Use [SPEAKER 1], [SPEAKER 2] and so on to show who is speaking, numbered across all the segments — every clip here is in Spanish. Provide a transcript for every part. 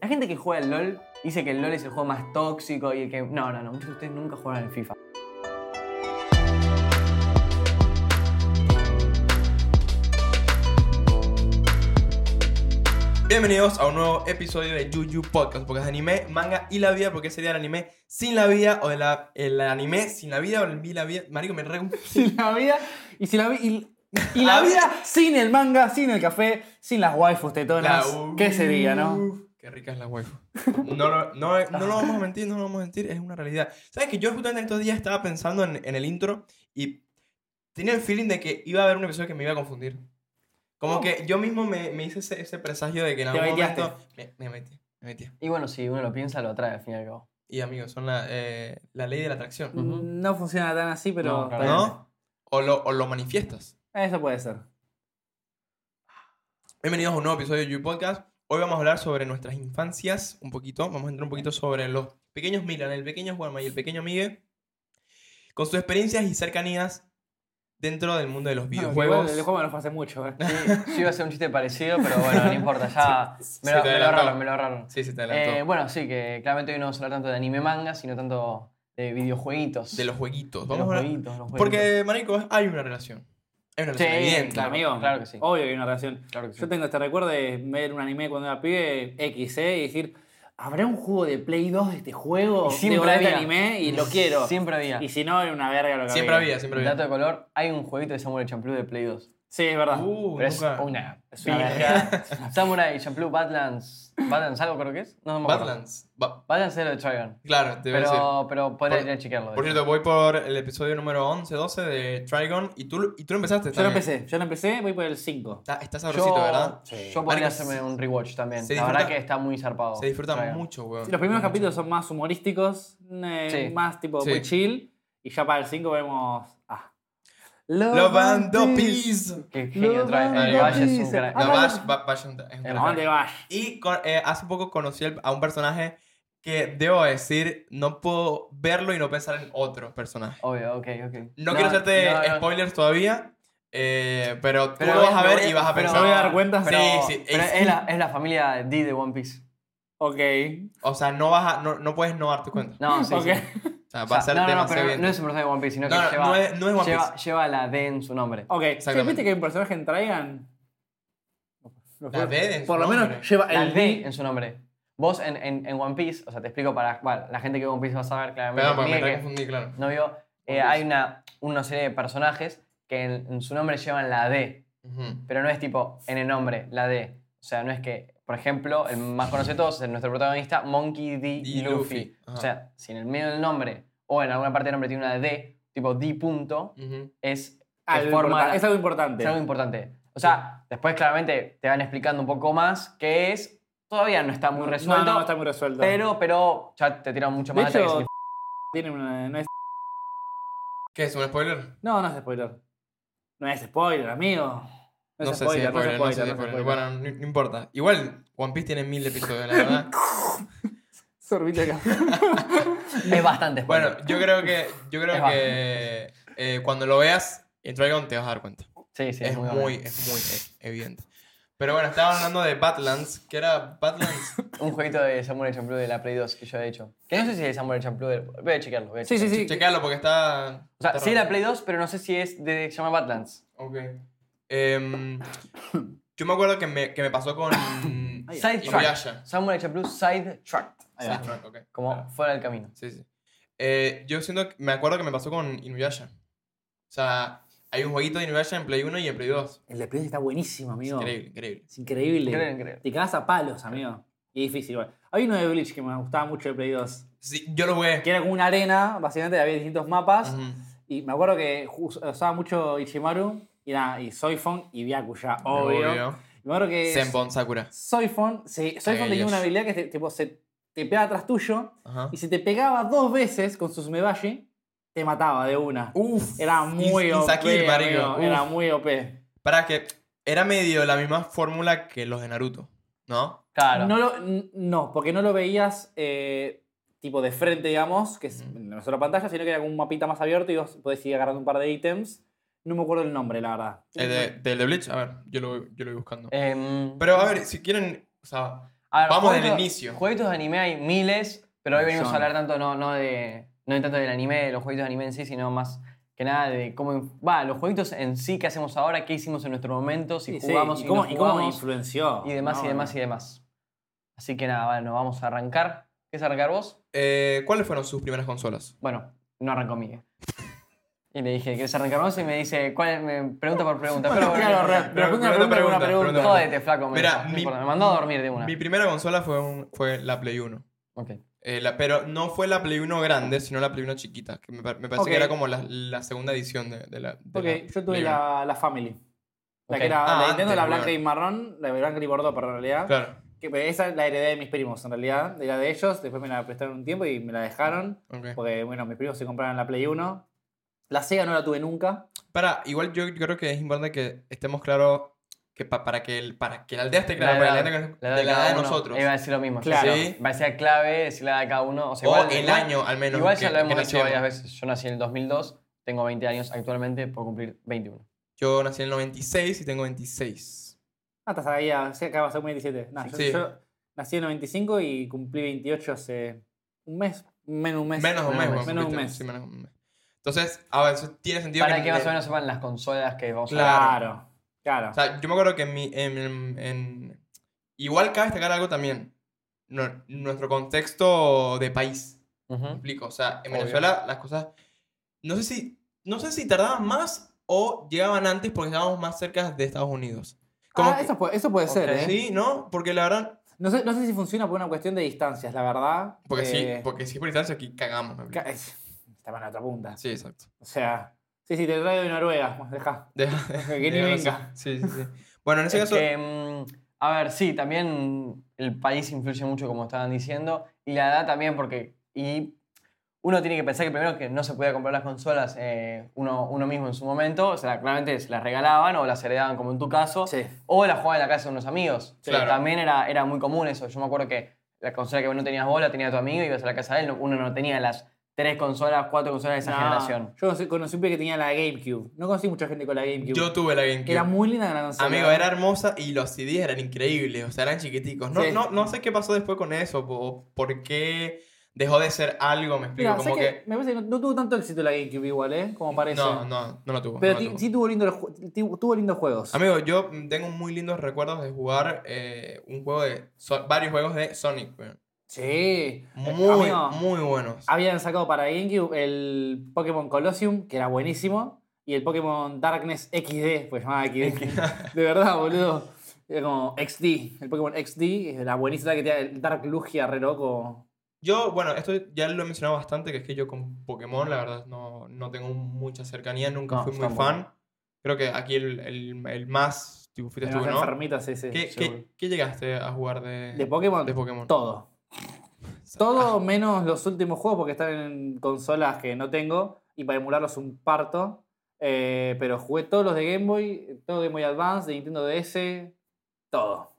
[SPEAKER 1] La gente que juega al LOL dice que el LOL es el juego más tóxico y el que. No, no, no. Muchos de ustedes nunca jugaron al FIFA.
[SPEAKER 2] Bienvenidos a un nuevo episodio de Juju Podcast, porque es de anime, manga y la vida, porque sería el anime sin la vida, o de la- el anime sin la vida, o el vi la vida. Marico, me re...
[SPEAKER 3] Sin la vida y sin la, vi- y, y la
[SPEAKER 2] Ah.
[SPEAKER 3] vida sin el manga, sin el café, sin las waifus
[SPEAKER 2] La-
[SPEAKER 3] tetonas. ¿Qué sería, no?
[SPEAKER 2] Uf, Qué rica es la waifu. No, lo- no, no lo vamos a mentir, no lo vamos a mentir, es una realidad. ¿Sabes que yo justamente estos días estaba pensando en, en el intro y tenía el feeling de que iba a haber un episodio que me iba a confundir? Como que yo mismo me, me hice ese, ese presagio de que en
[SPEAKER 3] Oh. Te
[SPEAKER 2] algún
[SPEAKER 3] baiteaste.
[SPEAKER 2] momento... Me, me metí, me metí.
[SPEAKER 1] Y bueno, si uno lo piensa, lo atrae al fin y al cabo.
[SPEAKER 2] Y amigos, son la, eh, la ley de la atracción.
[SPEAKER 1] Ujú.
[SPEAKER 3] No funciona tan así, pero.
[SPEAKER 1] No, claro.
[SPEAKER 3] está bien.
[SPEAKER 2] ¿No? O lo, o lo manifiestas.
[SPEAKER 3] Eso puede ser.
[SPEAKER 2] Bienvenidos a un nuevo episodio de You Podcast. Hoy vamos a hablar sobre nuestras infancias un poquito. Vamos a entrar un poquito sobre los pequeños Milan, el pequeño Juanma y el pequeño Miguel, con sus experiencias y cercanías dentro del mundo de los
[SPEAKER 3] Igual
[SPEAKER 2] videojuegos.
[SPEAKER 3] El juego no fue hace mucho, ¿eh?
[SPEAKER 1] Sí, yo iba a hacer un chiste parecido, pero bueno, no importa. Ya
[SPEAKER 2] Sí,
[SPEAKER 1] me lo,
[SPEAKER 2] te
[SPEAKER 1] me lo
[SPEAKER 2] adelantó.
[SPEAKER 1] ahorraron, me lo ahorraron.
[SPEAKER 2] Sí, se te
[SPEAKER 1] Eh,
[SPEAKER 2] adelantó.
[SPEAKER 1] bueno, sí, que claramente hoy no vamos a hablar tanto de anime manga, sino tanto de videojueguitos.
[SPEAKER 2] de los jueguitos.
[SPEAKER 1] De
[SPEAKER 2] Vamos
[SPEAKER 1] los
[SPEAKER 2] a hablar-
[SPEAKER 1] jueguitos, los jueguitos.
[SPEAKER 2] Porque, marico, hay una relación. Hay una relación evidente.
[SPEAKER 1] claro.
[SPEAKER 3] Amigo,
[SPEAKER 1] que sí.
[SPEAKER 3] Obvio que hay una relación.
[SPEAKER 1] Claro que sí.
[SPEAKER 3] Yo tengo este recuerdo de ver un anime cuando era pibe, XC, y decir, ¿habrá un juego de Play 2 de este juego?
[SPEAKER 1] Y siempre
[SPEAKER 3] Digo, de este
[SPEAKER 1] había.
[SPEAKER 3] anime y lo quiero.
[SPEAKER 1] Siempre había.
[SPEAKER 3] Y si no, era una verga lo que
[SPEAKER 2] Siempre había, siempre había.
[SPEAKER 1] Dato de color, hay un jueguito de Samurai Champloo de Play 2.
[SPEAKER 3] Sí, es verdad.
[SPEAKER 2] Uh,
[SPEAKER 1] Pero es
[SPEAKER 2] nunca-
[SPEAKER 1] una
[SPEAKER 3] Es una
[SPEAKER 1] pija.
[SPEAKER 3] verga.
[SPEAKER 1] Samurai Champloo Badlands. Badlands algo creo que es. No, no me acuerdo.
[SPEAKER 2] Badlands. Ba-
[SPEAKER 1] Badlands era de Trigon.
[SPEAKER 2] claro, te voy a decir.
[SPEAKER 1] Pero, pero podría
[SPEAKER 2] Por-
[SPEAKER 1] ir a chequearlo. de
[SPEAKER 2] Por
[SPEAKER 1] hecho.
[SPEAKER 2] cierto, voy por el episodio número 11, 12 de Trigon y tú, y tú lo empezaste.
[SPEAKER 3] Yo lo
[SPEAKER 2] también.
[SPEAKER 3] empecé, yo lo empecé, voy por el 5.
[SPEAKER 2] Está, está
[SPEAKER 1] yo,
[SPEAKER 2] sabrosito, ¿verdad?
[SPEAKER 1] yo
[SPEAKER 2] Marico,
[SPEAKER 1] podría hacerme un rewatch también.
[SPEAKER 2] se
[SPEAKER 1] La verdad
[SPEAKER 2] disfruta-
[SPEAKER 1] que está muy zarpado.
[SPEAKER 2] Se disfruta
[SPEAKER 1] Trigon.
[SPEAKER 2] mucho, weón.
[SPEAKER 3] Los primeros capítulos son más humorísticos, eh,
[SPEAKER 1] Sí.
[SPEAKER 3] más tipo
[SPEAKER 2] Sí.
[SPEAKER 3] muy chill. Y ya para el 5 vemos. Ah. Love,
[SPEAKER 2] Love and the
[SPEAKER 3] Peace.
[SPEAKER 2] Peace.
[SPEAKER 1] Qué genio
[SPEAKER 3] Lo
[SPEAKER 1] Trigon.
[SPEAKER 3] van
[SPEAKER 1] El
[SPEAKER 2] a
[SPEAKER 1] Valle es un
[SPEAKER 3] decir.
[SPEAKER 1] crack.
[SPEAKER 3] Ah,
[SPEAKER 2] No,
[SPEAKER 3] no,
[SPEAKER 2] Bash,
[SPEAKER 3] no.
[SPEAKER 2] Ba- Bash and the- es un
[SPEAKER 1] El
[SPEAKER 2] crack.
[SPEAKER 3] ¿A dónde vas?
[SPEAKER 2] Y con- eh, hace poco conocí al- a un personaje que debo decir, no puedo verlo y no pensar en otro personaje.
[SPEAKER 1] Obvio, ok, ok.
[SPEAKER 2] No, quiero hacerte
[SPEAKER 1] no, no.
[SPEAKER 2] spoilers todavía, eh, pero tú
[SPEAKER 1] Pero
[SPEAKER 2] lo vas a
[SPEAKER 1] me
[SPEAKER 2] ver
[SPEAKER 1] voy a-
[SPEAKER 2] y vas a
[SPEAKER 1] pero-
[SPEAKER 2] pensar.
[SPEAKER 3] Me voy a dar cuenta.
[SPEAKER 1] Pero,
[SPEAKER 2] sí, sí,
[SPEAKER 1] pero
[SPEAKER 2] es-
[SPEAKER 1] es, la, es la familia D de One Piece.
[SPEAKER 3] Ok.
[SPEAKER 2] O sea, no, vas a- no, no puedes no darte cuenta.
[SPEAKER 1] No, sí,
[SPEAKER 3] ok.
[SPEAKER 1] sí.
[SPEAKER 2] O sea,
[SPEAKER 1] O
[SPEAKER 2] va a
[SPEAKER 1] sea,
[SPEAKER 2] ser
[SPEAKER 1] no, no, no,
[SPEAKER 2] demasiado
[SPEAKER 1] pero
[SPEAKER 2] bien.
[SPEAKER 1] no es un personaje de One Piece, sino que
[SPEAKER 2] No, no,
[SPEAKER 1] lleva,
[SPEAKER 2] no es- no es One
[SPEAKER 1] lleva-
[SPEAKER 2] Piece.
[SPEAKER 1] lleva la D en su nombre.
[SPEAKER 3] Ok.
[SPEAKER 2] Exactamente.
[SPEAKER 3] ¿Sí, ¿Viste que hay un personaje en Traigan?
[SPEAKER 2] La D en su
[SPEAKER 3] Por lo
[SPEAKER 2] nombre.
[SPEAKER 3] menos lleva
[SPEAKER 1] la
[SPEAKER 3] el
[SPEAKER 1] D en su nombre. Vos en, en, en One Piece, o sea, te explico para. Bueno, la gente que ve One Piece va a saber claramente.
[SPEAKER 2] Perdón, porque me
[SPEAKER 1] Miguel,
[SPEAKER 2] re
[SPEAKER 1] que
[SPEAKER 2] confundí, claro.
[SPEAKER 1] no vio. eh,
[SPEAKER 2] Piece.
[SPEAKER 1] hay una, una serie de personajes que en, en su nombre llevan la D,
[SPEAKER 2] Ujú.
[SPEAKER 1] pero no es tipo en el nombre, la D. O sea, no es que, por ejemplo, el más conocido de todos es nuestro protagonista, Monkey D.
[SPEAKER 2] D.
[SPEAKER 1] Luffy.
[SPEAKER 2] Luffy,
[SPEAKER 1] O
[SPEAKER 2] ajá.
[SPEAKER 1] sea, si en el medio del nombre o en alguna parte del nombre tiene una D, tipo D. Punto,
[SPEAKER 2] Ujú.
[SPEAKER 1] es
[SPEAKER 3] Algo
[SPEAKER 1] que forma-
[SPEAKER 3] importa- Es algo importante.
[SPEAKER 1] Es algo importante. O sea, después claramente te van explicando un poco más qué es. Todavía no está muy resuelto.
[SPEAKER 3] No, no, está muy resuelto.
[SPEAKER 1] Pero, pero ya te tiran mucho
[SPEAKER 3] de
[SPEAKER 1] más detalles.
[SPEAKER 3] hecho, tiene una, no, es,
[SPEAKER 2] ¿Qué es un spoiler?
[SPEAKER 3] no, no es spoiler. No es spoiler, amigo. No,
[SPEAKER 2] No
[SPEAKER 3] es
[SPEAKER 2] sé si es
[SPEAKER 3] spoiler, no es
[SPEAKER 2] spoiler, no sé si
[SPEAKER 3] spoiler.
[SPEAKER 2] es
[SPEAKER 3] no es
[SPEAKER 2] spoiler.
[SPEAKER 3] spoiler.
[SPEAKER 2] Bueno, no, no importa. Igual, One Piece tiene mil episodios, la verdad.
[SPEAKER 3] Sorbito de café.
[SPEAKER 1] es bastante spoiler.
[SPEAKER 2] Bueno, yo creo que, yo
[SPEAKER 1] Es
[SPEAKER 2] creo que eh, cuando lo veas en Trigon te vas a dar cuenta.
[SPEAKER 1] sí, sí,
[SPEAKER 2] es, muy,
[SPEAKER 1] bueno.
[SPEAKER 2] es muy eh, evidente. Pero bueno, estaba hablando de Badlands, que era Badlands.
[SPEAKER 1] Un jueguito de Samurai Champloo de la Play 2 que yo he hecho. Que no sé si es de Samurai Champloo. del- Voy a chequearlo. voy a
[SPEAKER 3] Sí, sí,
[SPEAKER 1] chequearlo.
[SPEAKER 3] sí.
[SPEAKER 2] Chequealo porque está.
[SPEAKER 1] O sea,
[SPEAKER 2] está
[SPEAKER 1] sí es de la
[SPEAKER 2] raro.
[SPEAKER 1] Play 2, pero no sé si es de. Se llama Badlands.
[SPEAKER 2] Ok. Em, yo me acuerdo que me, que me pasó con.
[SPEAKER 3] Ahí va.
[SPEAKER 1] Side Track.
[SPEAKER 2] Inuyasha.
[SPEAKER 1] Samurai Champloo Side Track.
[SPEAKER 2] Sí, ok.
[SPEAKER 1] Como fuera del camino.
[SPEAKER 2] Sí, sí. Eh, yo siento, que- me acuerdo que me pasó con Inuyasha. O sea, hay un jueguito de Inuyasha en Play 1 y en Play 2.
[SPEAKER 3] El de Play está buenísimo, amigo.
[SPEAKER 2] Increíble, increíble.
[SPEAKER 3] Es increíble.
[SPEAKER 1] Creo, creo.
[SPEAKER 3] Te cagas a palos, amigo. Y es difícil, igual. Había uno de Bleach que me gustaba mucho de Play 2.
[SPEAKER 2] Sí, yo lo jugué.
[SPEAKER 3] Que era como una arena, básicamente había distintos mapas.
[SPEAKER 2] Ujú.
[SPEAKER 3] Y me acuerdo que us- usaba mucho Ichimaru. Y nada, y Soifon y Byakuya, obvio. Y Me acuerdo que.
[SPEAKER 2] Senpon Sakura.
[SPEAKER 3] Soifon, sí, Soifon tenía
[SPEAKER 2] Dios.
[SPEAKER 3] una habilidad que te- tipo, se te pega atrás tuyo.
[SPEAKER 2] Ajá.
[SPEAKER 3] Y si te pegaba dos veces con su Sumebashi, te mataba de una.
[SPEAKER 2] Uf.
[SPEAKER 3] Era muy
[SPEAKER 2] Ins-
[SPEAKER 3] OP.
[SPEAKER 2] Insakir, marico.
[SPEAKER 3] amigo,
[SPEAKER 2] Uf.
[SPEAKER 3] Era muy OP.
[SPEAKER 2] Para que era medio la misma fórmula que los de Naruto, ¿no?
[SPEAKER 1] Claro.
[SPEAKER 3] No, lo- n- no, porque no lo veías eh, tipo de frente, digamos, que es
[SPEAKER 2] Ujú.
[SPEAKER 3] en la sola pantalla, sino que era como un mapita más abierto y vos podés ir agarrando un par de ítems. No me acuerdo el nombre, la
[SPEAKER 2] Eh,
[SPEAKER 3] verdad. Eh,
[SPEAKER 2] El de, del de Bleach, a ver, yo lo, yo lo voy buscando.
[SPEAKER 1] Em,
[SPEAKER 2] Pero a ver, si quieren, o sea,
[SPEAKER 1] A ver,
[SPEAKER 2] Vamos del
[SPEAKER 1] jueguitos-
[SPEAKER 2] inicio.
[SPEAKER 1] Jueguitos de anime hay miles, pero hoy venimos a
[SPEAKER 3] Millones.
[SPEAKER 1] hablar tanto, no, no de. No de tanto del anime, de los jueguitos de anime en sí, sino más que nada de cómo. Va, los jueguitos en sí que hacemos ahora, qué hicimos en nuestro momento, si
[SPEAKER 3] Sí, sí,
[SPEAKER 1] jugamos,
[SPEAKER 3] y
[SPEAKER 1] si
[SPEAKER 3] cómo,
[SPEAKER 1] no
[SPEAKER 3] y cómo
[SPEAKER 1] jugamos,
[SPEAKER 3] influenció.
[SPEAKER 1] y demás,
[SPEAKER 3] ¿no?
[SPEAKER 1] y demás, y demás. Así que nada, bueno, vamos a arrancar. ¿Quieres arrancar vos?
[SPEAKER 2] Eh, ¿Cuáles fueron sus primeras consolas?
[SPEAKER 1] Bueno, no arrancó Miguel. Y le dije, ¿quieres arrancar vos? Y me dice, ¿cuál? Me pregunta por pregunta. Pero bueno,
[SPEAKER 3] Claro, re- pero
[SPEAKER 2] Pregunta,
[SPEAKER 3] una pregunta,
[SPEAKER 2] pregunta,
[SPEAKER 3] una pregunta.
[SPEAKER 2] pregunta.
[SPEAKER 1] jódete, flaco. Me,
[SPEAKER 2] Mira,
[SPEAKER 1] dijo, no
[SPEAKER 2] mi-
[SPEAKER 1] importa, me mandó a dormir de una.
[SPEAKER 2] Mi primera consola fue, un- fue la Play 1.
[SPEAKER 1] Ok.
[SPEAKER 2] Eh, la- pero no fue la Play 1 grande, sino la Play 1 chiquita. Que me, pa- me parece
[SPEAKER 3] Ok.
[SPEAKER 2] que era como la, la segunda edición de, de la. de la
[SPEAKER 3] Ok, yo tuve
[SPEAKER 2] Play uno.
[SPEAKER 3] la, la Family. La
[SPEAKER 1] Ok.
[SPEAKER 3] que era
[SPEAKER 2] Ah,
[SPEAKER 3] la
[SPEAKER 2] antes,
[SPEAKER 3] Nintendo, la blanca
[SPEAKER 2] claro.
[SPEAKER 3] y marrón, la blanca y bordo, pero en realidad.
[SPEAKER 2] Claro,
[SPEAKER 3] Que, pero esa la heredé de mis primos, en realidad. Era de ellos, después me la prestaron un tiempo y me la dejaron.
[SPEAKER 1] Pues.
[SPEAKER 2] ok.
[SPEAKER 3] Porque, bueno, mis primos se compraron la Play 1. La Sega no la tuve nunca.
[SPEAKER 2] Para, igual yo creo que es importante que estemos claros que pa- para, que el, para que la aldea esté clara,
[SPEAKER 1] La
[SPEAKER 2] para que
[SPEAKER 1] edad-
[SPEAKER 2] la aldea-
[SPEAKER 1] la edad
[SPEAKER 2] de la edad de
[SPEAKER 1] cada uno.
[SPEAKER 2] nosotros.
[SPEAKER 1] Iba a decir lo mismo.
[SPEAKER 3] Claro.
[SPEAKER 1] Sí. Va a ser clave, decir la edad de cada uno. O, sea,
[SPEAKER 2] o
[SPEAKER 1] igual-
[SPEAKER 2] el
[SPEAKER 1] igual-
[SPEAKER 2] año, al menos.
[SPEAKER 1] Igual
[SPEAKER 2] que-
[SPEAKER 1] ya lo
[SPEAKER 2] que
[SPEAKER 1] hemos dicho
[SPEAKER 2] nacimos.
[SPEAKER 1] varias veces. Yo nací en el 2002, tengo 20 años actualmente por cumplir 21.
[SPEAKER 2] Yo nací en el 96 y tengo 26.
[SPEAKER 3] Ah, estás ahí, ah, sí, acabas de ser 27. Nah, yo,
[SPEAKER 2] Sí.
[SPEAKER 3] yo nací en 95 y cumplí 28 hace un mes. Menos un mes.
[SPEAKER 2] Menos de un mes.
[SPEAKER 1] Menos
[SPEAKER 2] vos
[SPEAKER 3] Menos de un
[SPEAKER 2] fuiste,
[SPEAKER 3] mes.
[SPEAKER 2] sí, menos de un mes. Entonces, a ver, eso tiene sentido.
[SPEAKER 1] Para que más
[SPEAKER 2] le-
[SPEAKER 1] o menos sepan las consolas que vamos a
[SPEAKER 2] Claro.
[SPEAKER 3] Claro, claro.
[SPEAKER 2] O sea, yo me acuerdo que en mi. en- en- en- Igual cabe destacar algo también. No- nuestro contexto de país.
[SPEAKER 1] Ujú.
[SPEAKER 2] ¿Me explico? O sea, en
[SPEAKER 1] Obvio.
[SPEAKER 2] Venezuela las cosas. No sé si. No sé si tardaban más o llegaban antes porque estábamos más cerca de Estados Unidos. Como
[SPEAKER 3] Ah,
[SPEAKER 2] que-
[SPEAKER 3] eso, puede, eso puede ser,
[SPEAKER 1] Ok.
[SPEAKER 3] ¿eh?
[SPEAKER 2] Sí, ¿no? Porque la verdad.
[SPEAKER 3] No, sé, no sé si funciona por una cuestión de distancias, la verdad.
[SPEAKER 2] Porque sí,
[SPEAKER 3] Eh,
[SPEAKER 2] porque sí, por instancia aquí cagamos. me explico.
[SPEAKER 3] ca- es- Estaba en la otra punta.
[SPEAKER 2] Sí, exacto.
[SPEAKER 3] O sea, sí, sí, te traigo de Noruega. Deja.
[SPEAKER 2] Deja-
[SPEAKER 3] Que ni
[SPEAKER 2] déjalo así.
[SPEAKER 3] venga.
[SPEAKER 2] Sí, sí, sí. Bueno, en ese
[SPEAKER 1] Es
[SPEAKER 2] caso.
[SPEAKER 1] que, mm, a ver, sí, también el país influye mucho, como estaban diciendo, y la edad también, porque y uno tiene que pensar que primero que no se podía comprar las consolas eh, uno, uno mismo en su momento, o sea, claramente se las regalaban o las heredaban, como en tu caso,
[SPEAKER 3] Sí.
[SPEAKER 1] o las jugaba en la casa de unos amigos.
[SPEAKER 2] Sí.
[SPEAKER 1] que
[SPEAKER 2] Claro.
[SPEAKER 1] También era, era muy común eso. Yo me acuerdo que la consola que vos no tenías vos la tenía tu amigo, ibas a la casa de él, no- uno no tenía las tres consolas, cuatro consolas de esa
[SPEAKER 3] No,
[SPEAKER 1] generación.
[SPEAKER 3] Yo conocí, conocí un pibe que tenía la GameCube. No conocí mucha gente con la GameCube.
[SPEAKER 2] Yo tuve la GameCube.
[SPEAKER 3] Era muy linda la consola.
[SPEAKER 2] Amigo, era hermosa y los CDs eran increíbles, o sea, eran chiquiticos. No,
[SPEAKER 3] Sí.
[SPEAKER 2] no, no sé qué pasó después con eso, o por qué dejó de ser algo, me explico.
[SPEAKER 3] Mira,
[SPEAKER 2] como
[SPEAKER 3] ¿sabes qué?
[SPEAKER 2] que...
[SPEAKER 3] Me parece que no, no tuvo tanto éxito la GameCube igual, ¿eh? Como parece.
[SPEAKER 2] No, no, no lo tuvo.
[SPEAKER 3] Pero
[SPEAKER 2] no lo
[SPEAKER 3] ti-
[SPEAKER 2] tuvo.
[SPEAKER 3] sí tuvo, lindo los ju- ti- tuvo lindos juegos.
[SPEAKER 2] Amigo, yo tengo muy lindos recuerdos de jugar eh, un juego de... so- varios juegos de Sonic, weón.
[SPEAKER 3] Sí.
[SPEAKER 2] Muy,
[SPEAKER 3] Eh, Amigo.
[SPEAKER 2] muy buenos.
[SPEAKER 3] Habían sacado para GameCube el Pokémon Colosseum, que era buenísimo, y el Pokémon Darkness XD, pues llamaba XD. de verdad, boludo. Era como XD, el Pokémon XD, la buenísima que tenía el Dark Lugia, re loco.
[SPEAKER 2] Yo, bueno, esto ya lo he mencionado bastante, que es que yo con Pokémon, la verdad, no, no tengo mucha cercanía, nunca
[SPEAKER 1] No,
[SPEAKER 2] fui muy
[SPEAKER 1] tampoco.
[SPEAKER 2] fan. Creo que aquí el, el, el más, tipo, fuiste
[SPEAKER 3] Era
[SPEAKER 2] tú,
[SPEAKER 3] más
[SPEAKER 2] ¿no?
[SPEAKER 3] enfermito, sí, sí,
[SPEAKER 2] ¿Qué,
[SPEAKER 3] seguro.
[SPEAKER 2] qué, qué llegaste a jugar de,
[SPEAKER 3] De Pokémon,
[SPEAKER 2] de Pokémon?
[SPEAKER 3] todo. Todo menos los últimos juegos, porque están en consolas que no tengo, y para emularlos un parto. Eh, pero jugué todos los de Game Boy, todo Game Boy Advance, de Nintendo DS, todo.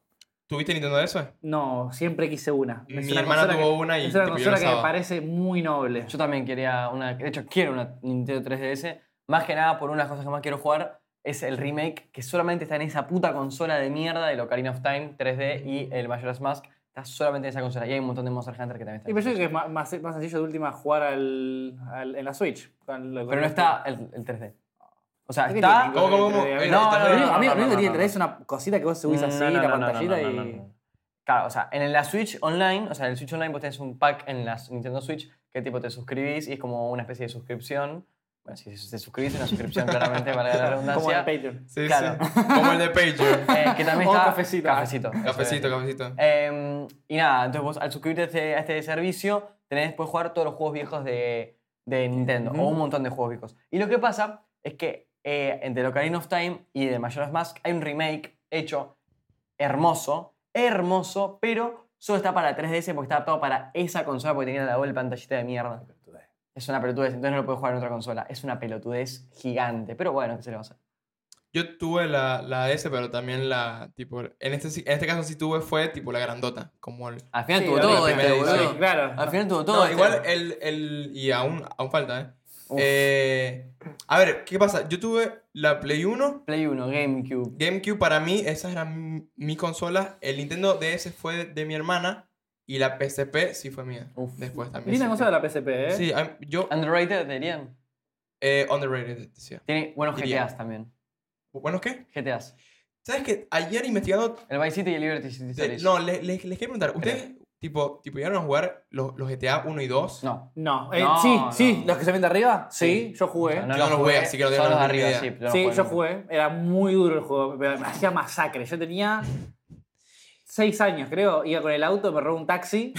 [SPEAKER 2] ¿Tuviste Nintendo de eso?
[SPEAKER 3] No, siempre quise una. Es
[SPEAKER 2] Mi
[SPEAKER 3] una
[SPEAKER 2] hermana
[SPEAKER 3] consola
[SPEAKER 2] tuvo
[SPEAKER 3] que-
[SPEAKER 2] una y
[SPEAKER 3] Es una
[SPEAKER 2] tipo, yo
[SPEAKER 3] consola
[SPEAKER 2] la
[SPEAKER 3] que me
[SPEAKER 2] usaba.
[SPEAKER 3] parece muy noble.
[SPEAKER 1] Yo también quería una. De hecho, quiero una Nintendo 3DS. Más que nada por unas cosas que más quiero jugar. Es el remake que solamente está en esa puta consola de mierda del Ocarina of Time 3D y el Majora's Mask. Está solamente en esa consola. Y hay un montón de Monster Hunter que también
[SPEAKER 3] Y pero yo
[SPEAKER 1] está.
[SPEAKER 3] creo que es más, más- más sencillo de última jugar al, al- en la Switch. con lo- con
[SPEAKER 1] Pero no
[SPEAKER 3] el-
[SPEAKER 1] está el, el 3D. O sea,
[SPEAKER 3] ¿Qué
[SPEAKER 1] está.
[SPEAKER 3] tiene?
[SPEAKER 2] ¿Cómo, cómo, cómo?
[SPEAKER 3] No,
[SPEAKER 2] Eh,
[SPEAKER 1] no,
[SPEAKER 2] estás
[SPEAKER 1] no,
[SPEAKER 2] re-
[SPEAKER 3] Amigo,
[SPEAKER 1] no,
[SPEAKER 3] amigo, lo único que tiene
[SPEAKER 1] no,
[SPEAKER 3] que es una cosita que vos subís así,
[SPEAKER 1] No, no,
[SPEAKER 3] la
[SPEAKER 1] no, no,
[SPEAKER 3] pantallita
[SPEAKER 1] no, no,
[SPEAKER 3] y.
[SPEAKER 1] no, no. Claro, o sea, en el la Switch Online, o sea, en el Switch Online vos tenés un pack en la Nintendo Switch que tipo te suscribís y es como una especie de suscripción. Bueno, si te suscribís, es una suscripción claramente, para la redundancia.
[SPEAKER 3] Como en Patreon.
[SPEAKER 2] Sí,
[SPEAKER 1] Claro.
[SPEAKER 2] sí. Como el de Patreon.
[SPEAKER 1] Eh, que también
[SPEAKER 3] O
[SPEAKER 1] está
[SPEAKER 3] cafecito.
[SPEAKER 1] cafecito.
[SPEAKER 2] Ah, cafecito, cafecito.
[SPEAKER 1] Eh, y nada, entonces vos al suscribirte a este, a este servicio tenés después jugar todos los juegos viejos de, de Nintendo
[SPEAKER 3] Ujú.
[SPEAKER 1] o un montón de juegos viejos. Y lo que pasa es que eh, entre el Ocarina of Time y de Majora's Mask hay un remake hecho hermoso, hermoso, pero solo está para 3DS porque está adaptado para esa consola porque tenía la doble pantallita de mierda. Es una pelotudez, entonces no lo puedes jugar en otra consola. Es una pelotudez gigante, pero bueno, ¿qué se le va a hacer?
[SPEAKER 2] Yo tuve la, la S, pero también la, tipo, en este, sí- en este caso sí tuve fue, tipo, la grandota. Como el...
[SPEAKER 1] Al final
[SPEAKER 3] Sí,
[SPEAKER 1] tuvo
[SPEAKER 3] la
[SPEAKER 1] todo
[SPEAKER 2] primera
[SPEAKER 1] este,
[SPEAKER 2] edición.
[SPEAKER 1] boludo.
[SPEAKER 3] Claro.
[SPEAKER 1] Al final tuvo todo
[SPEAKER 2] No,
[SPEAKER 1] este.
[SPEAKER 2] igual el, el... Y aún, aún falta, ¿eh? Eh, a ver, ¿qué pasa? Yo tuve la Play 1,
[SPEAKER 1] Play 1, GameCube.
[SPEAKER 2] GameCube para mí, esas eran mi- mis consolas. El Nintendo DS fue de, de mi hermana y la PSP sí fue mía.
[SPEAKER 1] Uf.
[SPEAKER 2] Después también.
[SPEAKER 3] Linda cosa de la PSP, ¿eh?
[SPEAKER 2] Sí, I'm- yo.
[SPEAKER 1] Underrated, dirían.
[SPEAKER 2] eh, underrated, decía.
[SPEAKER 1] Tiene buenos
[SPEAKER 2] Diría.
[SPEAKER 1] GTAs también.
[SPEAKER 2] Bueno, ¿qué?
[SPEAKER 1] GTAs.
[SPEAKER 2] ¿Sabes que Ayer investigando.
[SPEAKER 1] El Vice City y el Liberty City
[SPEAKER 2] te-
[SPEAKER 1] Stories.
[SPEAKER 2] no, les, les, les quiero preguntar. ¿Ustedes, tipo, tipo, llegaron a jugar los, los GTA 1 y 2?
[SPEAKER 1] No.
[SPEAKER 3] No, eh,
[SPEAKER 1] No,
[SPEAKER 3] sí,
[SPEAKER 1] no.
[SPEAKER 3] sí, los que se ven de arriba, sí, yo jugué.
[SPEAKER 1] No,
[SPEAKER 2] Yo no
[SPEAKER 1] los
[SPEAKER 2] jugué, así que no tengo
[SPEAKER 1] Son los de
[SPEAKER 2] ni
[SPEAKER 1] arriba,
[SPEAKER 2] idea.
[SPEAKER 1] sí. no
[SPEAKER 3] sí,
[SPEAKER 1] los
[SPEAKER 3] yo
[SPEAKER 1] nunca.
[SPEAKER 3] jugué. Era muy duro el juego, pero me hacía masacre. Yo tenía seis años, creo. Iba con el auto, me robó un taxi.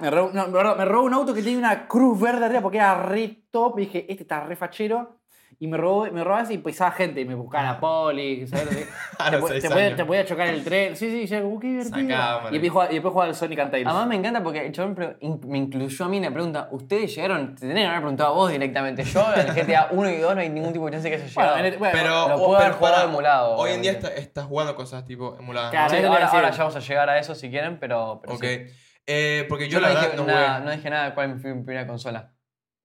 [SPEAKER 3] me robó, no, me robó- me robó un auto que tenía una cruz verde arriba porque era re top. Y dije, este está re fachero. Y me robó, me robaba así y pisaba gente y me buscaba la poli, ¿sabes? Te,
[SPEAKER 2] A los
[SPEAKER 3] po-
[SPEAKER 2] seis
[SPEAKER 3] te podía,
[SPEAKER 2] años.
[SPEAKER 3] te podía chocar el tren. Sí, sí, yo, uh, qué divertido.
[SPEAKER 2] Sacaba,
[SPEAKER 3] y, después jugaba, y después jugaba al Sonic and Tails.
[SPEAKER 1] Además me encanta porque el chabón pre- in- me incluyó a mí y me pregunta, ustedes llegaron, te tenían que haber preguntado a vos directamente. Yo en el GTA 1 y 2 no hay ningún tipo de chance que haya
[SPEAKER 3] Bueno,
[SPEAKER 1] llegado.
[SPEAKER 3] en el- bueno,
[SPEAKER 2] Pero, oh,
[SPEAKER 1] Lo puedo haber
[SPEAKER 2] pero
[SPEAKER 1] jugado
[SPEAKER 2] para-
[SPEAKER 1] emulado,
[SPEAKER 2] Hoy en día
[SPEAKER 1] obviamente.
[SPEAKER 2] está- estás jugando cosas tipo emuladas.
[SPEAKER 1] Sí,
[SPEAKER 3] Claro, eso te iba a
[SPEAKER 1] ahora,
[SPEAKER 3] decir.
[SPEAKER 1] ahora ya vamos a llegar a eso si quieren, pero... pero
[SPEAKER 2] ok.
[SPEAKER 1] sí.
[SPEAKER 2] Eh, porque yo,
[SPEAKER 1] Yo,
[SPEAKER 2] la
[SPEAKER 1] no,
[SPEAKER 2] verdad
[SPEAKER 1] dije
[SPEAKER 2] no jugué.
[SPEAKER 1] nada, no dije nada de cuál fue mi primera consola.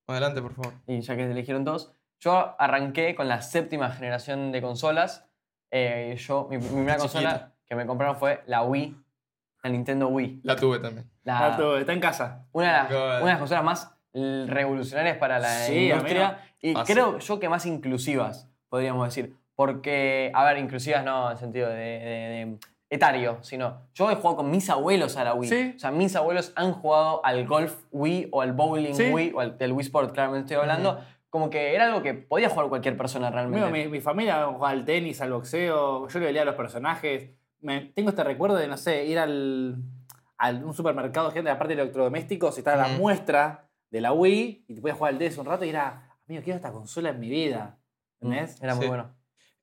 [SPEAKER 2] Adelante, por favor.
[SPEAKER 1] Y ya que eligieron todos, yo arranqué con la séptima generación de consolas. Eh, yo, mi, mi primera
[SPEAKER 2] Qué
[SPEAKER 1] consola
[SPEAKER 2] chiquito.
[SPEAKER 1] que me compraron fue la Wii, la Nintendo Wii.
[SPEAKER 2] La tuve también.
[SPEAKER 1] La,
[SPEAKER 3] Ah, todo, está en casa.
[SPEAKER 1] Una de, las,
[SPEAKER 2] God.
[SPEAKER 1] una de las consolas más eh, revolucionarias para la
[SPEAKER 3] Sí,
[SPEAKER 1] industria
[SPEAKER 3] amigo.
[SPEAKER 1] y
[SPEAKER 2] Ah, sí.
[SPEAKER 1] creo yo que más inclusivas, podríamos decir. Porque, a ver, inclusivas no en sentido de, de- de etario, sino yo he jugado con mis abuelos a la Wii.
[SPEAKER 3] Sí.
[SPEAKER 1] O sea, mis abuelos han jugado al golf Wii o al bowling
[SPEAKER 3] Sí.
[SPEAKER 1] Wii o al del Wii Sport, claramente estoy hablando. Como que era algo que podía jugar cualquier persona realmente.
[SPEAKER 3] Amigo, mi, mi familia jugaba al tenis, al boxeo, yo le veía a los personajes. Me- tengo este recuerdo de, no sé, ir al, al- un supermercado gente de la parte de electrodomésticos y estaba la
[SPEAKER 2] Ujú.
[SPEAKER 3] muestra de la Wii y te podías jugar al DS un rato y era, amigo, quiero esta consola en mi vida. ¿Entendés?
[SPEAKER 1] Era muy
[SPEAKER 2] Sí.
[SPEAKER 1] bueno.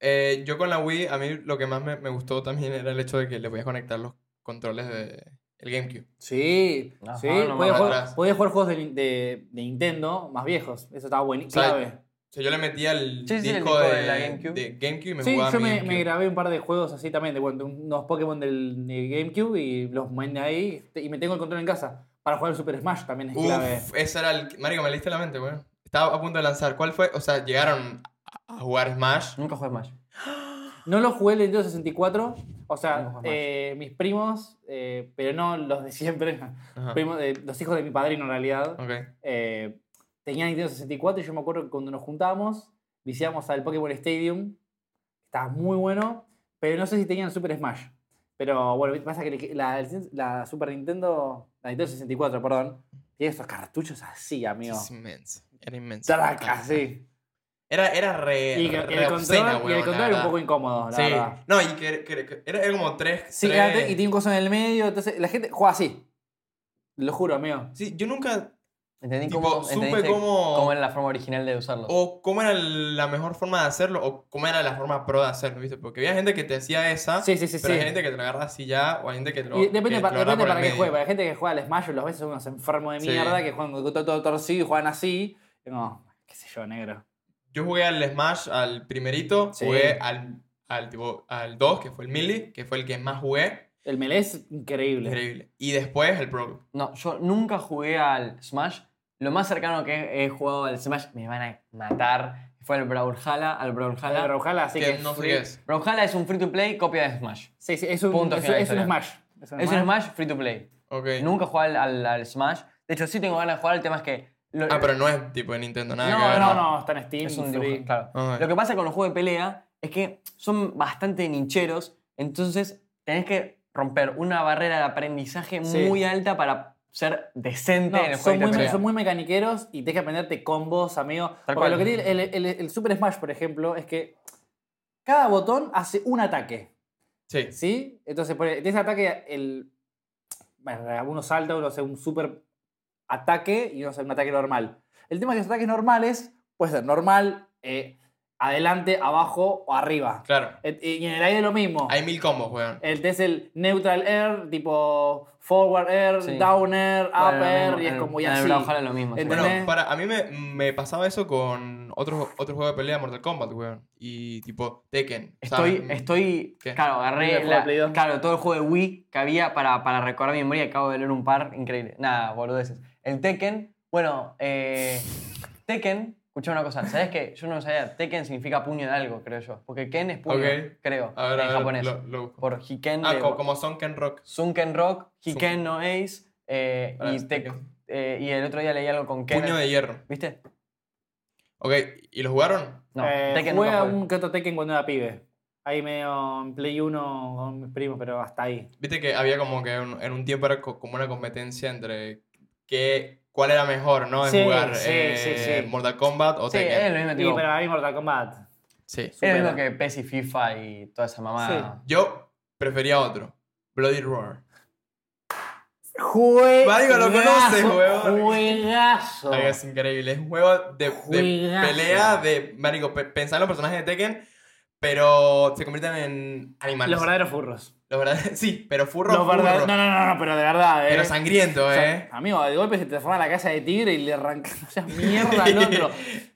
[SPEAKER 2] Eh, yo con la Wii, a mí lo que más me, me gustó también era el hecho de que le podías conectar los controles de el GameCube.
[SPEAKER 3] Sí,
[SPEAKER 1] Ajá,
[SPEAKER 3] sí.
[SPEAKER 1] no me
[SPEAKER 3] podías,
[SPEAKER 2] acuerdo.
[SPEAKER 3] jugar, podías jugar juegos de, nin- de- de Nintendo más viejos. Eso estaba buenísimo.
[SPEAKER 2] O sea,
[SPEAKER 3] clave.
[SPEAKER 2] O sea, yo le metía el
[SPEAKER 1] Sí, sí, el
[SPEAKER 2] disco
[SPEAKER 1] disco
[SPEAKER 2] de,
[SPEAKER 1] de la GameCube.
[SPEAKER 2] de GameCube y me
[SPEAKER 3] Sí,
[SPEAKER 2] jugaba
[SPEAKER 3] yo
[SPEAKER 2] mi
[SPEAKER 3] me,
[SPEAKER 2] GameCube.
[SPEAKER 3] me grabé un par de juegos así también, de, bueno, de unos Pokémon del, de GameCube y los mandé ahí este, y me tengo el control en casa. Para jugar el Super Smash también es clave.
[SPEAKER 2] Uf, ese era el... Marico, me leíste la mente, weón. Estaba a punto de lanzar. ¿Cuál fue? O sea, llegaron a a jugar Smash.
[SPEAKER 1] Nunca jugué más.
[SPEAKER 3] No lo jugué el Nintendo 64, o
[SPEAKER 1] No
[SPEAKER 3] sea,
[SPEAKER 1] jugué más.
[SPEAKER 3] eh, mis primos, eh, pero no los de siempre,
[SPEAKER 2] Ajá.
[SPEAKER 3] primos de- los hijos de mi padrino en realidad,
[SPEAKER 2] Ok.
[SPEAKER 3] eh, tenían Nintendo 64 y yo me acuerdo que cuando nos juntábamos, viciamos al Pokémon Stadium, estaba muy bueno, pero no sé si tenían Super Smash. Pero bueno, pasa que le- la, la Super Nintendo, la Nintendo 64, perdón, tiene esos cartuchos así, amigo.
[SPEAKER 2] Es inmenso. Era inmenso.
[SPEAKER 3] Traca, sí.
[SPEAKER 2] Era, era re,
[SPEAKER 3] Y, que-
[SPEAKER 2] re
[SPEAKER 3] y el
[SPEAKER 2] obscena,
[SPEAKER 3] control, y el
[SPEAKER 2] weón, la
[SPEAKER 3] control era un
[SPEAKER 2] verdad.
[SPEAKER 3] poco incómodo, la
[SPEAKER 2] Sí.
[SPEAKER 3] verdad.
[SPEAKER 2] No, y que, que- que- era, era como tres...
[SPEAKER 3] Sí,
[SPEAKER 2] tres-
[SPEAKER 3] era tres- y tiene un coso en el medio, entonces la gente juega así. Lo juro, amigo.
[SPEAKER 2] Sí, yo nunca
[SPEAKER 1] Entendí
[SPEAKER 2] Tipo,
[SPEAKER 1] cómo,
[SPEAKER 2] supe
[SPEAKER 1] entendiste
[SPEAKER 2] cómo-
[SPEAKER 1] era la forma original de usarlo.
[SPEAKER 2] O cómo era la mejor forma de hacerlo, o cómo era la forma pro de hacerlo, ¿viste? Porque había gente que te hacía esa,
[SPEAKER 3] Sí, sí, sí,
[SPEAKER 2] pero
[SPEAKER 3] sí.
[SPEAKER 2] hay gente que te lo agarra así ya, o hay gente que te lo.
[SPEAKER 3] Y depende,
[SPEAKER 2] que
[SPEAKER 3] pa-
[SPEAKER 2] te lo
[SPEAKER 3] depende
[SPEAKER 2] agarra por el
[SPEAKER 3] para qué eh.
[SPEAKER 2] medio.
[SPEAKER 3] juegue. Para la gente que juega al Smash, los veces son unos enfermos de
[SPEAKER 2] Sí.
[SPEAKER 3] mierda que juegan con todo, todo torcido y juegan así. Y como, qué sé yo, negro.
[SPEAKER 2] Yo jugué al Smash, al primerito,
[SPEAKER 3] Sí.
[SPEAKER 2] jugué al, al, tipo, al 2, que fue el Melee, que fue el que más jugué.
[SPEAKER 3] El melee es increíble.
[SPEAKER 2] Increíble. Y después el Pro.
[SPEAKER 1] No, yo nunca jugué al Smash. Lo más cercano que he- he jugado al Smash, me van a matar, fue al Brawlhalla. Al Brawlhalla.
[SPEAKER 3] Pero ojalá, así
[SPEAKER 2] que
[SPEAKER 3] que.
[SPEAKER 2] no sé
[SPEAKER 1] Free-
[SPEAKER 2] qué es.
[SPEAKER 1] Brawlhalla es un free to play copia de Smash.
[SPEAKER 3] Sí, sí, es un,
[SPEAKER 1] Punto
[SPEAKER 3] es,
[SPEAKER 1] final de
[SPEAKER 3] es un
[SPEAKER 1] historia.
[SPEAKER 3] Smash. Es un
[SPEAKER 1] Es un Smash free to play.
[SPEAKER 2] Ok.
[SPEAKER 1] Nunca jugué al, al- al Smash. De hecho, sí tengo ganas de jugar. El tema es que. lo-
[SPEAKER 2] Ah, pero no es tipo de Nintendo, nada
[SPEAKER 1] No,
[SPEAKER 2] que ver.
[SPEAKER 3] No, no, está en Steam.
[SPEAKER 1] es un
[SPEAKER 3] free.
[SPEAKER 1] dibujo, claro.
[SPEAKER 2] Ah,
[SPEAKER 1] Lo que pasa con los juegos de pelea es que son bastante nincheros. Entonces, tenés que romper una barrera de aprendizaje
[SPEAKER 3] Sí.
[SPEAKER 1] muy alta para ser decente
[SPEAKER 3] No,
[SPEAKER 1] en el
[SPEAKER 3] son,
[SPEAKER 1] juego de
[SPEAKER 3] muy,
[SPEAKER 1] pelea.
[SPEAKER 3] son muy mecaniqueros y tienes que aprenderte combos, amigo. Porque
[SPEAKER 1] cual.
[SPEAKER 3] lo que tiene el, el- el Super Smash, por ejemplo, es que cada botón hace un ataque.
[SPEAKER 2] Sí.
[SPEAKER 3] ¿Sí? Entonces, por e, ese ataque, el. Bueno, uno salta, uno hace un super ataque y uno hace un ataque normal. El tema es que los ataques normales puede ser normal, eh, adelante, abajo o arriba.
[SPEAKER 2] Claro.
[SPEAKER 3] Et- Y en el aire lo mismo.
[SPEAKER 2] Hay mil combos, weón.
[SPEAKER 3] El es el neutral air, tipo forward air,
[SPEAKER 1] Sí.
[SPEAKER 3] down air,
[SPEAKER 1] Bueno,
[SPEAKER 3] up
[SPEAKER 1] lo
[SPEAKER 3] air,
[SPEAKER 1] mismo,
[SPEAKER 3] y es
[SPEAKER 1] en-
[SPEAKER 3] como y
[SPEAKER 1] en el
[SPEAKER 3] así.
[SPEAKER 1] Brawlhalla lo mismo. sí.
[SPEAKER 3] Entendés.
[SPEAKER 2] Bueno, para, a mí me, me pasaba eso con otro, otro juego de pelea, Mortal Kombat, weón. Y tipo Tekken. O sea,
[SPEAKER 1] Estoy,
[SPEAKER 2] mm,
[SPEAKER 1] estoy
[SPEAKER 2] ¿Qué?
[SPEAKER 3] ¿El
[SPEAKER 1] claro, agarré
[SPEAKER 3] juego
[SPEAKER 1] la-
[SPEAKER 3] de Play dos?
[SPEAKER 1] claro, todo el juego de Wii que había para, para recordar mi memoria y acabo de leer un par, increíble. Nada, boludeces. El Tekken, bueno, eh, Tekken Escucha una cosa, ¿sabes qué? Yo no sabía, Tekken significa puño de algo, creo yo. Porque Ken es puño,
[SPEAKER 2] Ok.
[SPEAKER 1] creo,
[SPEAKER 2] A ver,
[SPEAKER 1] en
[SPEAKER 2] a ver,
[SPEAKER 1] japonés.
[SPEAKER 2] lo- lo busco.
[SPEAKER 1] Por Hiken
[SPEAKER 2] Ah,
[SPEAKER 1] de-
[SPEAKER 2] co- como son Ken Rock.
[SPEAKER 1] Sunken Rock, Hiken no Ace, eh,
[SPEAKER 2] Ahora
[SPEAKER 1] y,
[SPEAKER 2] sí,
[SPEAKER 1] Tek-
[SPEAKER 2] este Tekken.
[SPEAKER 1] eh, y el otro día leí algo con Ken.
[SPEAKER 2] Puño de hierro.
[SPEAKER 1] ¿Viste?
[SPEAKER 2] Ok, ¿y lo jugaron?
[SPEAKER 1] No,
[SPEAKER 3] Eh,
[SPEAKER 1] Tekken
[SPEAKER 3] jugué
[SPEAKER 1] nunca
[SPEAKER 3] a
[SPEAKER 1] jugué.
[SPEAKER 3] un que otro Tekken cuando era pibe. Ahí medio en Play 1 con mis primos, pero hasta ahí.
[SPEAKER 2] Viste que había como que un- en un tiempo era co- como una competencia entre qué, cuál era mejor, ¿no? De
[SPEAKER 3] Sí,
[SPEAKER 2] jugar
[SPEAKER 3] sí,
[SPEAKER 2] eh,
[SPEAKER 3] sí, sí.
[SPEAKER 2] Mortal Kombat o
[SPEAKER 1] Sí, es
[SPEAKER 2] Tekken.
[SPEAKER 1] lo mismo,
[SPEAKER 3] Y,
[SPEAKER 1] tipo,
[SPEAKER 3] pero a mí Mortal Kombat.
[SPEAKER 2] Sí.
[SPEAKER 1] es lo
[SPEAKER 3] supera.
[SPEAKER 1] mismo que PES y FIFA y toda esa mamada.
[SPEAKER 2] Yo prefería otro. Bloody Roar.
[SPEAKER 3] Juegazo.
[SPEAKER 2] Mario lo conoce, huevón.
[SPEAKER 3] Juegazo.
[SPEAKER 2] Marico, es increíble. Es un juego de, de
[SPEAKER 3] Juegazo.
[SPEAKER 2] pelea de. Marico, pe- pensá en los personajes de Tekken, pero se convierten en animales.
[SPEAKER 3] Los verdaderos furros.
[SPEAKER 2] Los verdaderos- Sí, pero furro.
[SPEAKER 3] Los
[SPEAKER 2] furro.
[SPEAKER 3] verdaderos. No, no, no, no, pero de verdad, eh.
[SPEAKER 2] Pero sangriento,
[SPEAKER 3] O sea,
[SPEAKER 2] ¿eh?
[SPEAKER 3] Amigo, de golpe se te forma la casa de tigre y le arranca o sea, mierda al otro.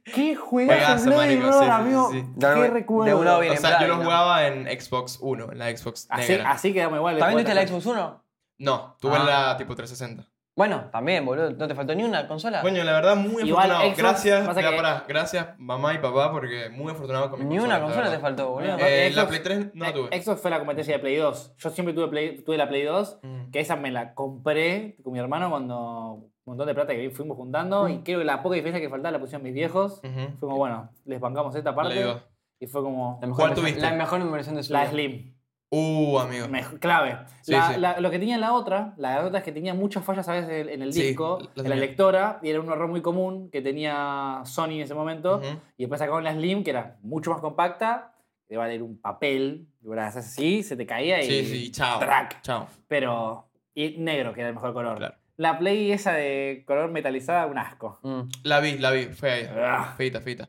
[SPEAKER 3] Qué juegazo,
[SPEAKER 2] Juegazo,
[SPEAKER 3] Bloody
[SPEAKER 2] marico,
[SPEAKER 3] Roar,
[SPEAKER 2] sí, sí,
[SPEAKER 3] amigo.
[SPEAKER 2] sí, sí.
[SPEAKER 1] De un-
[SPEAKER 3] Qué
[SPEAKER 1] de
[SPEAKER 3] recuerdo.
[SPEAKER 1] un lado
[SPEAKER 2] O
[SPEAKER 1] viene
[SPEAKER 2] sea, yo
[SPEAKER 1] Bloody,
[SPEAKER 2] lo
[SPEAKER 1] ¿no?
[SPEAKER 2] jugaba en Xbox 1, en la Xbox
[SPEAKER 3] Así,
[SPEAKER 2] negra.
[SPEAKER 3] así quedamos igual.
[SPEAKER 1] ¿También
[SPEAKER 3] después
[SPEAKER 1] tuviste la
[SPEAKER 3] de-
[SPEAKER 1] Xbox 1?
[SPEAKER 2] No, tuve
[SPEAKER 1] Ah.
[SPEAKER 2] la tipo 360.
[SPEAKER 1] Bueno, también, boludo. No te faltó ni una consola.
[SPEAKER 2] Coño, la verdad, muy
[SPEAKER 3] Igual
[SPEAKER 2] afortunado.
[SPEAKER 3] Xbox,
[SPEAKER 2] gracias,
[SPEAKER 3] pasa
[SPEAKER 2] ya
[SPEAKER 3] que-
[SPEAKER 2] pará, gracias mamá y papá porque muy afortunado con mi
[SPEAKER 1] ni una consola te
[SPEAKER 2] falta.
[SPEAKER 1] faltó, boludo.
[SPEAKER 3] Bueno, aparte,
[SPEAKER 2] Eh, la
[SPEAKER 3] Xbox-
[SPEAKER 2] Play 3 no la tuve.
[SPEAKER 3] Xbox fue la competencia de Play 2. Yo siempre tuve, Play- tuve la Play 2,
[SPEAKER 2] Mm.
[SPEAKER 3] que esa me la compré con mi hermano cuando un montón de plata que fuimos juntando
[SPEAKER 1] Mm.
[SPEAKER 3] y creo que la poca diferencia que faltaba la pusieron mis viejos.
[SPEAKER 2] Ujú.
[SPEAKER 3] Fuimos, bueno, les bancamos esta
[SPEAKER 2] Play
[SPEAKER 3] parte
[SPEAKER 2] 2.
[SPEAKER 3] y fue como
[SPEAKER 1] La mejor
[SPEAKER 2] ¿Cuál
[SPEAKER 1] inversión-
[SPEAKER 2] tuviste?
[SPEAKER 1] La mejor inversión de su
[SPEAKER 3] la
[SPEAKER 1] vida.
[SPEAKER 3] Slim.
[SPEAKER 2] Uh, amigo.
[SPEAKER 3] Mej- clave.
[SPEAKER 2] Sí,
[SPEAKER 3] La-
[SPEAKER 2] sí.
[SPEAKER 3] la- lo que tenía la otra, la otra es que tenía muchas fallas a veces en, en el
[SPEAKER 2] Sí,
[SPEAKER 3] disco,
[SPEAKER 2] las
[SPEAKER 3] en la
[SPEAKER 2] tenía.
[SPEAKER 3] lectora, y era un error muy común que tenía Sony en ese momento.
[SPEAKER 2] Ujú.
[SPEAKER 3] Y después sacaron la Slim, que era mucho más compacta, te iba a leer un papel, y bueno, hacías así, se te caía y.
[SPEAKER 2] Sí, sí, chao.
[SPEAKER 3] Track.
[SPEAKER 2] Chao.
[SPEAKER 3] Pero. Y negro, que era el mejor color.
[SPEAKER 2] Claro.
[SPEAKER 3] La Play esa de color metalizada, un asco.
[SPEAKER 1] Mm.
[SPEAKER 2] La vi, la vi, fue ahí.
[SPEAKER 3] Ah.
[SPEAKER 2] Feita, feita.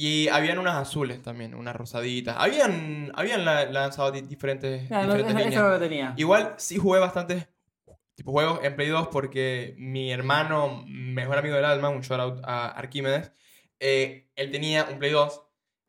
[SPEAKER 2] Y habían unas azules también, unas rosaditas. Habían, habían la- lanzado di- diferentes,
[SPEAKER 3] No, no,
[SPEAKER 2] diferentes
[SPEAKER 3] esa,
[SPEAKER 2] líneas.
[SPEAKER 3] esa no la tenía.
[SPEAKER 2] Igual sí jugué bastantes tipo juegos en Play 2 porque mi hermano, mejor amigo del alma, un shout out a Arquímedes, eh, él tenía un Play 2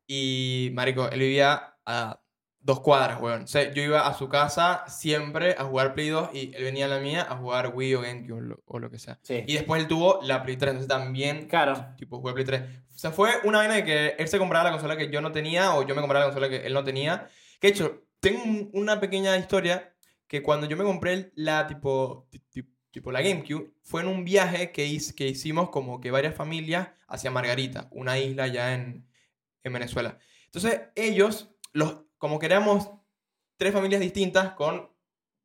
[SPEAKER 2] y, marico, él vivía a dos cuadras, weón. O sea, yo iba a su casa siempre a jugar Play 2 y él venía a la mía a jugar Wii o GameCube o lo, o lo que sea.
[SPEAKER 3] Sí.
[SPEAKER 2] Y después él tuvo la Play 3, entonces también
[SPEAKER 3] Claro.
[SPEAKER 2] Tipo, jugué Play 3. O sea, fue una vaina de que él se compraba la consola que yo no tenía o yo me compraba la consola que él no tenía. Que de hecho, tengo un- una pequeña historia que cuando yo me compré la tipo, ti- ti- tipo la GameCube, fue en un viaje que, hice, que hicimos como que varias familias hacia Margarita, una isla allá en, en Venezuela. Entonces, ellos, los, como que éramos tres familias distintas con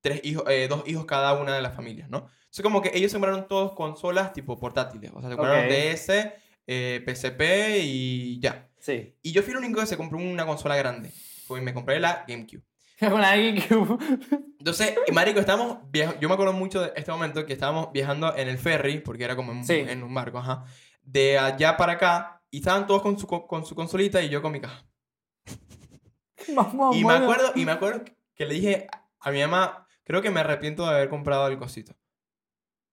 [SPEAKER 2] tres hijos, eh, dos hijos cada una de las familias, ¿no? Entonces, como que ellos sembraron todos consolas tipo portátiles. O sea, se compraron
[SPEAKER 3] Ok.
[SPEAKER 2] DS, eh, PSP y ya.
[SPEAKER 3] Sí.
[SPEAKER 2] Y yo fui el único que se compró una consola grande. Pues me compré la GameCube.
[SPEAKER 3] Con la GameCube.
[SPEAKER 2] Entonces, eh, marico, estábamos viaj- Yo me acuerdo mucho de este momento que estábamos viajando en el ferry, porque era como en, un-
[SPEAKER 3] Sí.
[SPEAKER 2] en un barco, ajá. De allá para acá, y estaban todos con su, co- con su consolita y yo con mi caja.
[SPEAKER 3] Vamos,
[SPEAKER 2] Y me
[SPEAKER 3] Oh, bueno.
[SPEAKER 2] acuerdo, y me acuerdo que- que le dije a mi mamá, creo que me arrepiento de haber comprado el cosito.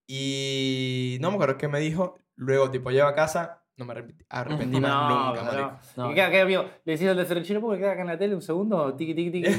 [SPEAKER 2] Y no me acuerdo qué me dijo. Luego, tipo, llevo a casa, no me arrepentí, arrepentí más nunca,
[SPEAKER 3] pero
[SPEAKER 2] marico.
[SPEAKER 3] no.
[SPEAKER 1] No.
[SPEAKER 3] Y queda, queda, amigo, le decís al desfrechero porque queda acá en la tele un segundo, tiki, tiki, tiki.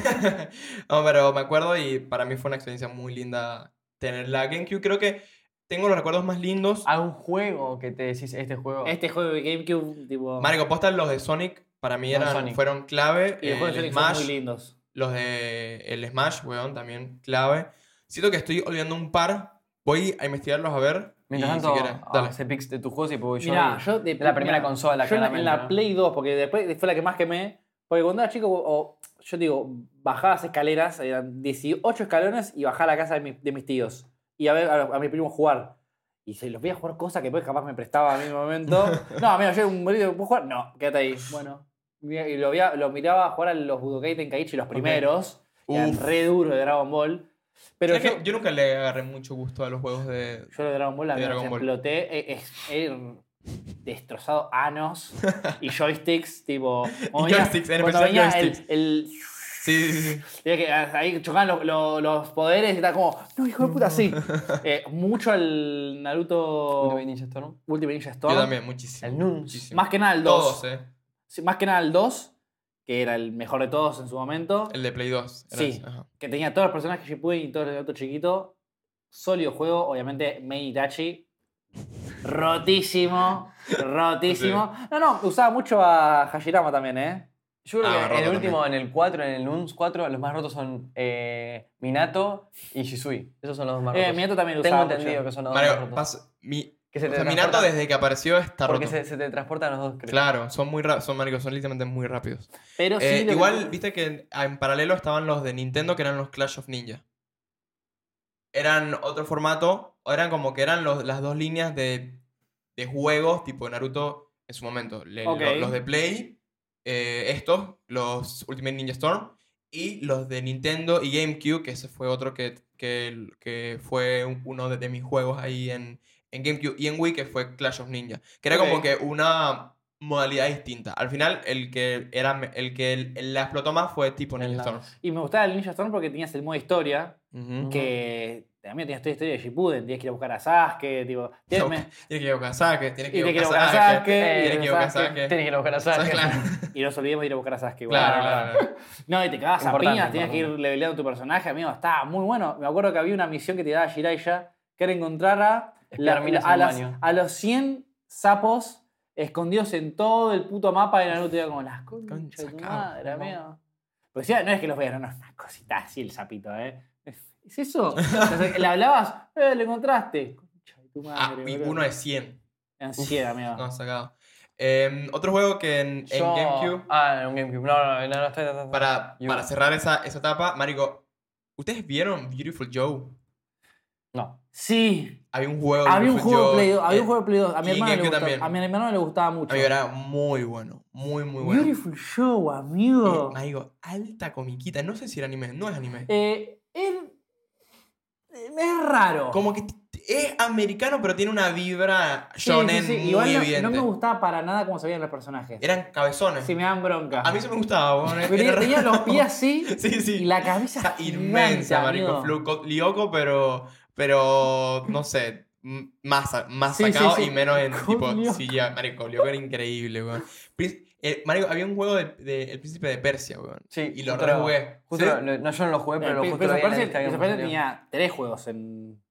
[SPEAKER 2] no, pero me acuerdo y para mí fue una experiencia muy linda tener la GameCube. Creo que tengo los recuerdos más lindos.
[SPEAKER 3] Ah,
[SPEAKER 1] ¿Algún juego que te decís este juego?
[SPEAKER 3] este juego de GameCube, tipo.
[SPEAKER 2] Marico, posta los de Sonic para mí
[SPEAKER 1] Los de
[SPEAKER 2] eran,
[SPEAKER 1] Sonic.
[SPEAKER 2] fueron clave.
[SPEAKER 3] y los juegos de Sonic
[SPEAKER 2] el
[SPEAKER 3] son muy
[SPEAKER 2] Smash,
[SPEAKER 3] lindos.
[SPEAKER 2] los de el Smash, weón, también clave. Siento que estoy olvidando un par. Voy a investigarlos a ver.
[SPEAKER 1] Mientras
[SPEAKER 2] y si
[SPEAKER 1] tanto,
[SPEAKER 2] quieres,
[SPEAKER 1] ah,
[SPEAKER 2] dale.
[SPEAKER 1] se pix de tus juegos y pues yo.
[SPEAKER 3] Mirá, yo de
[SPEAKER 1] la primera
[SPEAKER 3] mirá,
[SPEAKER 1] consola,
[SPEAKER 3] yo en la- en la
[SPEAKER 1] claramente, ¿no?
[SPEAKER 3] Play 2, porque después fue la que más quemé. Porque cuando era chico, o, yo digo, bajabas escaleras, eran 18 escalones y bajaba a la casa de, mi- de mis tíos. Y a ver a, los- a mis primos jugar. Y se los veía jugar cosas que después capaz me prestaba a mi momento. no, mira, yo era un bolito, ¿puedo jugar? No, quédate ahí. Bueno. Mira, Y lo, veía- lo miraba jugar a los Budokai Tenkaichi, los primeros. que Eran
[SPEAKER 2] Uf.
[SPEAKER 3] re duros de Dragon Ball. Pero
[SPEAKER 2] Pero
[SPEAKER 3] yo,
[SPEAKER 2] yo nunca le agarré mucho gusto a los juegos de.
[SPEAKER 3] yo lo de Dragon Ball la
[SPEAKER 2] De
[SPEAKER 3] verdad,
[SPEAKER 2] Dragon Ball.
[SPEAKER 3] exploté. He, he- he destrozado anos y joysticks, tipo. cuando venía-
[SPEAKER 2] joysticks, en
[SPEAKER 3] cuando
[SPEAKER 2] especial
[SPEAKER 3] venía el-
[SPEAKER 2] joysticks.
[SPEAKER 3] el-
[SPEAKER 2] Sí, sí, sí.
[SPEAKER 3] tenía que- ahí chocaban los, los- los poderes y tal, como, no, hijo de puta, sí. Eh, mucho al Naruto
[SPEAKER 1] Ultimate Ninja Storm.
[SPEAKER 3] Ultimate Ninja
[SPEAKER 2] Yo
[SPEAKER 3] Storm.
[SPEAKER 2] también, muchísimo.
[SPEAKER 1] El Nuns.
[SPEAKER 2] muchísimo.
[SPEAKER 3] Más que nada al 2.
[SPEAKER 2] Todos, eh.
[SPEAKER 3] Sí, Más que nada al 2, que era el mejor de todos en su momento.
[SPEAKER 2] El de Play 2. era
[SPEAKER 3] Sí.
[SPEAKER 2] ese, ajá.
[SPEAKER 3] que tenía todos los personajes Shippuden y todo el otro chiquito. Sólido juego, obviamente Mei Itachi. rotísimo, rotísimo. No, no, usaba mucho a Hashirama también, ¿eh?
[SPEAKER 1] Yo creo
[SPEAKER 2] Ah,
[SPEAKER 1] que
[SPEAKER 2] roto
[SPEAKER 1] en el
[SPEAKER 2] también.
[SPEAKER 1] último, en el 4, en el Nuns 4, los más rotos son eh, Minato y Shisui. Esos son los
[SPEAKER 2] Ah,
[SPEAKER 1] dos más rotos.
[SPEAKER 3] eh Minato también lo
[SPEAKER 1] Tengo
[SPEAKER 3] usaba
[SPEAKER 1] entendido
[SPEAKER 3] mucho.
[SPEAKER 1] que son los dos más
[SPEAKER 2] Mario,
[SPEAKER 1] rotos.
[SPEAKER 2] pasa- mi,
[SPEAKER 1] que se
[SPEAKER 2] o
[SPEAKER 1] te
[SPEAKER 2] sea, Minato
[SPEAKER 1] transportan-
[SPEAKER 2] desde que apareció está
[SPEAKER 1] Porque
[SPEAKER 2] roto.
[SPEAKER 1] se, se te transportan los dos, creo.
[SPEAKER 2] Claro, son muy rápidos, son, marico, son literalmente muy rápidos.
[SPEAKER 3] Pero sí,
[SPEAKER 2] Eh,
[SPEAKER 3] lo que-
[SPEAKER 2] igual, viste que en, en paralelo estaban los de Nintendo, que eran los Clash of Ninja. Eran otro formato, o eran como que eran los, las dos líneas de, de juegos tipo Naruto en su momento. Le- lo-
[SPEAKER 3] Ok.
[SPEAKER 2] los de Play, eh, estos, los Ultimate Ninja Storm, y los de Nintendo y GameCube, que ese fue otro que, que, que fue un- uno de, de mis juegos ahí en, en GameCube y en Wii, que fue Clash of Ninja. Que era como
[SPEAKER 3] Ok.
[SPEAKER 2] que una modalidad distinta. Al final, el que, era, me- el que el- el la explotó más fue tipo
[SPEAKER 1] El
[SPEAKER 2] Ninja
[SPEAKER 1] lado.
[SPEAKER 2] Storm.
[SPEAKER 3] Y me gustaba el Ninja Storm porque tenías el modo historia,
[SPEAKER 2] Ujú.
[SPEAKER 3] que también tenías toda la historia de Shippuden, tenías que ir a buscar a Sasuke, tipo,
[SPEAKER 2] Tiene
[SPEAKER 3] tienes- me-
[SPEAKER 2] que ir a Okazaki, tiene que
[SPEAKER 3] y
[SPEAKER 2] ir
[SPEAKER 3] te
[SPEAKER 2] a
[SPEAKER 3] quiero buscar a
[SPEAKER 2] Okazaki.
[SPEAKER 3] Sasuke,
[SPEAKER 1] eh,
[SPEAKER 3] y
[SPEAKER 2] tiene que ir a
[SPEAKER 3] buscar a Sasuke,
[SPEAKER 2] Okazaki.
[SPEAKER 1] Tienes que ir a buscar a
[SPEAKER 2] Claro,
[SPEAKER 1] Sasuke.
[SPEAKER 3] y nos olvidemos de ir a buscar a Sasuke. igual.
[SPEAKER 2] claro, claro, claro.
[SPEAKER 3] No, y te cagabas a
[SPEAKER 1] Importante,
[SPEAKER 3] piñas, tenías que ir
[SPEAKER 1] importante.
[SPEAKER 3] leveleando tu personaje, amigo. Estaba muy bueno. Me acuerdo que había una misión que te daba Jiraiya, que era encontrar a, la-
[SPEAKER 1] Espiar minas
[SPEAKER 3] a,
[SPEAKER 1] en un
[SPEAKER 3] las-
[SPEAKER 1] baño.
[SPEAKER 3] a los 100 sapos escondidos en todo el puto mapa de Naruto. Y era como, las
[SPEAKER 2] Concha
[SPEAKER 3] conchas de tu
[SPEAKER 2] cabrón,
[SPEAKER 3] madre,
[SPEAKER 1] no.
[SPEAKER 3] amigo. Pues sí, no es que los veas, no, no, es una cosita así el sapito, ¿eh? ¿Es eso? O sea, le hablabas, eh, lo encontraste. Concha de tu
[SPEAKER 2] Ah,
[SPEAKER 3] madre.
[SPEAKER 2] y
[SPEAKER 3] boludo.
[SPEAKER 2] uno de 100.
[SPEAKER 3] Ansiedad, amigo.
[SPEAKER 2] No, sacado. Eh, otro juego que en, en
[SPEAKER 1] Yo-
[SPEAKER 2] GameCube,
[SPEAKER 1] Ah, en un GameCube. No, no, no, no, estoy. no, no, no.
[SPEAKER 2] para,
[SPEAKER 1] Yo-
[SPEAKER 2] para cerrar esa, esa etapa, Marico, ¿ustedes vieron Beautiful Joe?
[SPEAKER 1] No.
[SPEAKER 3] Sí,
[SPEAKER 2] Había un juego de
[SPEAKER 3] había un
[SPEAKER 2] Beautiful
[SPEAKER 3] juego de
[SPEAKER 2] Joe,
[SPEAKER 3] Play 2. Había
[SPEAKER 2] eh,
[SPEAKER 3] un juego de Play 2. A mi,
[SPEAKER 2] y en
[SPEAKER 3] hermano le
[SPEAKER 2] GameCube
[SPEAKER 3] gustaba-
[SPEAKER 2] también.
[SPEAKER 3] a mi hermano le gustaba mucho.
[SPEAKER 2] amigo, era muy bueno, muy, muy bueno. Eh,
[SPEAKER 3] Beautiful Show, amigo.
[SPEAKER 2] Y, marico, alta comiquita. No sé si era anime, no es anime.
[SPEAKER 3] Eh, es, es raro.
[SPEAKER 2] Como que t- t- es americano, pero tiene una vibra
[SPEAKER 3] Sí, sí,
[SPEAKER 2] shonen
[SPEAKER 3] sí.
[SPEAKER 2] muy
[SPEAKER 3] Igual no-
[SPEAKER 2] evidente.
[SPEAKER 3] no, me gustaba para nada cómo sabían los personajes.
[SPEAKER 2] Eran cabezones.
[SPEAKER 3] Si me dan bronca.
[SPEAKER 2] A mí se me gustaba. weón,
[SPEAKER 3] Pero
[SPEAKER 2] era
[SPEAKER 3] tenía
[SPEAKER 2] raro.
[SPEAKER 3] los pies así
[SPEAKER 2] Sí, sí.
[SPEAKER 3] y la cabeza
[SPEAKER 2] Está
[SPEAKER 3] gigante,
[SPEAKER 2] inmensa, marico.
[SPEAKER 3] amigo.
[SPEAKER 2] Fluco, lioco, pero, pero no sé, m- más, a- más
[SPEAKER 3] Sí, sí,
[SPEAKER 2] sacado
[SPEAKER 3] sí.
[SPEAKER 2] y menos en
[SPEAKER 3] Con
[SPEAKER 2] tipo
[SPEAKER 3] lioco.
[SPEAKER 2] CGI. Marico, lioco era increíble, weón. Prín- eh, marico, había un juego de, de El Príncipe de Persia, weón.
[SPEAKER 1] Sí,
[SPEAKER 2] Y lo
[SPEAKER 1] justo
[SPEAKER 2] rejugué.
[SPEAKER 1] Justo
[SPEAKER 2] ¿Sí?
[SPEAKER 1] lo- lo- no, yo no lo jugué, pero
[SPEAKER 3] Eh,
[SPEAKER 1] lo
[SPEAKER 3] Prince
[SPEAKER 1] justo
[SPEAKER 3] of
[SPEAKER 1] lo vi en la
[SPEAKER 3] Persia-
[SPEAKER 1] lista que
[SPEAKER 3] Prince of
[SPEAKER 1] me
[SPEAKER 3] Persia
[SPEAKER 1] salió.
[SPEAKER 3] tenía tres juegos en.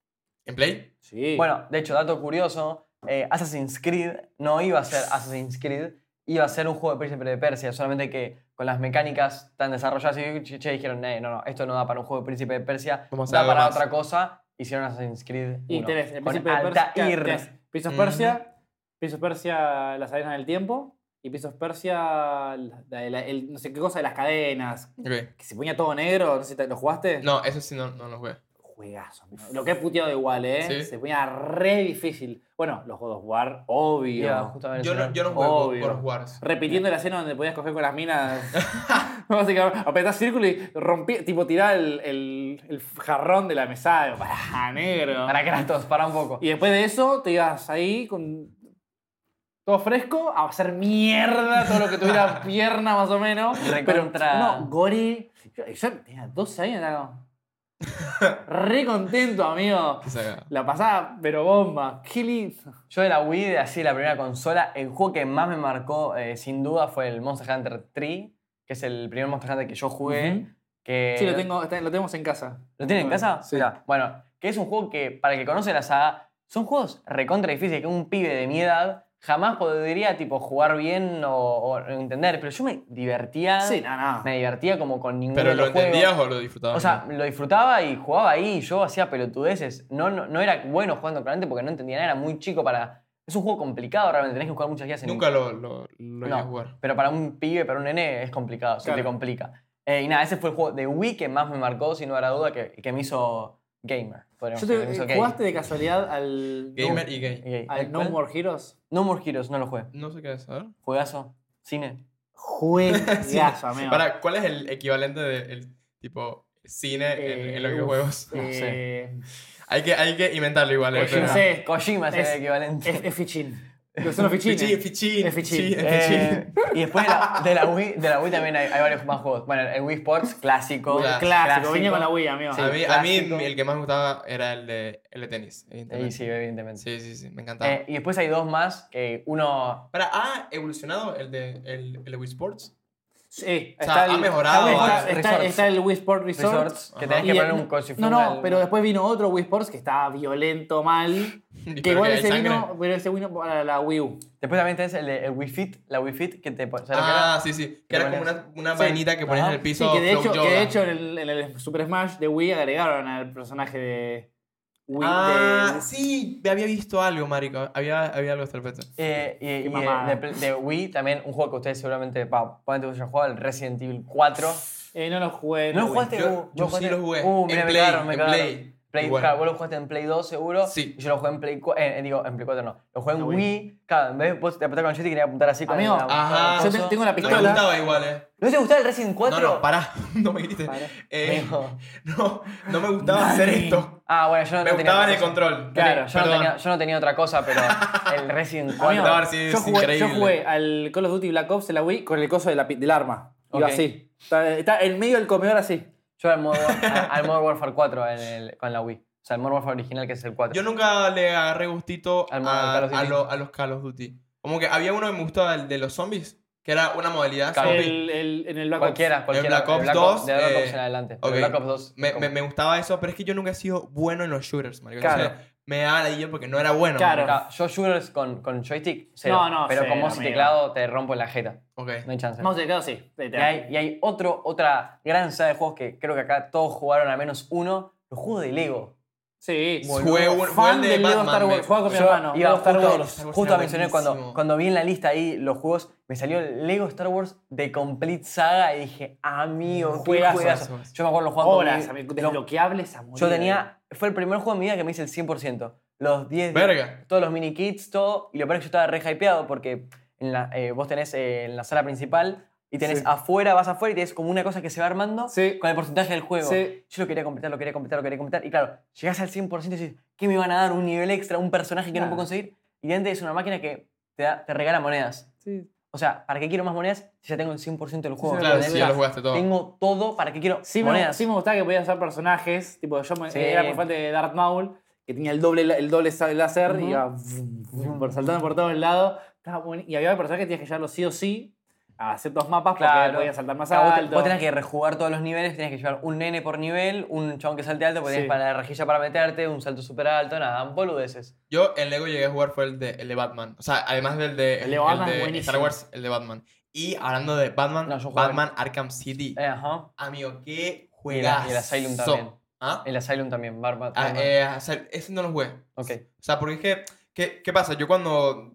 [SPEAKER 2] ¿En Play?
[SPEAKER 3] Sí.
[SPEAKER 1] Bueno, de hecho, dato curioso, eh, Assassin's Creed no iba a ser Assassin's Creed, iba a ser un juego de Príncipe de Persia, solamente que con las mecánicas tan desarrolladas y che, che, dijeron, "Nee, no, no, esto no da para un juego de Príncipe de Persia,
[SPEAKER 2] Vamos a
[SPEAKER 1] da
[SPEAKER 2] hacer
[SPEAKER 1] para
[SPEAKER 2] algo más".
[SPEAKER 1] otra cosa, hicieron Assassin's Creed
[SPEAKER 3] y
[SPEAKER 1] 1,
[SPEAKER 3] tenés el
[SPEAKER 1] con
[SPEAKER 3] Príncipe de Persia.
[SPEAKER 1] Altair.
[SPEAKER 3] tenés Prince of Persia, Prince of Persia, las arenas del tiempo. Y Prince of Persia, la- la- la- el, no sé qué cosa de las cadenas.
[SPEAKER 2] Ok.
[SPEAKER 3] Que se ponía todo negro, no sé si te- lo jugaste.
[SPEAKER 2] No, eso sí no, no lo jugué.
[SPEAKER 3] Juegazo, amigo. Lo que he puteado igual, ¿eh?
[SPEAKER 2] Sí.
[SPEAKER 3] Se ponía re difícil. Bueno, los God of War, obvio.
[SPEAKER 1] Iba justo a
[SPEAKER 2] Yo no,
[SPEAKER 1] mencionar.
[SPEAKER 2] yo no jugué por-
[SPEAKER 3] Obvio.
[SPEAKER 2] por jugar.
[SPEAKER 3] Repitiendo la escena donde podías coger con las minas. Básicamente, apretás círculo y rompí, tipo tirá el, el- el jarrón de la mesada. Digo, Pará, negro.
[SPEAKER 1] Para Kratos, para un poco.
[SPEAKER 3] Y después de eso te ibas ahí con todo fresco a hacer mierda todo lo que tuviera pierna más o menos.
[SPEAKER 1] Recontra.
[SPEAKER 3] Pero, no, Gori. Yo, yo tenía 12 años, era como, Re contento, amigo.
[SPEAKER 2] Qué sacado.
[SPEAKER 3] La pasada, pero bomba. Qué lindo.
[SPEAKER 1] Yo de la Wii, de así la primera consola, el juego que más me marcó, eh, sin duda, fue el Monster Hunter 3, que es el primer Monster Hunter que yo jugué.
[SPEAKER 3] Ujú.
[SPEAKER 1] que
[SPEAKER 3] Sí, lo, tengo, está- lo tenemos en casa.
[SPEAKER 1] eh, ¿Lo tienen en
[SPEAKER 3] Bueno,
[SPEAKER 1] casa?
[SPEAKER 3] Sí.
[SPEAKER 1] Mirá, bueno, que es un juego que, para el que conoce la saga, son juegos recontra difíciles que un pibe de mi edad jamás podría tipo, jugar bien o, o entender. Pero yo me divertía.
[SPEAKER 3] Sí, no, no.
[SPEAKER 1] Me divertía como con ningún
[SPEAKER 2] ¿Pero
[SPEAKER 1] de
[SPEAKER 2] lo
[SPEAKER 1] los juegos.
[SPEAKER 2] entendías o lo disfrutabas?
[SPEAKER 1] O sea, lo disfrutaba y jugaba ahí, y yo hacía pelotudeces. No, no, no era bueno jugando claramente porque no entendía nada, era muy chico para. Es un juego complicado realmente, tenés que jugar muchas guías en
[SPEAKER 2] Nunca lo, lo, lo
[SPEAKER 1] No.
[SPEAKER 2] iba a jugar.
[SPEAKER 1] pero para un pibe, para un nene, es complicado, se te
[SPEAKER 3] Claro.
[SPEAKER 1] complica. Eh, y nada, ese fue el juego de Wii que más me marcó, sin lugar a duda, que, que me hizo gamer. podríamos
[SPEAKER 3] Yo
[SPEAKER 1] decir, que me hizo
[SPEAKER 3] te,
[SPEAKER 1] gay.
[SPEAKER 3] ¿Jugaste de casualidad al,
[SPEAKER 2] Gamer y gay.
[SPEAKER 1] Gay.
[SPEAKER 3] al No
[SPEAKER 1] Eh, ¿Cuál?
[SPEAKER 3] More Heroes?
[SPEAKER 1] No More Heroes, no lo jugué.
[SPEAKER 2] No sé qué es, a ver.
[SPEAKER 1] Juegazo, cine.
[SPEAKER 3] Juegazo, amigo.
[SPEAKER 2] Para, ¿Cuál es el equivalente del tipo cine en,
[SPEAKER 3] Eh,
[SPEAKER 2] en los
[SPEAKER 3] uf,
[SPEAKER 2] videojuegos?
[SPEAKER 1] No
[SPEAKER 3] Eh,
[SPEAKER 2] Hay que, hay que inventarlo igual. eh,
[SPEAKER 3] Pues yo
[SPEAKER 2] pero-
[SPEAKER 3] no sé.
[SPEAKER 1] Kojima es,
[SPEAKER 3] Es-
[SPEAKER 1] el equivalente. Eh,
[SPEAKER 3] Es, es fichín. Pero son los
[SPEAKER 2] Fichín,
[SPEAKER 3] fichines.
[SPEAKER 2] fichín,
[SPEAKER 3] Es fichín.
[SPEAKER 2] fichín, es fichín.
[SPEAKER 1] Eh, y después de la, de la Wii, de la Wii también hay, hay varios más juegos. Bueno, el Wii Sports, clásico.
[SPEAKER 2] Claro.
[SPEAKER 3] Clásico, venía con la Wii, amigo.
[SPEAKER 1] Sí.
[SPEAKER 2] a, mí, a mí
[SPEAKER 1] clásico.
[SPEAKER 2] el que más me gustaba era el de, el de tenis.
[SPEAKER 1] Y
[SPEAKER 2] evidentemente.
[SPEAKER 1] sí,
[SPEAKER 3] eh.
[SPEAKER 1] evidentemente.
[SPEAKER 2] sí, sí, sí, me encantaba.
[SPEAKER 1] Eh, y después hay dos más, que uno
[SPEAKER 2] Para, ¿ha evolucionado el de, el, el de Wii Sports?
[SPEAKER 3] Sí,
[SPEAKER 2] sea,
[SPEAKER 3] está
[SPEAKER 2] ha
[SPEAKER 3] el,
[SPEAKER 2] mejorado,
[SPEAKER 3] Está,
[SPEAKER 1] ha-
[SPEAKER 3] está-
[SPEAKER 1] Resorts.
[SPEAKER 3] está el Wii Sport Resort.
[SPEAKER 1] Resorts, que
[SPEAKER 2] Ajá.
[SPEAKER 1] tenés que
[SPEAKER 3] Y-
[SPEAKER 1] poner un cosificio.
[SPEAKER 3] No, no, pero después vino otro Wii Sports que estaba violento mal.
[SPEAKER 2] Pero
[SPEAKER 3] Que igual
[SPEAKER 2] hay
[SPEAKER 3] ese
[SPEAKER 2] sangre.
[SPEAKER 3] vino, pero ese vino para la Wii U.
[SPEAKER 1] Después también tenés el, de- el Wii Fit, la Wii Fit que te pon- ¿sabes lo que era?
[SPEAKER 2] Ah, sí, sí. Que era como
[SPEAKER 1] ponías-
[SPEAKER 2] una, una
[SPEAKER 3] Sí.
[SPEAKER 2] vainita que ponías
[SPEAKER 1] Ajá.
[SPEAKER 2] en el
[SPEAKER 3] Sí,
[SPEAKER 2] piso.
[SPEAKER 3] que de
[SPEAKER 2] flow
[SPEAKER 3] hecho, que
[SPEAKER 2] yoga.
[SPEAKER 3] de hecho en, el, en el Super Smash de Wii agregaron al personaje de Wii.
[SPEAKER 2] Ah,
[SPEAKER 3] de-
[SPEAKER 2] sí, había visto algo, marico. Había, había algo este hasta el pecho.
[SPEAKER 1] Eh, y y de-
[SPEAKER 3] mamada.
[SPEAKER 1] de, pl- de Wii también un juego que ustedes seguramente, pa, ponete vos ya jugado, el Resident Evil 4.
[SPEAKER 3] Eh, no lo jugué.
[SPEAKER 1] ¿No lo jugaste?
[SPEAKER 2] Yo-
[SPEAKER 1] Uh,
[SPEAKER 2] yo
[SPEAKER 1] ¿vos
[SPEAKER 2] sí
[SPEAKER 1] jugaste?
[SPEAKER 2] lo jugué.
[SPEAKER 1] Uh,
[SPEAKER 2] En
[SPEAKER 1] mirá, me
[SPEAKER 2] Play,
[SPEAKER 1] cagaron, me
[SPEAKER 2] en
[SPEAKER 1] cagaron.
[SPEAKER 2] Play.
[SPEAKER 1] Play,
[SPEAKER 2] Igual.
[SPEAKER 1] claro, vos lo jugaste en Play 2 seguro.
[SPEAKER 2] Sí.
[SPEAKER 1] Y yo lo jugué en Play 4, digo, en Play 4 no. Lo jugué en
[SPEAKER 3] Ah, bueno.
[SPEAKER 1] Wii. Claro, en vez de vos te apuntar con el joystick y quería apuntar así con
[SPEAKER 3] Amigo,
[SPEAKER 1] la-
[SPEAKER 2] Ajá.
[SPEAKER 1] con
[SPEAKER 3] Yo
[SPEAKER 1] el
[SPEAKER 3] te-
[SPEAKER 1] coso.
[SPEAKER 3] tengo una
[SPEAKER 2] No me
[SPEAKER 3] pistola.
[SPEAKER 2] gustaba igual, eh.
[SPEAKER 1] ¿No te gustaba el Resident 4?
[SPEAKER 2] No, no, pará. No me grites.
[SPEAKER 3] Pará.
[SPEAKER 2] Eh,
[SPEAKER 1] Amigo.
[SPEAKER 2] no, no me gustaba hacer esto.
[SPEAKER 1] Ah, bueno, yo no
[SPEAKER 2] Me
[SPEAKER 1] tenía
[SPEAKER 2] gustaba en
[SPEAKER 1] otra
[SPEAKER 2] el
[SPEAKER 1] cosa.
[SPEAKER 2] control.
[SPEAKER 3] Claro,
[SPEAKER 1] yo, no
[SPEAKER 2] Perdón.
[SPEAKER 1] tenía, yo no tenía otra cosa, pero el Resident 4.
[SPEAKER 3] Amigo,
[SPEAKER 2] Dar, sí, es
[SPEAKER 3] yo, jugué, yo
[SPEAKER 2] increíble.
[SPEAKER 3] jugué al Call of Duty Black Ops en la Wii con el coso de la pi- del arma. Iba
[SPEAKER 1] Ok.
[SPEAKER 3] así. Está, está en medio del comedor así.
[SPEAKER 1] Yo al Modern, War- al Modern Warfare 4 en el- con la Wii. O sea, el Modern Warfare original que es el 4.
[SPEAKER 2] Yo nunca le agarré gustito
[SPEAKER 1] Al
[SPEAKER 2] a,
[SPEAKER 1] Call of Duty.
[SPEAKER 2] a lo- a los Call of Duty. Como que había uno que me gustaba, el de los zombies, que era una modalidad
[SPEAKER 1] Claro.
[SPEAKER 2] zombie.
[SPEAKER 3] El- el- en el Black Ops.
[SPEAKER 1] cualquiera, cualquiera.
[SPEAKER 2] Black Ops 2,
[SPEAKER 1] De Black Ops
[SPEAKER 2] eh,
[SPEAKER 1] en adelante.
[SPEAKER 2] ok.
[SPEAKER 1] El Black Ops 2.
[SPEAKER 2] Me,
[SPEAKER 1] es como-
[SPEAKER 2] me- me gustaba eso, pero es que yo nunca he sido bueno en los shooters, marico.
[SPEAKER 1] Claro.
[SPEAKER 2] Entonces, me daba la idea porque no era bueno.
[SPEAKER 3] Claro.
[SPEAKER 1] Acá, yo shooters con, con joystick, cero.
[SPEAKER 3] No, no,
[SPEAKER 1] Pero
[SPEAKER 3] cero,
[SPEAKER 1] con voz y
[SPEAKER 3] amigo.
[SPEAKER 1] teclado te rompo la jeta.
[SPEAKER 2] marico. Ok.
[SPEAKER 1] No hay chance.
[SPEAKER 3] Mouse de teclado, sí. Te-
[SPEAKER 1] Y
[SPEAKER 3] te-
[SPEAKER 1] hay, y hay otro, otra gran saga de juegos que creo que acá todos jugaron al menos uno. Los juegos de Lego.
[SPEAKER 3] Sí.
[SPEAKER 2] Fue un- fue el
[SPEAKER 3] fan
[SPEAKER 2] de
[SPEAKER 3] del Lego
[SPEAKER 2] Batman,
[SPEAKER 3] Star
[SPEAKER 2] me-
[SPEAKER 3] Wars. Jugaba con mi
[SPEAKER 1] Yo
[SPEAKER 3] hermano.
[SPEAKER 1] iba
[SPEAKER 3] Lego Star
[SPEAKER 1] justo,
[SPEAKER 3] Wars.
[SPEAKER 2] Star Wars
[SPEAKER 1] justo
[SPEAKER 2] era
[SPEAKER 1] a mencionar cuando,
[SPEAKER 2] buenísimo.
[SPEAKER 1] cuando vi en la lista ahí los juegos, me salió el Lego Star Wars de Complete Saga y dije, amigo, qué
[SPEAKER 3] Juegazo.
[SPEAKER 1] juegazo. Yo me acuerdo los juegos
[SPEAKER 3] Horas, amigo, desbloqueables a morir.
[SPEAKER 1] Yo tenía, fue el primer juego de mi vida que me hice el 100%. Los 10 de-
[SPEAKER 2] Verga.
[SPEAKER 1] todos los mini kits, todo. Y lo peor es que yo estaba re hypeado porque en la- eh, vos tenés eh, en la sala principal y tenés
[SPEAKER 3] Sí.
[SPEAKER 1] afuera, vas afuera y tenés como una cosa que se va armando
[SPEAKER 3] Sí.
[SPEAKER 1] con el porcentaje del juego.
[SPEAKER 3] Sí.
[SPEAKER 1] Yo lo quería completar, lo quería completar, lo quería completar. Y claro, llegás al 100% y dices, ¿qué me van a dar? ¿Un nivel extra? ¿Un personaje que no
[SPEAKER 3] Claro.
[SPEAKER 1] puedo conseguir? Y antes es una máquina que te, da- te regala monedas.
[SPEAKER 3] Sí.
[SPEAKER 1] O sea, ¿para qué quiero más monedas si ya tengo el 100% del juego?
[SPEAKER 3] sí,
[SPEAKER 2] Claro,
[SPEAKER 1] ¿entendés?
[SPEAKER 2] sí,
[SPEAKER 1] O
[SPEAKER 2] ya
[SPEAKER 1] sea,
[SPEAKER 2] lo jugaste todo.
[SPEAKER 1] Tengo todo, ¿para qué quiero
[SPEAKER 3] Sí me,
[SPEAKER 1] monedas?
[SPEAKER 3] sí me gustaba que podías usar personajes. Tipo, yo me,
[SPEAKER 1] Sí.
[SPEAKER 3] era muy fan de Darth Maul, que tenía el doble, el doble sa- láser
[SPEAKER 1] Ujú.
[SPEAKER 3] y iba vum, vum, por- saltando por todos lados. Estaba buen- Y había personajes que tenías que llevarlo sí o sí a ciertos mapas
[SPEAKER 1] Claro.
[SPEAKER 3] porque podías saltar más
[SPEAKER 1] Claro, vos te-
[SPEAKER 3] alto.
[SPEAKER 1] Vos tenés que rejugar todos los niveles, tenés que llevar un nene por nivel, un chabón que salte alto, porque
[SPEAKER 3] Sí.
[SPEAKER 1] tenés para la rejilla para meterte, un salto súper alto, nada, boludeces.
[SPEAKER 2] Yo el Lego llegué a jugar fue el de, el de Batman. O sea, además del de,
[SPEAKER 3] El de Batman es
[SPEAKER 2] de Star
[SPEAKER 3] buenísimo.
[SPEAKER 2] Wars, el de Batman. Y hablando de Batman,
[SPEAKER 1] No, yo jugué.
[SPEAKER 2] Batman Arkham City.
[SPEAKER 1] Eh, ajá.
[SPEAKER 2] Amigo, qué
[SPEAKER 1] Y el, y
[SPEAKER 2] juegazo.
[SPEAKER 1] el Asylum también.
[SPEAKER 2] ¿Ah?
[SPEAKER 1] El Asylum también, Barba.
[SPEAKER 2] Ah, eh, o sea, ese no lo jugué.
[SPEAKER 1] ok.
[SPEAKER 2] O sea, porque es que, ¿qué, qué pasa? Yo cuando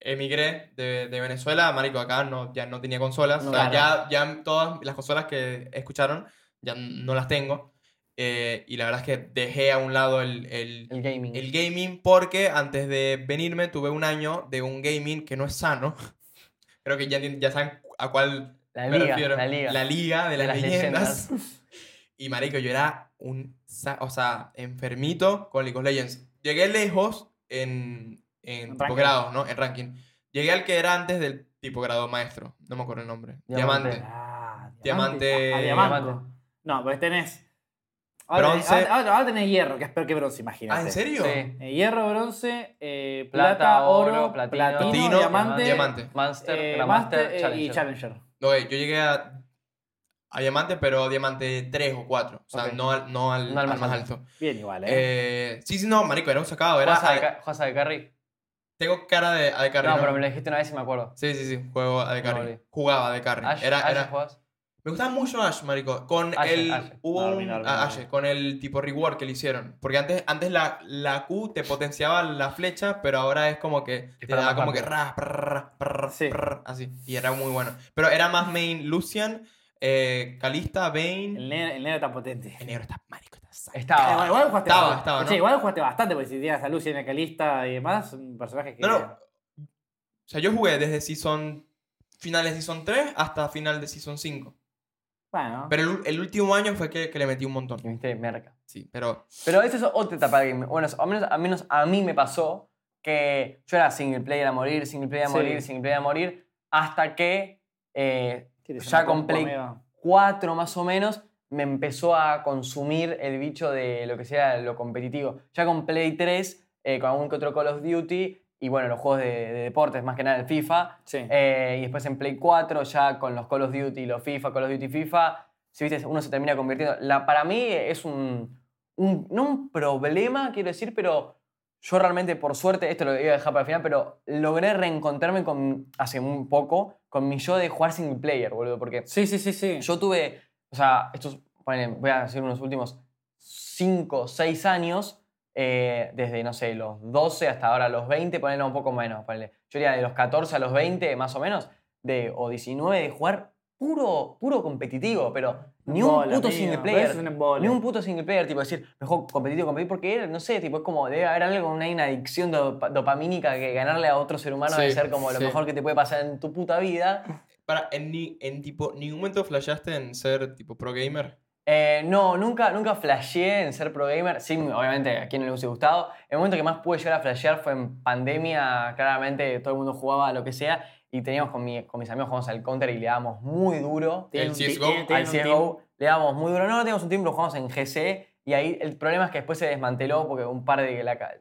[SPEAKER 2] emigré de, de Venezuela, marico, acá no, ya no tenía consolas.
[SPEAKER 3] No,
[SPEAKER 2] o sea, ya, ya todas las consolas que escucharon, ya no las tengo. Eh, y la verdad es que dejé a un lado el, el,
[SPEAKER 1] El gaming.
[SPEAKER 2] el gaming porque antes de venirme tuve un año de un gaming que no es sano. Creo que ya, enti- ya saben a cuál
[SPEAKER 1] la,
[SPEAKER 2] me
[SPEAKER 1] liga,
[SPEAKER 2] refiero.
[SPEAKER 1] la liga.
[SPEAKER 2] de las, leyendas. Y marico, yo era un, sa- o sea, enfermito con League of Legends. Llegué lejos en, en
[SPEAKER 3] En
[SPEAKER 2] tipo
[SPEAKER 3] ranking.
[SPEAKER 2] grados, ¿no? En ranking. Llegué al que era antes del tipo grado maestro. No me acuerdo el nombre.
[SPEAKER 1] Diamante.
[SPEAKER 2] Diamante.
[SPEAKER 3] Ah,
[SPEAKER 2] Diamante-
[SPEAKER 3] diamante. ah, diamante. No, pues tenés. Ahora,
[SPEAKER 2] Bronce.
[SPEAKER 3] tenés, ahora- ahora tenés hierro, que es peor que bronce, imagínate.
[SPEAKER 2] Ah, ¿en serio?
[SPEAKER 1] Sí.
[SPEAKER 3] Eh, hierro, bronce, eh,
[SPEAKER 1] Plata,
[SPEAKER 3] plata,
[SPEAKER 1] oro,
[SPEAKER 3] oro,
[SPEAKER 1] platino,
[SPEAKER 3] platino,
[SPEAKER 2] Platino,
[SPEAKER 3] diamante,
[SPEAKER 2] diamante.
[SPEAKER 1] Monster,
[SPEAKER 3] eh,
[SPEAKER 1] Grandmaster,
[SPEAKER 3] master, eh,
[SPEAKER 1] Challenger.
[SPEAKER 3] y challenger.
[SPEAKER 2] No, eh, yo llegué a, a diamante, pero diamante 3 o 4. O sea,
[SPEAKER 1] Ok.
[SPEAKER 2] no, al, no, al,
[SPEAKER 1] No al
[SPEAKER 2] al
[SPEAKER 1] más
[SPEAKER 2] más
[SPEAKER 1] alto.
[SPEAKER 2] alto.
[SPEAKER 3] Bien igual, ¿eh?
[SPEAKER 2] Eh, sí, sí, no, marico, era un sacado. Era,
[SPEAKER 1] Juasa de,
[SPEAKER 2] a-
[SPEAKER 1] ca- Juasa de Carry.
[SPEAKER 2] tengo cara de, a de carry.
[SPEAKER 1] No,
[SPEAKER 2] ¿no?
[SPEAKER 1] pero me lo dijiste una vez y me acuerdo.
[SPEAKER 2] Sí, sí, sí, juego a de
[SPEAKER 1] No,
[SPEAKER 2] carry.
[SPEAKER 1] olvidé.
[SPEAKER 2] Jugaba de carry.
[SPEAKER 1] Ash,
[SPEAKER 2] era,
[SPEAKER 1] Ash,
[SPEAKER 2] era-
[SPEAKER 1] ¿jugás?
[SPEAKER 2] Me gustaba mucho Ash, marico. Con
[SPEAKER 1] Ashe,
[SPEAKER 2] el.
[SPEAKER 1] Ashe.
[SPEAKER 2] Hubo
[SPEAKER 3] No,
[SPEAKER 2] un-
[SPEAKER 3] olvidé, olvidé,
[SPEAKER 2] ah,
[SPEAKER 3] olvidé.
[SPEAKER 2] Ashe, con el tipo reward que le hicieron. Porque antes, antes la, la Q te potenciaba la flecha, pero ahora es como que te
[SPEAKER 1] Dispara
[SPEAKER 2] da
[SPEAKER 1] más
[SPEAKER 2] como que
[SPEAKER 1] rápido.
[SPEAKER 2] ra, prr, prr,
[SPEAKER 3] Sí.
[SPEAKER 2] prr, así. Y era muy bueno. Pero era más main Lucian, eh, Calista, Vayne.
[SPEAKER 3] El negro, el negro tan potente.
[SPEAKER 2] El negro está marico, está sano.
[SPEAKER 3] Ah, igual,
[SPEAKER 1] Estaba.
[SPEAKER 3] igual jugaste
[SPEAKER 2] Estaba,
[SPEAKER 3] bastante.
[SPEAKER 2] estaba, ¿no?
[SPEAKER 3] Sí, igual jugaste bastante, porque si tenías a Lucy en el calista y demás, un personaje que.
[SPEAKER 2] No, no. O sea, yo jugué desde Season. Finales de Season 3 hasta final de Season 5.
[SPEAKER 3] Bueno.
[SPEAKER 2] Pero el, el último año fue que, que le metí un montón.
[SPEAKER 1] Y viste, merca.
[SPEAKER 2] Sí, pero.
[SPEAKER 1] Pero esa es otra etapa del game. Bueno, al menos, al menos a mí me pasó que yo era single player a morir, single player a
[SPEAKER 3] Sí.
[SPEAKER 1] morir, single player a morir, hasta que eh,
[SPEAKER 3] ¿quieres
[SPEAKER 1] ya
[SPEAKER 3] una
[SPEAKER 1] con
[SPEAKER 3] compu,
[SPEAKER 1] Play-
[SPEAKER 3] amigo?
[SPEAKER 1] cuatro más o menos me empezó a consumir el bicho de lo que sea lo competitivo. Ya con Play 3, eh, con algún que otro Call of Duty, y bueno, los juegos de, de deportes, más que nada el FIFA.
[SPEAKER 3] Sí.
[SPEAKER 1] Eh, y después en Play 4 ya con los Call of Duty, los FIFA, Call of Duty, FIFA, si viste, uno se termina convirtiendo. La, para mí es un, un- no un problema, quiero decir, pero yo realmente, por suerte, esto lo iba a dejar para el final, pero logré reencontrarme con, hace un poco con mi yo de jugar single player, boludo, porque
[SPEAKER 3] sí, sí, sí, sí.
[SPEAKER 1] yo tuve, o sea, estos, ponele, voy a decir unos últimos 5, 6 años, eh, desde, no sé, los 12 hasta ahora los 20, ponerlo un poco menos, ponele. Yo diría de los 14 a los 20, más o menos, de, o 19, de jugar puro, puro competitivo, pero ni un
[SPEAKER 3] Bola,
[SPEAKER 1] puto
[SPEAKER 3] amigo,
[SPEAKER 1] single
[SPEAKER 3] pero
[SPEAKER 1] player.
[SPEAKER 3] eso es un embole.
[SPEAKER 1] Ni un puto single player, tipo decir, mejor competitivo, competitivo, porque era, no sé, tipo, es como, debe haber algo, una, una adicción dop- dopamínica que ganarle a otro ser humano
[SPEAKER 2] Sí,
[SPEAKER 1] debe ser como lo
[SPEAKER 2] sí.
[SPEAKER 1] mejor que te puede pasar en tu puta vida.
[SPEAKER 2] Para, en, ni- en tipo, ningún momento flasheaste en ser tipo pro gamer.
[SPEAKER 1] Eh, no, nunca, nunca flasheé en ser pro gamer. Sí, obviamente, a quien no le hubiese gustado. El momento que más pude llegar a flashear fue en pandemia. Claramente, todo el mundo jugaba a lo que sea. Y teníamos con, mi- con mis amigos, jugamos al counter y le dábamos muy duro. Eh,
[SPEAKER 3] Tiene
[SPEAKER 2] el
[SPEAKER 3] un ti-
[SPEAKER 2] CSGO,
[SPEAKER 3] tiene- tiene
[SPEAKER 1] Al
[SPEAKER 3] un team.
[SPEAKER 1] CSGO le dábamos muy duro. No, no teníamos un team, lo jugamos en GC. Y ahí el problema es que después se desmanteló porque un par de la ca-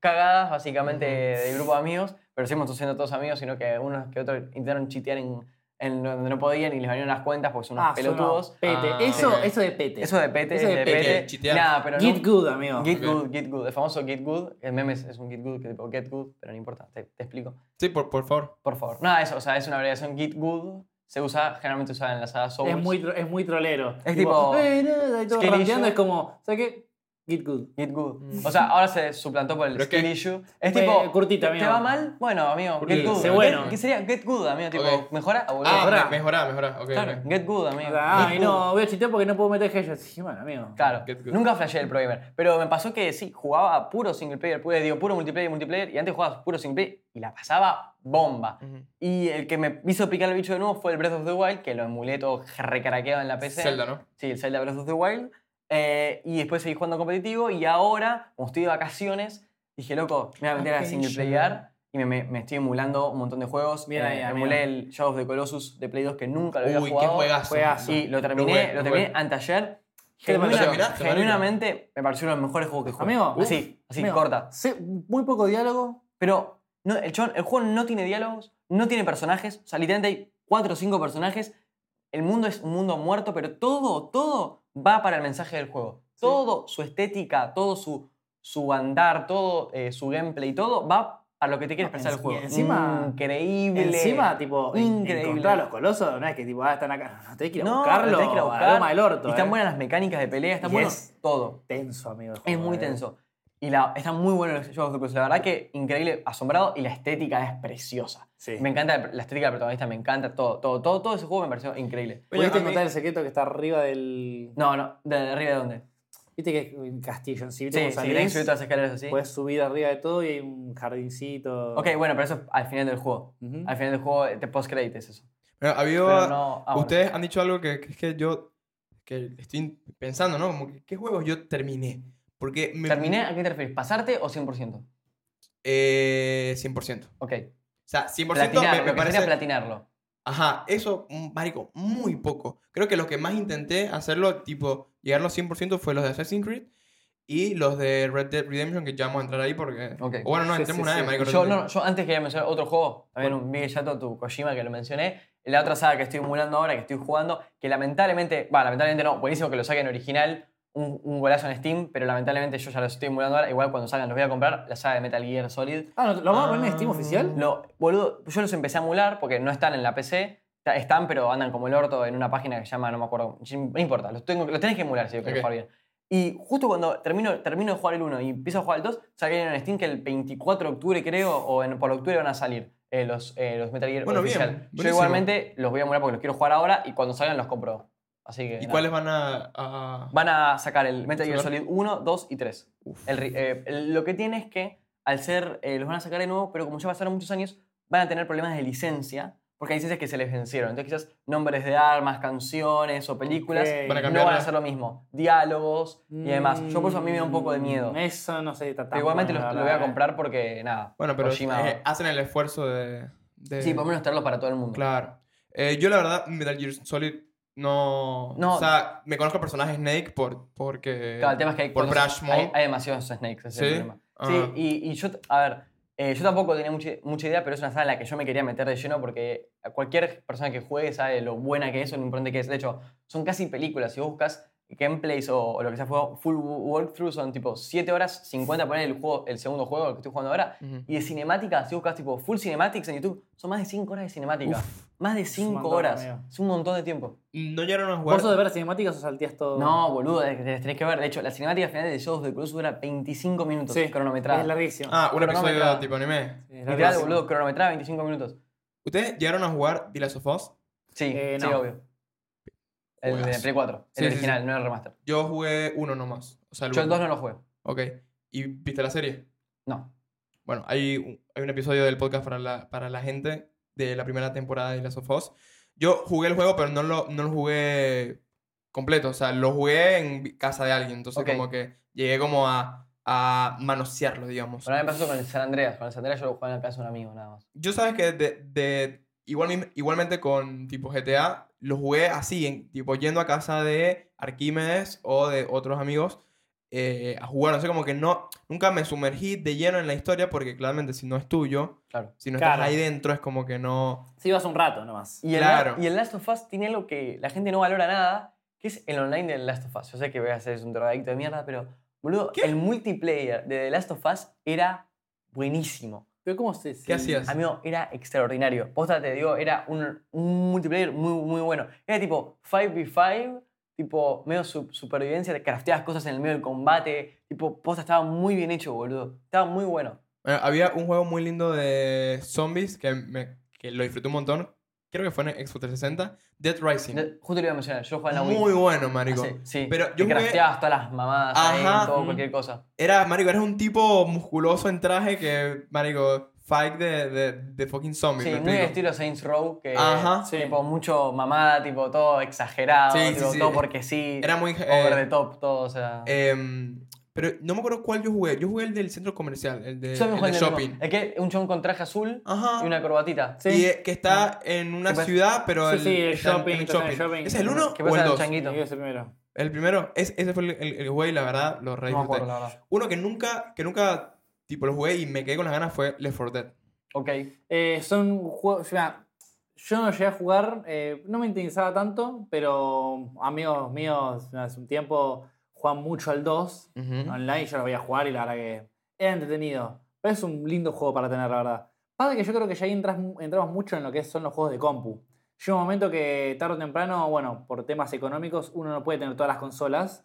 [SPEAKER 1] cagadas, básicamente, del grupo de amigos. Pero seguimos siendo todos amigos, sino que unos que otros intentaron chitear en, en donde no podían y les valieron las cuentas porque son unos
[SPEAKER 3] Ah, son
[SPEAKER 1] pelotudos.
[SPEAKER 3] unos Pete.
[SPEAKER 2] Ah,
[SPEAKER 3] eso,
[SPEAKER 2] ok.
[SPEAKER 3] eso de pete.
[SPEAKER 1] Eso de Pete,
[SPEAKER 3] Eso de
[SPEAKER 1] de
[SPEAKER 3] Pete.
[SPEAKER 1] Pete.
[SPEAKER 2] Chitear.
[SPEAKER 1] Nah, pero no-
[SPEAKER 3] Get good, amigo.
[SPEAKER 1] Get
[SPEAKER 2] Ok.
[SPEAKER 1] good, get good. El famoso get good. El meme es, es un get good, que tipo get good, pero no importa, te, te explico.
[SPEAKER 2] Sí, por, por favor.
[SPEAKER 1] Por favor. Nada, eso, o sea, es una abreviación get good. Se usa, generalmente usada en la saga Souls.
[SPEAKER 3] es, muy, tro- es muy trolero.
[SPEAKER 1] Es tipo,
[SPEAKER 3] Eh, no, y todo
[SPEAKER 1] skill
[SPEAKER 3] ranteando,
[SPEAKER 1] issue.
[SPEAKER 3] es como, ¿sabes qué? Get good.
[SPEAKER 1] Get good. O sea, ahora se suplantó por el
[SPEAKER 2] Pero es
[SPEAKER 1] skill
[SPEAKER 2] que-
[SPEAKER 1] issue. Es
[SPEAKER 3] Mm. Fue
[SPEAKER 1] tipo,
[SPEAKER 3] Eh, cortita,
[SPEAKER 1] ¿te, te
[SPEAKER 3] amigo.
[SPEAKER 1] va mal? Bueno, amigo, get
[SPEAKER 2] Cortita.
[SPEAKER 1] good.
[SPEAKER 2] Sé
[SPEAKER 1] Get-
[SPEAKER 3] bueno.
[SPEAKER 1] ¿Qué sería get good, amigo? Tipo,
[SPEAKER 2] Ok.
[SPEAKER 1] ¿mejora? Ah, boludo.
[SPEAKER 2] Ah,
[SPEAKER 1] Mejora.
[SPEAKER 2] me- mejorá, mejorá. Ok,
[SPEAKER 1] Claro,
[SPEAKER 2] ok.
[SPEAKER 1] get good, amigo. Get
[SPEAKER 3] Ay,
[SPEAKER 1] good.
[SPEAKER 3] no, voy a chitear porque no puedo meter headshots. Sí, bueno, amigo.
[SPEAKER 1] Claro,
[SPEAKER 2] Get good.
[SPEAKER 1] nunca flashé el pro gamer. Pero me pasó que sí, jugaba puro single player, puro, digo, puro multiplayer, multiplayer, y antes jugaba puro single player y la pasaba bomba.
[SPEAKER 2] Ujú.
[SPEAKER 1] Y el que me hizo picar el bicho de nuevo fue el Breath of the Wild, que lo emulé todo recaraqueado en la PC.
[SPEAKER 2] Zelda, ¿no?
[SPEAKER 1] Sí, el Zelda Breath of the Wild. Eh, y después seguí jugando competitivo. Y ahora, como estoy de vacaciones, dije, loco, me voy a meter a
[SPEAKER 2] Vacation.
[SPEAKER 1] single player. Y me, me- me estoy emulando un montón de juegos. Eh,
[SPEAKER 3] Bien ahí, amigo.
[SPEAKER 1] emulé el Shadow of the Colossus de Play 2 que nunca lo había
[SPEAKER 2] Uy, qué
[SPEAKER 1] jugado.
[SPEAKER 2] juegazo.
[SPEAKER 3] Juegazo.
[SPEAKER 1] Y lo terminé,
[SPEAKER 2] jugué,
[SPEAKER 1] lo
[SPEAKER 2] no
[SPEAKER 1] terminé
[SPEAKER 2] jugué.
[SPEAKER 1] anteayer.
[SPEAKER 3] ¿Qué te pareció?
[SPEAKER 1] Genuina-
[SPEAKER 2] ¿Lo terminaste, Marico?
[SPEAKER 1] genuinamente me pareció uno de los mejores juegos que jugué.
[SPEAKER 3] Amigo,
[SPEAKER 1] así,
[SPEAKER 3] uf,
[SPEAKER 1] así,
[SPEAKER 3] amigo,
[SPEAKER 1] corta.
[SPEAKER 3] sé- muy poco diálogo.
[SPEAKER 1] Pero no, el, chabón- el juego no tiene diálogos, no tiene personajes. O sea, literalmente hay cuatro o cinco personajes. El mundo es un mundo muerto, pero todo, todo va para el mensaje del juego. Todo su estética, todo su, su andar, todo eh, su gameplay, todo va a lo que te quiere
[SPEAKER 3] No,
[SPEAKER 1] expresar
[SPEAKER 3] en-
[SPEAKER 1] el juego.
[SPEAKER 3] y Ah, encima-
[SPEAKER 1] Increíble.
[SPEAKER 3] Encima, tipo, en-
[SPEAKER 1] Increíble.
[SPEAKER 3] encontrar a los colosos, no es que tipo, ah, están acá. No, tenés que ir a
[SPEAKER 1] No,
[SPEAKER 3] buscarlo.
[SPEAKER 1] tenés que ir a
[SPEAKER 3] a
[SPEAKER 1] buscar.
[SPEAKER 3] Roma del orto.
[SPEAKER 1] Y están
[SPEAKER 3] eh.
[SPEAKER 1] buenas las mecánicas de pelea, está
[SPEAKER 3] Y
[SPEAKER 1] bueno
[SPEAKER 3] es-
[SPEAKER 1] todo.
[SPEAKER 3] Tenso, amigo. el
[SPEAKER 1] Es
[SPEAKER 3] juego,
[SPEAKER 1] muy
[SPEAKER 3] eh.
[SPEAKER 1] tenso. Y la, está muy bueno los juegos de Cruz. La verdad que increíble, asombrado. Y la estética es preciosa.
[SPEAKER 3] Sí.
[SPEAKER 1] Me encanta la estética del protagonista, me encanta todo, todo, todo, todo ese juego me pareció increíble.
[SPEAKER 2] Oye,
[SPEAKER 3] ¿Pudiste
[SPEAKER 2] a mí-
[SPEAKER 3] encontrar el secreto que está arriba del.
[SPEAKER 1] No, no, de, de arriba de dónde.
[SPEAKER 3] Viste que es un castillo en sí, viste
[SPEAKER 1] Sí,
[SPEAKER 3] cómo
[SPEAKER 1] sí,
[SPEAKER 3] salís?
[SPEAKER 1] tenés que subir todas las escaleras así.
[SPEAKER 3] Puedes subir arriba de todo y hay un jardincito.
[SPEAKER 1] ok, bueno, pero eso es al final del juego.
[SPEAKER 3] Ujú.
[SPEAKER 1] Al final del juego eh, te post es eso.
[SPEAKER 2] Bueno, había-
[SPEAKER 1] Pero no ahora.
[SPEAKER 2] Ustedes han dicho algo que, que es que yo que estoy pensando, ¿no? Como que, ¿qué juegos yo terminé? Porque me-
[SPEAKER 1] ¿Terminé? ¿A qué te refieres? ¿Pasarte o 100%?
[SPEAKER 2] Eh, 100%. O
[SPEAKER 1] Ok.
[SPEAKER 2] sea, 100%
[SPEAKER 1] Platinar,
[SPEAKER 2] me, me
[SPEAKER 1] lo que sería
[SPEAKER 2] parece...
[SPEAKER 1] platinarlo.
[SPEAKER 2] Ajá, eso, mm, marico, muy poco. Creo que los que más intenté hacerlo, tipo, llegar a los 100% fue los de Assassin's Creed y los de Red Dead Redemption, que ya vamos a entrar ahí porque...
[SPEAKER 1] Ok.
[SPEAKER 2] o bueno, no,
[SPEAKER 3] Sí,
[SPEAKER 2] entremos
[SPEAKER 3] sí,
[SPEAKER 2] una vez,
[SPEAKER 3] sí.
[SPEAKER 2] marico.
[SPEAKER 1] Yo,
[SPEAKER 2] Red Dead.
[SPEAKER 1] no, yo antes quería mencionar otro juego, también un Big Yato, tu Kojima, que lo mencioné. La otra saga que estoy emulando ahora, que estoy jugando, que lamentablemente, va, lamentablemente no, buenísimo que lo saquen original, un, un golazo en Steam, pero lamentablemente yo ya lo estoy emulando ahora, igual cuando salgan los voy a comprar, la saga de Metal Gear Solid.
[SPEAKER 3] Ah, ¿lo- ¿lo vamos a poner en Steam
[SPEAKER 2] Ah.
[SPEAKER 3] oficial?
[SPEAKER 1] Lo, boludo, yo los empecé a emular porque no están en la PC, ta- están, pero andan como el orto en una página que se llama, no me acuerdo, no importa, los, tengo, los tenés que emular si yo quiero
[SPEAKER 2] Ok.
[SPEAKER 1] jugar bien. Y justo cuando termino, termino de jugar el 1 y empiezo a jugar el 2, salieron en Steam que el 24 de octubre, creo, o en, por octubre van a salir eh, los, eh, los Metal Gear
[SPEAKER 2] Bueno, bien,
[SPEAKER 1] oficial. Yo
[SPEAKER 2] buenísimo.
[SPEAKER 1] igualmente los voy a emular porque los quiero jugar ahora y cuando salgan los compro. Así
[SPEAKER 2] ¿Y
[SPEAKER 1] que. nada.
[SPEAKER 2] cuáles van a...? a-
[SPEAKER 1] Van a sacar el Metal Gear
[SPEAKER 2] Sacar.
[SPEAKER 1] Solid 1, 2 y 3.
[SPEAKER 2] Uf.
[SPEAKER 1] El ri- eh, el- lo que tiene es que al ser, eh, los van a sacar de nuevo, pero como ya pasaron muchos años, van a tener problemas de licencia, porque hay licencias que se les vencieron. Entonces quizás nombres de armas, canciones o películas
[SPEAKER 3] Ok.
[SPEAKER 2] Para
[SPEAKER 1] no van a
[SPEAKER 2] cambiarla.
[SPEAKER 1] hacer lo mismo. Diálogos y demás. Yo por eso a mí me da un poco de
[SPEAKER 3] Mm,
[SPEAKER 1] miedo.
[SPEAKER 3] Eso no sé, está tan
[SPEAKER 1] Pero igualmente
[SPEAKER 3] bueno,
[SPEAKER 1] lo,
[SPEAKER 3] la
[SPEAKER 1] lo voy a
[SPEAKER 3] verdad, eh.
[SPEAKER 1] comprar porque, nada,
[SPEAKER 2] Bueno, pero
[SPEAKER 1] Kojima-
[SPEAKER 2] eh, hacen el esfuerzo de... de-
[SPEAKER 1] sí, por lo menos tenerlo para todo el mundo.
[SPEAKER 2] Claro. Eh, yo la verdad, Metal Gear Solid no...
[SPEAKER 1] No.
[SPEAKER 2] O sea, me conozco el personaje Snake por, porque...
[SPEAKER 1] Claro, el tema es que hay,
[SPEAKER 2] por
[SPEAKER 1] cosas-
[SPEAKER 2] Brash Mode.
[SPEAKER 1] hay, hay demasiados snakes, ese es el
[SPEAKER 2] Sí.
[SPEAKER 1] problema.
[SPEAKER 2] Ah.
[SPEAKER 1] Sí, y, y yo, a ver, Eh, yo tampoco tenía mucha, mucha idea, pero es una saga en la que yo me quería meter de lleno porque cualquier persona que juegue sabe lo buena que es o lo importante que es. De hecho, son casi películas. Si vos buscas gameplays o, o lo que sea, juego, full walkthrough, son tipo 7 horas 50, poner el, juego, el segundo juego, el que estoy jugando ahora.
[SPEAKER 2] Ujú.
[SPEAKER 1] Y de cinemáticas, si buscas tipo full cinematics en YouTube, son más de 5 horas de cinemática. más de 5
[SPEAKER 3] montón,
[SPEAKER 1] horas.
[SPEAKER 3] amigo.
[SPEAKER 1] Es un montón de tiempo.
[SPEAKER 2] No llegaron a
[SPEAKER 3] ¿Vos
[SPEAKER 2] jugar.
[SPEAKER 3] sos de ver cinemáticas o saltías todo?
[SPEAKER 1] No, boludo, es que tenés tenés que ver. De hecho, la cinemática final de Shadows of the Colossus dura 25 minutos
[SPEAKER 3] Sí,
[SPEAKER 1] cronometrada.
[SPEAKER 3] Es larguísimo.
[SPEAKER 2] Ah, un
[SPEAKER 1] Pero no me
[SPEAKER 2] episodio
[SPEAKER 1] traba.
[SPEAKER 2] tipo anime.
[SPEAKER 3] Es
[SPEAKER 1] Literal,
[SPEAKER 3] larguísimo.
[SPEAKER 1] boludo, cronometrada 25 minutos.
[SPEAKER 2] ¿Ustedes llegaron a jugar The Last of Us?
[SPEAKER 1] Sí,
[SPEAKER 3] Eh,
[SPEAKER 1] sí,
[SPEAKER 3] no.
[SPEAKER 1] obvio. El de
[SPEAKER 2] Juegazo.
[SPEAKER 1] Play 4,
[SPEAKER 2] Sí,
[SPEAKER 1] el
[SPEAKER 2] sí,
[SPEAKER 1] original, no el remaster.
[SPEAKER 2] Yo jugué uno nomás. O sea, el
[SPEAKER 1] Yo el
[SPEAKER 2] uno.
[SPEAKER 1] 2 no lo jugué.
[SPEAKER 2] Ok. ¿Y viste la serie?
[SPEAKER 1] No.
[SPEAKER 2] Bueno, hay un, hay un episodio del podcast para la, para la gente de la primera temporada de The Last of Us. Yo jugué el juego, pero no lo, no lo jugué completo. O sea, lo jugué en vi- casa de alguien. Entonces,
[SPEAKER 1] Ok.
[SPEAKER 2] como que llegué como a, a manosearlo, digamos.
[SPEAKER 1] Ahora me pasó con el San Andreas. Con el San Andreas yo lo jugaba en la casa de un amigo, nada más.
[SPEAKER 2] Yo sabes que de, de- igual, mism- igualmente con tipo GTA, lo jugué así, en, tipo yendo a casa de Arquímedes o de otros amigos eh, a jugar. No sé, como que no, nunca me sumergí de lleno en la historia porque claramente si no es tuyo,
[SPEAKER 1] Claro.
[SPEAKER 2] si no
[SPEAKER 3] Claro.
[SPEAKER 2] estás ahí dentro, es como que no...
[SPEAKER 3] Sí, ibas un rato nomás.
[SPEAKER 1] Y el,
[SPEAKER 2] Claro.
[SPEAKER 1] y el Last of Us tiene algo que la gente no valora nada, que es el online del Last of Us. Yo sé que voy a ser un drogadicto de mierda, pero, boludo, el multiplayer de The Last of Us era buenísimo.
[SPEAKER 3] Pero ¿cómo se
[SPEAKER 2] ¿Qué hacías?
[SPEAKER 1] Amigo, era extraordinario. Posta, te digo, era un, un multiplayer muy, muy bueno. Era tipo 5v5, tipo medio su- supervivencia, te crafteabas cosas en el medio del combate. Tipo, posta, estaba muy bien hecho, boludo. Estaba muy bueno.
[SPEAKER 2] Bueno, había un juego muy lindo de zombies que, me, que lo disfruté un montón. Creo que fue en Expo 360. Dead Rising.
[SPEAKER 1] Yo- Justo lo iba a mencionar, yo jugaba en la Wii.
[SPEAKER 2] muy bueno, marico.
[SPEAKER 1] Hace- Ah, sí,
[SPEAKER 2] Pero
[SPEAKER 1] te
[SPEAKER 2] yo jugué-
[SPEAKER 1] crafteabas todas las mamadas, ahí,
[SPEAKER 2] Ajá.
[SPEAKER 1] todo,
[SPEAKER 3] Mm.
[SPEAKER 1] cualquier cosa.
[SPEAKER 2] Era, marico, eres un tipo musculoso en traje que, marico, fight de, de, de fucking zombies.
[SPEAKER 1] Sí,
[SPEAKER 2] ¿me
[SPEAKER 1] muy
[SPEAKER 2] explico?
[SPEAKER 1] estilo Saints Row, que
[SPEAKER 2] Ajá.
[SPEAKER 3] Sí.
[SPEAKER 1] tipo mucho mamada, tipo todo exagerado,
[SPEAKER 2] Sí, sí,
[SPEAKER 1] tipo,
[SPEAKER 2] sí.
[SPEAKER 1] todo porque sí,
[SPEAKER 2] Era muy...
[SPEAKER 1] over the
[SPEAKER 2] eh,
[SPEAKER 1] top, todo, o sea...
[SPEAKER 2] em, pero no me acuerdo cuál yo jugué. Yo jugué el del centro comercial, el de,
[SPEAKER 1] Yo también
[SPEAKER 2] el
[SPEAKER 1] jugué
[SPEAKER 2] de
[SPEAKER 1] en el mismo.
[SPEAKER 2] shopping.
[SPEAKER 1] Es que un chon con traje azul
[SPEAKER 2] Ajá.
[SPEAKER 3] Ah.
[SPEAKER 1] y una corbatita.
[SPEAKER 3] Sí.
[SPEAKER 2] Y eh, que está en una
[SPEAKER 1] Sí, pues.
[SPEAKER 2] ciudad, pero
[SPEAKER 3] Sí,
[SPEAKER 2] el,
[SPEAKER 3] sí, el
[SPEAKER 2] está en-
[SPEAKER 3] shopping,
[SPEAKER 2] en el
[SPEAKER 3] está en el
[SPEAKER 2] shopping.
[SPEAKER 3] shopping.
[SPEAKER 2] ¿Es el 1
[SPEAKER 1] ¿Qué
[SPEAKER 2] o
[SPEAKER 1] pasa
[SPEAKER 2] el
[SPEAKER 1] en el
[SPEAKER 2] 2?
[SPEAKER 1] changuito?
[SPEAKER 3] Yo ese primero.
[SPEAKER 2] El primero. Es- ese fue el, el, el juego y la verdad lo re
[SPEAKER 1] No me
[SPEAKER 2] disfruté.
[SPEAKER 1] acuerdo, la verdad.
[SPEAKER 2] Uno que nunca, que nunca, tipo, lo jugué y me quedé con las ganas fue Left 4 Dead.
[SPEAKER 1] Ok.
[SPEAKER 3] Eh, son juegos. o sea, yo no llegué a jugar, eh, no me interesaba tanto, pero amigos míos hace un tiempo juegan mucho al 2 online. Yo lo voy a jugar y la verdad que era entretenido. Pero es un lindo juego para tener, la verdad. Pasa que yo creo que ya ahí entras, entramos mucho en lo que son los juegos de compu. Llega un momento que tarde o temprano, bueno, por temas económicos, uno no puede tener todas las consolas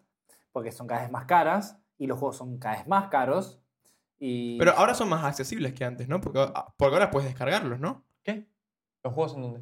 [SPEAKER 3] porque son cada vez más caras y los juegos son cada vez más caros. Y
[SPEAKER 2] Pero ahora son más accesibles que antes, ¿no? Porque, ah, porque ahora puedes descargarlos, ¿no?
[SPEAKER 1] ¿Qué? ¿Los juegos en dónde?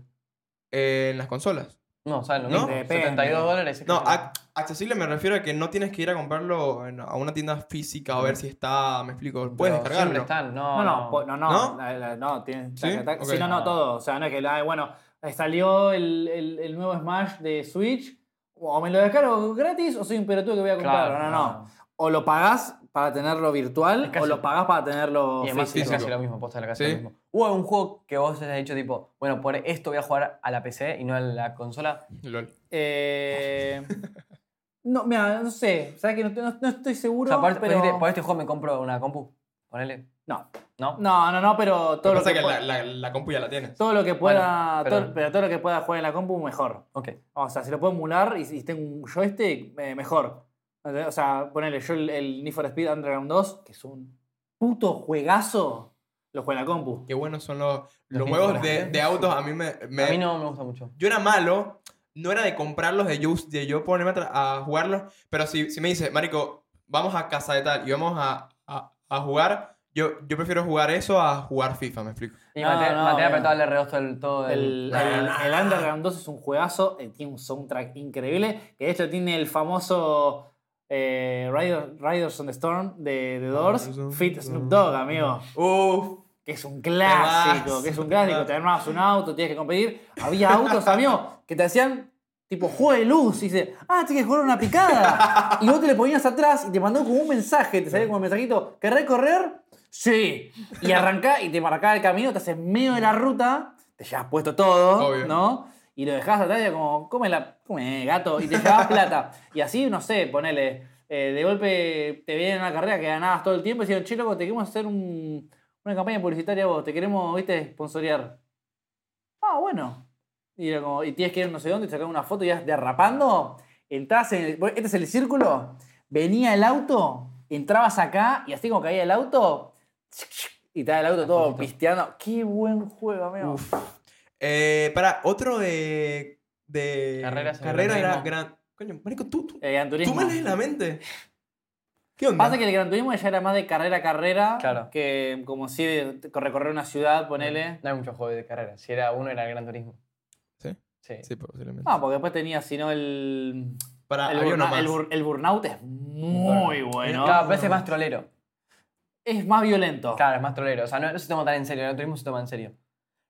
[SPEAKER 2] Eh, en las consolas.
[SPEAKER 1] No, saben lo
[SPEAKER 2] No,
[SPEAKER 1] mismo.
[SPEAKER 3] depende.
[SPEAKER 1] 72 dólares. es
[SPEAKER 2] No, ah,
[SPEAKER 1] que-
[SPEAKER 2] ac- accesible me refiero a que no tienes que ir a comprarlo en- a una tienda física o ver si está, me explico, puedes
[SPEAKER 1] pero siempre
[SPEAKER 2] descargarlo.
[SPEAKER 1] están, no,
[SPEAKER 3] No, no, po-
[SPEAKER 1] no.
[SPEAKER 3] no, no.
[SPEAKER 2] ¿No?
[SPEAKER 3] la- la- no, tiene-
[SPEAKER 2] ¿Sí?
[SPEAKER 3] tac, tac.
[SPEAKER 2] Ok.
[SPEAKER 3] Sí, no, no, todo. O sea, no es que, ay, bueno, eh, salió el, el- el nuevo Smash de Switch, o me lo descargo gratis, o soy un pelotudo que voy a comprarlo. no, no, O lo pagás para tenerlo virtual,
[SPEAKER 1] Es casi-
[SPEAKER 3] o lo pagás para tenerlo
[SPEAKER 1] Y además
[SPEAKER 3] físico.
[SPEAKER 1] es casi lo mismo, posta la casi
[SPEAKER 2] Sí.
[SPEAKER 1] lo mismo. ¿Hubo algún juego que vos hayas dicho tipo, bueno, por esto voy a jugar a la PC y no a la consola?
[SPEAKER 2] Lol.
[SPEAKER 3] Eh, no, mira, no sé. ¿Sabes que no, no- no estoy
[SPEAKER 1] O
[SPEAKER 3] seguro?
[SPEAKER 1] sea, por,
[SPEAKER 3] pero...
[SPEAKER 1] por este, por este juego me compro una compu. Ponele.
[SPEAKER 3] No.
[SPEAKER 1] ¿No?
[SPEAKER 3] No, no, no, pero
[SPEAKER 2] Lo
[SPEAKER 3] todo
[SPEAKER 2] que
[SPEAKER 3] lo
[SPEAKER 2] pasa
[SPEAKER 3] que,
[SPEAKER 2] es que la,
[SPEAKER 3] pueda,
[SPEAKER 2] la, la compu ya la tienes.
[SPEAKER 3] todo lo que pueda.
[SPEAKER 1] Bueno, pero-
[SPEAKER 3] todo- pero todo lo que pueda jugar en la compu, mejor.
[SPEAKER 1] Ok.
[SPEAKER 3] O sea, si lo puedo emular y si tengo un joystick, eh, mejor. O sea, ponele yo el, el Need for Speed Underground 2, que es un puto juegazo, lo juega en la compu.
[SPEAKER 2] Qué buenos son los, los
[SPEAKER 1] Los
[SPEAKER 2] juegos
[SPEAKER 1] Need for
[SPEAKER 2] de,
[SPEAKER 1] Speed.
[SPEAKER 2] de autos. A mí me, me-
[SPEAKER 1] A mí no me gusta mucho.
[SPEAKER 2] Yo era malo, no era de comprarlos, de yo, de yo ponerme a, tra- a jugarlos. Pero si, si me dice, Marico, vamos a casa de tal y vamos a, a, a jugar, yo, yo prefiero jugar eso a jugar FIFA, me explico.
[SPEAKER 1] Y
[SPEAKER 3] No,
[SPEAKER 1] mantener,
[SPEAKER 3] no,
[SPEAKER 1] mantener
[SPEAKER 3] mira.
[SPEAKER 1] apretado el R2 todo el... Todo el,
[SPEAKER 3] El, el- el Underground 2 es un juegazo, eh, tiene un soundtrack increíble, que de hecho tiene el famoso eh, Rider- Riders on the Storm de The Doors, Fit Snoop Dogg, amigo.
[SPEAKER 2] Uf.
[SPEAKER 3] Que es un clásico,
[SPEAKER 2] Temazo,
[SPEAKER 3] que es un clásico. Te
[SPEAKER 2] temazo.
[SPEAKER 3] armabas un auto, tienes que competir. Había autos, amigo, que te hacían tipo juego de luz. Y dice, ah, tienes que jugar una picada. Y vos te le ponías atrás y te mandó como un mensaje, te salía como un mensajito, ¿querés correr? Sí. Y arrancá y te marcaba el camino, te haces medio de la ruta, te llevas puesto todo,
[SPEAKER 2] Obvio.
[SPEAKER 3] ¿no? Y lo dejabas atrás y era como, come la, come, gato, y te llevabas plata. Y así, no sé, ponele. eh, de golpe te viene una carrera que ganabas todo el tiempo y decían, che, loco, te queremos hacer un, una campaña publicitaria vos, te queremos, viste, sponsorear. Ah, bueno. Y, era como, y tienes que ir no sé dónde, sacar una foto y vas derrapando. Entrabas en el, bueno, este es el círculo, venía el auto, entrabas acá y así como caía el auto, y estaba el auto todo
[SPEAKER 2] Apuesto.
[SPEAKER 3] pisteando. Qué buen juego, amigo.
[SPEAKER 2] Uf. Eh, para, otro de. de
[SPEAKER 1] Carreras en
[SPEAKER 2] carrera
[SPEAKER 1] Gran
[SPEAKER 2] era
[SPEAKER 1] Turismo.
[SPEAKER 2] gran. Coño, Marico, tú, tú,
[SPEAKER 3] El Gran
[SPEAKER 2] tú
[SPEAKER 3] Turismo.
[SPEAKER 2] me lees la mente. ¿Qué onda?
[SPEAKER 3] Pasa que el Gran Turismo ya era más de carrera a carrera
[SPEAKER 1] Claro. Mm.
[SPEAKER 3] que como si de recorrer una ciudad, ponele.
[SPEAKER 1] No hay muchos juegos de carrera. Si era uno, era el Gran Turismo.
[SPEAKER 2] ¿Sí?
[SPEAKER 1] Sí.
[SPEAKER 2] Sí, posiblemente.
[SPEAKER 3] No, porque después tenía, si no, el,
[SPEAKER 2] para,
[SPEAKER 3] el,
[SPEAKER 2] Ah, había uno
[SPEAKER 3] burna-
[SPEAKER 2] más.
[SPEAKER 3] el bur- el Burnout es muy bueno.
[SPEAKER 1] Claro, a veces es más trolero.
[SPEAKER 3] Es más violento.
[SPEAKER 1] Claro, es más trolero. O sea, no, no se toma tan en serio. El Gran Turismo se toma en serio.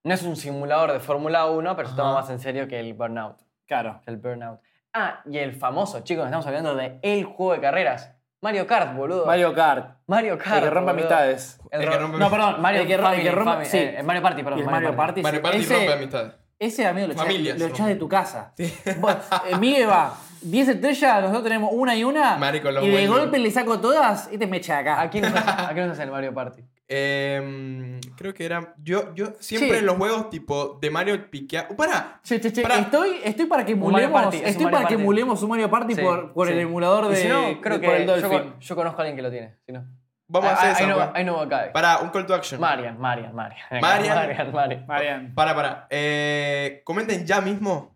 [SPEAKER 1] No es un simulador de Fórmula 1, pero se toma
[SPEAKER 2] Ajá.
[SPEAKER 1] más en serio que el Burnout.
[SPEAKER 3] Claro.
[SPEAKER 1] El Burnout. Ah, y el famoso, chicos, estamos hablando de el juego de carreras. Mario Kart, boludo.
[SPEAKER 3] Mario Kart,
[SPEAKER 1] Mario Kart.
[SPEAKER 3] el que rompe
[SPEAKER 1] boludo.
[SPEAKER 3] amistades.
[SPEAKER 1] El
[SPEAKER 2] El que
[SPEAKER 1] ro-
[SPEAKER 2] rompe-
[SPEAKER 3] No, perdón,
[SPEAKER 1] Mario
[SPEAKER 3] el que, ro-
[SPEAKER 1] Family,
[SPEAKER 3] el que rompe,
[SPEAKER 1] Fami-
[SPEAKER 3] sí.
[SPEAKER 1] eh, el Mario Party, perdón.
[SPEAKER 3] Y el Mario Party, sí.
[SPEAKER 2] Mario Party
[SPEAKER 3] ese,
[SPEAKER 2] rompe amistad.
[SPEAKER 3] ese amigo lo echás
[SPEAKER 2] Familias,
[SPEAKER 3] lo
[SPEAKER 2] ¿no?
[SPEAKER 3] echás de tu casa. Vos, eh, mi Eva, 10 estrellas, nosotros tenemos una y una.
[SPEAKER 2] Marico, lo
[SPEAKER 3] ah, y de
[SPEAKER 2] bueno.
[SPEAKER 3] golpe le saco todas y te me echa acá.
[SPEAKER 1] ¿A quién nos hace, a quién nos hace el Mario Party?
[SPEAKER 2] Em, creo que era. Yo, yo siempre
[SPEAKER 3] Sí.
[SPEAKER 2] en los juegos tipo de Mario Piquea. ¡Oh, ¡Para!
[SPEAKER 3] Che, che, che,
[SPEAKER 2] Pará.
[SPEAKER 3] estoy, estoy para que
[SPEAKER 1] Mario
[SPEAKER 3] emulemos,
[SPEAKER 1] Party, es un
[SPEAKER 3] estoy
[SPEAKER 1] Mario
[SPEAKER 3] para que
[SPEAKER 1] Party.
[SPEAKER 3] emulemos un Mario Party
[SPEAKER 1] Sí,
[SPEAKER 3] por, por
[SPEAKER 1] sí.
[SPEAKER 3] el emulador
[SPEAKER 1] Y
[SPEAKER 3] de,
[SPEAKER 1] si no, creo
[SPEAKER 3] de-
[SPEAKER 1] que
[SPEAKER 3] por el
[SPEAKER 1] yo,
[SPEAKER 3] Dolphin.
[SPEAKER 1] con- yo conozco a alguien que lo tiene. Si no.
[SPEAKER 2] Vamos a
[SPEAKER 1] Ah,
[SPEAKER 2] hacer
[SPEAKER 1] ah, ahí
[SPEAKER 2] esa.
[SPEAKER 1] no,
[SPEAKER 2] pues.
[SPEAKER 1] ahí no va a caer.
[SPEAKER 2] Para, un call to action.
[SPEAKER 1] Marian, Marian, Marian. Venga,
[SPEAKER 2] Marian.
[SPEAKER 1] Marian, Marian.
[SPEAKER 3] Marian.
[SPEAKER 2] Para, para. Eh, comenten ya mismo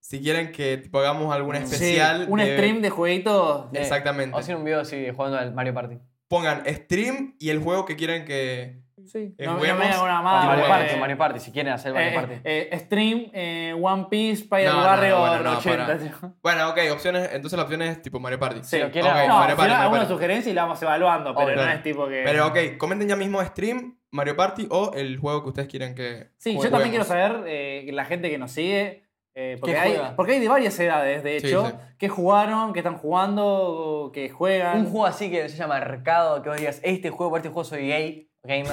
[SPEAKER 2] si quieren que tipo, hagamos algún
[SPEAKER 3] Sí,
[SPEAKER 2] especial.
[SPEAKER 3] un stream de jueguitos.
[SPEAKER 1] Eh,
[SPEAKER 2] Exactamente.
[SPEAKER 1] O si un video así jugando al Mario Party.
[SPEAKER 2] Pongan stream y el juego que quieren que.
[SPEAKER 3] Sí.
[SPEAKER 2] Eh,
[SPEAKER 3] No, no me
[SPEAKER 2] juguemos
[SPEAKER 3] hagan una
[SPEAKER 1] Ah,
[SPEAKER 3] más.
[SPEAKER 1] Mario
[SPEAKER 2] bueno.
[SPEAKER 1] Party,
[SPEAKER 3] eh,
[SPEAKER 1] Mario Party, si quieren hacer Mario
[SPEAKER 3] eh,
[SPEAKER 1] Party.
[SPEAKER 3] eh, eh, stream, eh, One Piece, Spider
[SPEAKER 2] No, no,
[SPEAKER 3] Warrior
[SPEAKER 2] bueno, no,
[SPEAKER 3] 80.
[SPEAKER 2] pará.
[SPEAKER 3] tío.
[SPEAKER 2] Bueno, ok, opciones. Entonces la opción es tipo Mario Party.
[SPEAKER 3] Sí.
[SPEAKER 1] lo quieren,
[SPEAKER 2] Ok,
[SPEAKER 1] Eh,
[SPEAKER 3] no,
[SPEAKER 2] Mario
[SPEAKER 3] si
[SPEAKER 2] Party.
[SPEAKER 3] no,
[SPEAKER 2] Mario
[SPEAKER 3] alguna
[SPEAKER 2] Party.
[SPEAKER 3] sugerencia y la vamos evaluando, pero
[SPEAKER 2] Obvio.
[SPEAKER 3] no es tipo que.
[SPEAKER 2] Pero ok, comenten ya mismo stream, Mario Party o el juego que ustedes quieren que.
[SPEAKER 3] sí, yo también quiero saber eh, la gente que nos sigue. eh, porque,
[SPEAKER 1] ¿Qué
[SPEAKER 3] hay,
[SPEAKER 1] juega?
[SPEAKER 3] porque hay de varias edades, de
[SPEAKER 2] Sí,
[SPEAKER 3] hecho,
[SPEAKER 2] sí.
[SPEAKER 3] que jugaron, que están jugando, que juegan.
[SPEAKER 1] Un juego así que se llama Mercado, que vos digas, este juego, por este juego soy gay, gamer.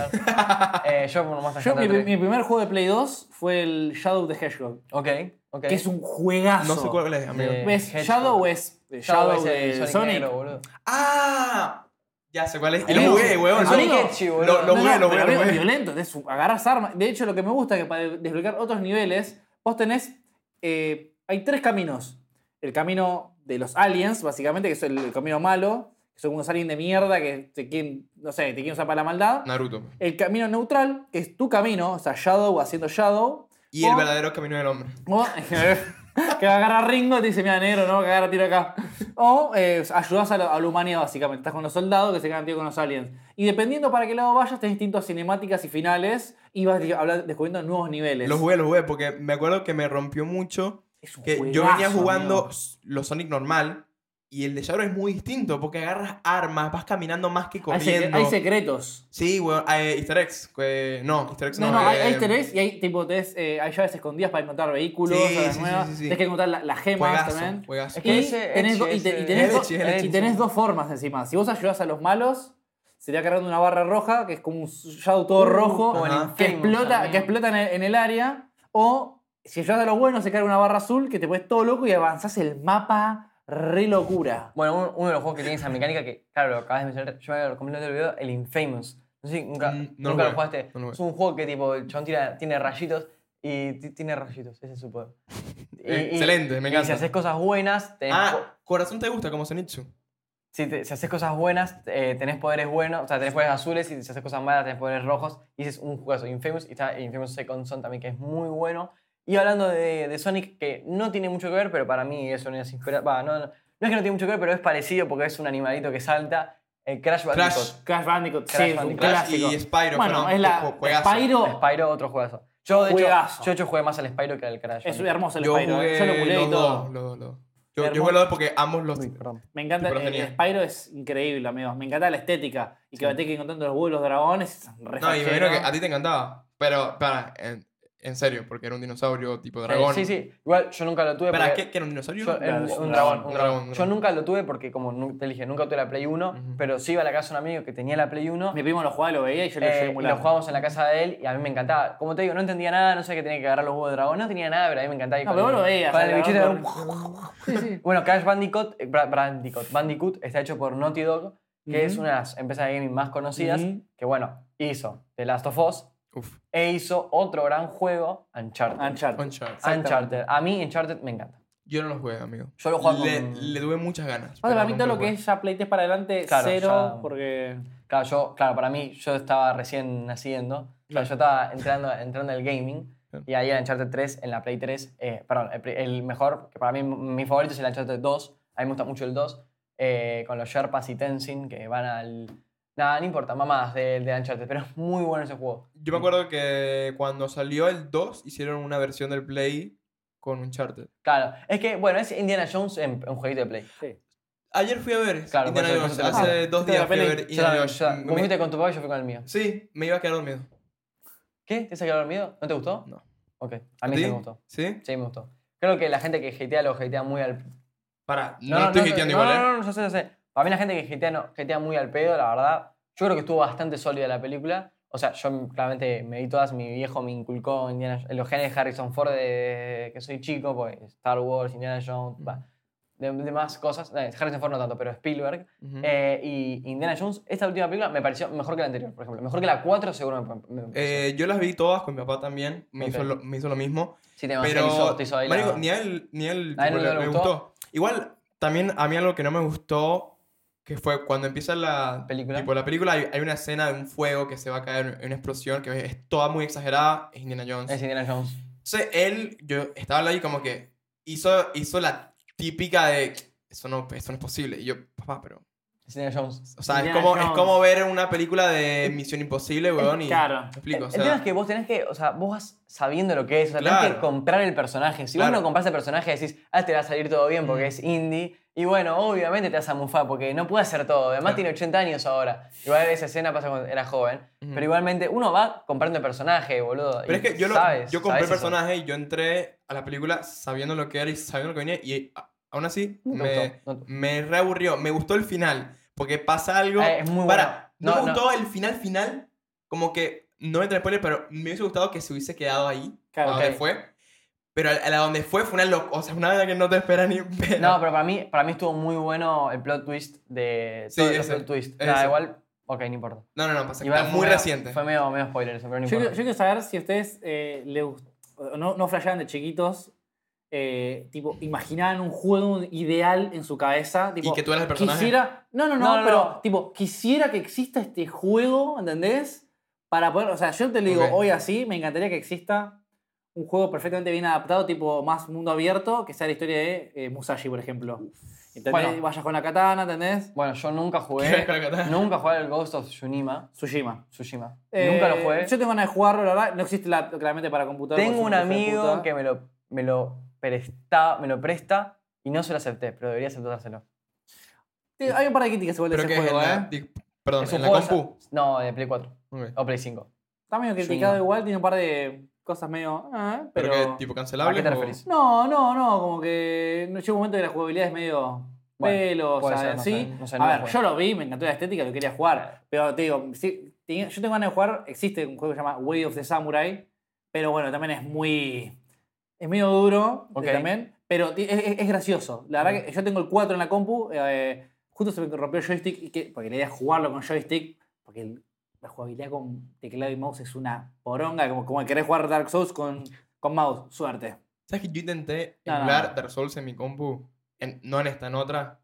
[SPEAKER 1] eh, yo por Monster
[SPEAKER 3] Yo, mi,
[SPEAKER 1] Hunter 3.
[SPEAKER 3] mi primer juego de Play 2 fue el Shadow of the Hedgehog,
[SPEAKER 1] Ok, ok.
[SPEAKER 3] que es un juegazo.
[SPEAKER 2] No sé cuál es, amigo.
[SPEAKER 1] Eh,
[SPEAKER 3] ¿Ves?
[SPEAKER 1] Hedgehog.
[SPEAKER 3] Shadow es eh, Shadow,
[SPEAKER 1] es el
[SPEAKER 3] de Sonic.
[SPEAKER 1] negro, boludo.
[SPEAKER 2] ¡Ah! Ya sé cuál es. Y
[SPEAKER 1] Amigo,
[SPEAKER 2] lo jugué, weón.
[SPEAKER 1] el
[SPEAKER 2] lo-
[SPEAKER 1] Sonic
[SPEAKER 3] Amigo,
[SPEAKER 1] Edgy,
[SPEAKER 2] lo-
[SPEAKER 1] boludo.
[SPEAKER 2] lo-
[SPEAKER 3] No,
[SPEAKER 2] jugué,
[SPEAKER 3] no, pero
[SPEAKER 2] jugué, lo
[SPEAKER 3] es
[SPEAKER 2] jugué.
[SPEAKER 3] violento, es un- agarrás armas. De hecho, lo que me gusta es que para desbloquear otros niveles, vos tenés. eh, hay tres caminos. El camino de los aliens, básicamente, que es el camino malo, que son unos aliens de mierda que te quieren, no sé, te quieren usar para la maldad.
[SPEAKER 2] Naruto.
[SPEAKER 3] El camino neutral, que es tu camino, o sea, Shadow haciendo Shadow.
[SPEAKER 2] Y el
[SPEAKER 3] o-
[SPEAKER 2] verdadero camino del hombre.
[SPEAKER 3] O- que agarra a Ringo y te dice, mira, negro, no, que agarra tiro acá. O eh, ayudas a, la- a la humanidad, básicamente. Estás con los soldados que se quedan tío con los aliens. Y dependiendo para qué lado vayas, tenés distintas cinemáticas y finales y vas di- habla- descubriendo nuevos niveles.
[SPEAKER 2] Lo jugué, lo jugué, porque me acuerdo que me rompió mucho.
[SPEAKER 3] Es un
[SPEAKER 2] Que yo
[SPEAKER 3] juegazo,
[SPEAKER 2] venía jugando
[SPEAKER 3] amigo.
[SPEAKER 2] s- los Sonic normal. Y el de Shadow es muy distinto, porque agarras armas, vas caminando más que
[SPEAKER 3] Hay, secre-
[SPEAKER 2] corriendo.
[SPEAKER 3] hay secretos.
[SPEAKER 2] Sí, weón. eh, Easter eggs. que- no, Easter eggs no.
[SPEAKER 3] No, no, hay,
[SPEAKER 2] eh,
[SPEAKER 3] hay easter eggs y hay, tipo, tenés, eh, hay llaves escondidas para encontrar vehículos,
[SPEAKER 2] Sí,
[SPEAKER 3] cosas
[SPEAKER 2] sí,
[SPEAKER 3] nuevas.
[SPEAKER 2] sí, sí, sí.
[SPEAKER 3] Tenés que encontrar la- las gemas
[SPEAKER 2] Juegazo,
[SPEAKER 3] también.
[SPEAKER 2] juegazo.
[SPEAKER 1] Es que
[SPEAKER 3] y,
[SPEAKER 1] ese
[SPEAKER 3] tenés
[SPEAKER 1] Edge
[SPEAKER 3] do- y te-
[SPEAKER 1] es,
[SPEAKER 3] y tenés
[SPEAKER 2] eh,
[SPEAKER 3] do-
[SPEAKER 2] Edge, el
[SPEAKER 3] y
[SPEAKER 2] Edge.
[SPEAKER 3] tenés dos formas encima. Si vos ayudás a los malos, se te va cargando una barra roja, que es como un shadow todo
[SPEAKER 1] Uh,
[SPEAKER 3] rojo,
[SPEAKER 1] como el
[SPEAKER 2] Ajá.
[SPEAKER 3] que
[SPEAKER 1] Infamous
[SPEAKER 3] explota,
[SPEAKER 1] también.
[SPEAKER 3] que explota en el, en el área. O si ayudas a los buenos, se carga una barra azul, que te pones todo loco y avanzás el mapa re locura.
[SPEAKER 1] Bueno, un- uno de los juegos que tiene esa mecánica que, claro, lo acabas de mencionar, yo me lo comenté en el video, el Infamous. No sé si nunca,
[SPEAKER 2] Mm, no lo
[SPEAKER 1] nunca lo
[SPEAKER 2] jugué,
[SPEAKER 1] jugaste.
[SPEAKER 2] no lo jugué.
[SPEAKER 1] es un juego que tipo, el chabón tira- tiene rayitos y ti- tiene rayitos, ese es su poder. Y- y-
[SPEAKER 2] Eh, Excelente, me
[SPEAKER 1] Y si
[SPEAKER 2] encanta.
[SPEAKER 1] haces cosas buenas, tenés po-
[SPEAKER 2] Ah, corazón te gusta como Zenitsu.
[SPEAKER 1] si, te- si haces cosas buenas, eh, tenés poderes buenos, o sea, tenés poderes azules, y si haces cosas malas, tenés poderes rojos, y ese es un juegazo. Infamous, y está Infamous Second Son también, que es muy bueno. Y hablando de, de Sonic, que no tiene mucho que ver, pero para mí eso no es inspira- va, no, no, no es que no tiene mucho que ver, pero es parecido porque es un animalito que salta. El Crash Bandicoot.
[SPEAKER 3] Crash Bandicoot,
[SPEAKER 1] Crash
[SPEAKER 3] sí, es un
[SPEAKER 1] Bandicoot.
[SPEAKER 2] Crash
[SPEAKER 3] clásico.
[SPEAKER 2] y Spyro,
[SPEAKER 3] bueno,
[SPEAKER 2] perdón,
[SPEAKER 3] es la.
[SPEAKER 2] jue- juegazo.
[SPEAKER 3] Spyro,
[SPEAKER 1] Spyro, otro juegazo. Yo, de hecho,
[SPEAKER 3] Juegazo.
[SPEAKER 1] yo, de hecho, jugué más al Spyro que al Crash.
[SPEAKER 3] es
[SPEAKER 1] Bandicoot.
[SPEAKER 3] hermoso el
[SPEAKER 2] Yo
[SPEAKER 3] Spyro. eh. Yo lo
[SPEAKER 2] jugué
[SPEAKER 3] culé y
[SPEAKER 2] los
[SPEAKER 3] todo.
[SPEAKER 2] dos. los dos. Yo, yo
[SPEAKER 3] Hermoso.
[SPEAKER 2] jugué los dos porque ambos los.
[SPEAKER 1] Uy, perdón.
[SPEAKER 3] Me encanta,
[SPEAKER 2] Tipo, los
[SPEAKER 3] el,
[SPEAKER 2] tenía.
[SPEAKER 3] Spyro es increíble, amigos. Me encanta la estética. Y que bate que encontrando los vuelos dragones. es re
[SPEAKER 2] No, y me
[SPEAKER 3] fachero.
[SPEAKER 2] imagino que a ti te encantaba. Pero, para, en, en serio, porque era un dinosaurio tipo dragón.
[SPEAKER 1] Eh, Sí, sí. Igual yo nunca lo tuve.
[SPEAKER 2] Espera,
[SPEAKER 1] porque-
[SPEAKER 2] ¿qué, qué era un dinosaurio?
[SPEAKER 1] Yo- era un,
[SPEAKER 3] dragón,
[SPEAKER 1] un dragón,
[SPEAKER 2] un
[SPEAKER 1] un
[SPEAKER 2] dragón,
[SPEAKER 1] dragón.
[SPEAKER 2] un
[SPEAKER 1] Yo
[SPEAKER 2] dragón.
[SPEAKER 1] nunca lo tuve porque, como nu- te dije, nunca tuve la Play 1,
[SPEAKER 2] Ujú.
[SPEAKER 1] pero sí iba a la casa de un amigo que tenía la Play 1
[SPEAKER 3] Mi primo lo jugaba, lo veía y yo lo
[SPEAKER 1] eh,
[SPEAKER 3] llegué a
[SPEAKER 1] y
[SPEAKER 3] emular.
[SPEAKER 1] lo jugábamos en la casa de él y a mí me encantaba. Como te digo, no entendía nada, no sé qué tenía que agarrar los huevos de dragón, no tenía nada, pero a mí me encantaba. y
[SPEAKER 3] No,
[SPEAKER 1] con
[SPEAKER 3] pero vos
[SPEAKER 1] el-
[SPEAKER 3] lo veías.
[SPEAKER 1] con
[SPEAKER 3] o
[SPEAKER 1] el
[SPEAKER 3] sea,
[SPEAKER 1] bichito
[SPEAKER 3] lo-
[SPEAKER 1] era un-
[SPEAKER 3] Sí, sí.
[SPEAKER 1] Bueno, Crash Bandicoot, eh, Bra- Bandicoot, Bandicoot está hecho por Naughty Dog que es una de las empresas de gaming más conocidas,
[SPEAKER 3] Ujú.
[SPEAKER 1] que bueno, hizo The Last of Us
[SPEAKER 2] Uf,
[SPEAKER 1] e hizo otro gran juego, Uncharted.
[SPEAKER 3] Uncharted.
[SPEAKER 2] Uncharted.
[SPEAKER 3] exactamente.
[SPEAKER 1] Uncharted. A mí Uncharted me encanta.
[SPEAKER 2] Yo no lo jugué, amigo.
[SPEAKER 1] Yo lo juego
[SPEAKER 2] Le,
[SPEAKER 1] con...
[SPEAKER 2] le tuve muchas ganas.
[SPEAKER 3] Aparte, para
[SPEAKER 2] pero
[SPEAKER 3] mí todo
[SPEAKER 2] nunca
[SPEAKER 3] lo que
[SPEAKER 2] jugué.
[SPEAKER 3] es ya Playtest para adelante,
[SPEAKER 1] Claro,
[SPEAKER 3] cero,
[SPEAKER 1] ya-
[SPEAKER 3] porque...
[SPEAKER 1] Claro, yo, claro, para mí, yo estaba recién naciendo. Claro, yo estaba entrando, entrando en el gaming.
[SPEAKER 2] Claro.
[SPEAKER 1] Y ahí el Uncharted 3, en la Play 3, eh, perdón, el, pri- el mejor, que para mí mi favorito es el Uncharted 2. A mí me gusta mucho el 2. eh, con los Sherpas y Tenzin que van al. Nada, no importa, mamadas del de Uncharted, pero es muy bueno ese juego.
[SPEAKER 2] Yo me acuerdo que cuando salió el 2, hicieron una versión del Play con Uncharted.
[SPEAKER 1] Claro, es que, bueno, es Indiana Jones en un jueguito de Play.
[SPEAKER 2] Ayer fui a ver
[SPEAKER 1] Claro,
[SPEAKER 2] Indiana
[SPEAKER 1] por eso-
[SPEAKER 2] Jones.
[SPEAKER 1] por eso te
[SPEAKER 2] Hace
[SPEAKER 1] lo-
[SPEAKER 2] dos
[SPEAKER 3] te
[SPEAKER 2] días
[SPEAKER 3] la
[SPEAKER 2] fui a
[SPEAKER 3] peli-
[SPEAKER 2] ver
[SPEAKER 1] Yo también-
[SPEAKER 2] Indiana
[SPEAKER 1] yo también- Vos
[SPEAKER 2] Jones.
[SPEAKER 1] fuiste con tu papá y yo fui con el mío.
[SPEAKER 2] Me- Sí, me iba a quedar dormido.
[SPEAKER 1] ¿Qué? ¿Te has quedado dormido? ¿No te gustó?
[SPEAKER 2] No.
[SPEAKER 1] Ok, a
[SPEAKER 2] ¿A
[SPEAKER 1] mí sí
[SPEAKER 2] ti?
[SPEAKER 1] me gustó.
[SPEAKER 2] ¿Sí?
[SPEAKER 1] Sí, me gustó. Creo que la gente que hatea lo hatea muy al
[SPEAKER 2] Para, no, estoy hateando
[SPEAKER 1] no,
[SPEAKER 2] igual,
[SPEAKER 1] No,
[SPEAKER 2] ¿eh?
[SPEAKER 1] no, no, yo sé, yo sé. Para mí la gente que hatea, no, hatea muy al pedo, la verdad. Yo creo que estuvo bastante sólida la película. O sea, yo claramente me vi todas, mi viejo me inculcó Indiana, los genes de Harrison Ford de que soy chico, pues Star Wars, Indiana Jones,
[SPEAKER 2] Mm.
[SPEAKER 1] va, de, de más cosas. Eh, Harrison Ford no tanto, pero Spielberg.
[SPEAKER 2] Ujú.
[SPEAKER 1] Eh, y Indiana Jones, esta última película me pareció mejor que la anterior, por ejemplo. Mejor que la 4 seguro me, me- me pareció.
[SPEAKER 2] Eh, yo las vi todas con mi papá también. Me,
[SPEAKER 1] Ok.
[SPEAKER 2] hizo, lo, me hizo lo mismo.
[SPEAKER 1] Sí, te
[SPEAKER 2] Pero,
[SPEAKER 1] evangelizó, te hizo ahí la-
[SPEAKER 2] marico, ni a él, ni a él,
[SPEAKER 1] A él
[SPEAKER 2] tipo,
[SPEAKER 1] no
[SPEAKER 2] le,
[SPEAKER 1] le
[SPEAKER 2] le
[SPEAKER 1] gustó.
[SPEAKER 2] gustó. Igual, también a mí algo que no me gustó, que fue cuando empieza la
[SPEAKER 1] ¿Película?
[SPEAKER 2] Tipo, la película hay, hay una escena de un fuego que se va a caer en una explosión que es toda muy exagerada. Es Indiana Jones.
[SPEAKER 1] Es Indiana Jones.
[SPEAKER 2] Entonces él, yo estaba ahí como que hizo, hizo la típica de eso no, eso no es posible. Y yo, papá, pero.
[SPEAKER 1] Es Indiana Jones.
[SPEAKER 2] O sea, es
[SPEAKER 3] Indiana
[SPEAKER 2] como, es
[SPEAKER 3] Jones.
[SPEAKER 2] como ver una película de Misión Imposible, weón. Y,
[SPEAKER 3] Claro.
[SPEAKER 2] ¿me explico? O
[SPEAKER 1] el tema
[SPEAKER 2] sea,
[SPEAKER 1] es que vos tenés que, o sea, vos vas sabiendo lo que es, o sea, tenés que
[SPEAKER 2] Claro.
[SPEAKER 1] comprar el personaje. Si vos
[SPEAKER 2] Claro.
[SPEAKER 1] no compras el personaje, decís, ah, te va a salir todo bien porque
[SPEAKER 2] Mm.
[SPEAKER 1] es indie. Y bueno, obviamente te vas a mufar porque no puede hacer todo. Además
[SPEAKER 2] Claro.
[SPEAKER 1] tiene 80 años ahora. Igual esa escena pasa cuando era joven.
[SPEAKER 2] Ujú.
[SPEAKER 1] Pero igualmente uno va comprando el personaje, boludo.
[SPEAKER 2] Mm. pero
[SPEAKER 1] y
[SPEAKER 2] es que yo, lo,
[SPEAKER 1] sabes,
[SPEAKER 2] yo compré el
[SPEAKER 1] sabes eso.
[SPEAKER 2] personaje y yo entré a la película sabiendo lo que era y sabiendo lo que venía. Y a- aún así,
[SPEAKER 1] No te
[SPEAKER 2] me,
[SPEAKER 1] gustó, no te-
[SPEAKER 2] me reaburrió. Me gustó el final. Porque pasa algo.
[SPEAKER 1] Eh, es muy
[SPEAKER 2] Para,
[SPEAKER 1] bueno.
[SPEAKER 2] no,
[SPEAKER 1] No,
[SPEAKER 2] me
[SPEAKER 1] no.
[SPEAKER 2] gustó el final final. Como que no me spoiler, pero me hubiese gustado que se hubiese quedado ahí.
[SPEAKER 3] Claro,
[SPEAKER 2] a donde
[SPEAKER 1] ok.
[SPEAKER 2] fue. Pero a, a la donde fue fue una loca. O sea, una vaina que no te espera ni un pedo.
[SPEAKER 1] No, pero para mí, para mí estuvo muy bueno el plot twist de...
[SPEAKER 2] Sí,
[SPEAKER 1] todo el
[SPEAKER 2] ese,
[SPEAKER 1] plot twist.
[SPEAKER 2] ese.
[SPEAKER 1] Nada, igual... Ok, no importa.
[SPEAKER 2] no, no, no, pasa que
[SPEAKER 1] Igual
[SPEAKER 2] está
[SPEAKER 1] fue
[SPEAKER 2] muy
[SPEAKER 1] medio-
[SPEAKER 2] reciente.
[SPEAKER 1] Fue medio, medio spoiler eso, pero no
[SPEAKER 3] Yo,
[SPEAKER 1] importa.
[SPEAKER 3] quiero- yo quiero saber si a ustedes eh, le gust- no, no flasheaban de chiquitos, eh, tipo, imaginaban un juego ideal en su cabeza. Tipo,
[SPEAKER 2] y que tú eras el personaje.
[SPEAKER 3] quisiera. No, no, no,
[SPEAKER 1] No, no,
[SPEAKER 3] pero
[SPEAKER 1] no.
[SPEAKER 3] tipo, quisiera que exista este juego, ¿entendés? Para poder. O sea, yo te lo digo
[SPEAKER 2] Ok.
[SPEAKER 3] hoy así, me encantaría que exista un juego perfectamente bien adaptado, tipo más mundo abierto, que sea la historia de eh, Musashi, por ejemplo. ¿Entendés?
[SPEAKER 1] Bueno.
[SPEAKER 3] Vayas con la katana, ¿entendés?
[SPEAKER 1] Bueno, yo nunca jugué...
[SPEAKER 2] Quieres con la katana.
[SPEAKER 1] Nunca jugué al Ghost of Tsunima.
[SPEAKER 3] Tsushima.
[SPEAKER 1] Tsushima.
[SPEAKER 3] Eh,
[SPEAKER 1] Nunca lo jugué.
[SPEAKER 3] Yo tengo ganas de jugarlo, la verdad. No existe la, claramente para computador.
[SPEAKER 1] Tengo
[SPEAKER 3] porque
[SPEAKER 1] un
[SPEAKER 3] soy hijo de
[SPEAKER 1] amigo
[SPEAKER 3] puta.
[SPEAKER 1] que me lo, me, lo presta, me lo presta y no se lo acepté, pero debería aceptárselo.
[SPEAKER 3] Sí, Hay un par de críticas igual de
[SPEAKER 2] Pero
[SPEAKER 3] ese
[SPEAKER 2] que es en
[SPEAKER 3] juego,
[SPEAKER 2] la,
[SPEAKER 3] ¿eh?
[SPEAKER 2] di- perdón,
[SPEAKER 1] Es un
[SPEAKER 2] en la
[SPEAKER 1] juego de-
[SPEAKER 2] compu.
[SPEAKER 1] No, de Play 4
[SPEAKER 2] Ok.
[SPEAKER 1] o Play 5.
[SPEAKER 3] Está medio criticado
[SPEAKER 1] Sí.
[SPEAKER 3] igual, tiene un par de cosas medio. ah,
[SPEAKER 2] Pero,
[SPEAKER 3] pero.
[SPEAKER 2] que tipo cancelable.
[SPEAKER 1] ¿A qué te referís?
[SPEAKER 3] No, no, no, como que. no- Llega un momento que la jugabilidad es medio.
[SPEAKER 1] Bueno,
[SPEAKER 3] pelo, o
[SPEAKER 1] puede
[SPEAKER 3] sea,
[SPEAKER 1] ser, no
[SPEAKER 3] sí.
[SPEAKER 1] sé, no sé, no
[SPEAKER 3] a
[SPEAKER 1] lo
[SPEAKER 3] ver,
[SPEAKER 1] jugué.
[SPEAKER 3] yo lo vi, me encantó la estética, lo quería jugar. Pero te digo, sí, tenía- yo tengo ganas de jugar. Existe un juego que se llama Way of the Samurai. Pero bueno, también es muy. Es medio duro eh,
[SPEAKER 1] Ok.
[SPEAKER 3] también. Pero ti- es, es- es gracioso. La verdad que yo tengo el 4 en la compu. eh, justo se me rompió el joystick. Y que, porque la idea es jugarlo con joystick. Porque el- la jugabilidad con teclado y mouse es una poronga. Como, como que querés jugar Dark Souls con, con mouse. Suerte.
[SPEAKER 2] ¿Sabes que yo intenté
[SPEAKER 3] No, no,
[SPEAKER 2] emular
[SPEAKER 3] no.
[SPEAKER 2] Dark Souls en mi compu? En- no en esta, en otra.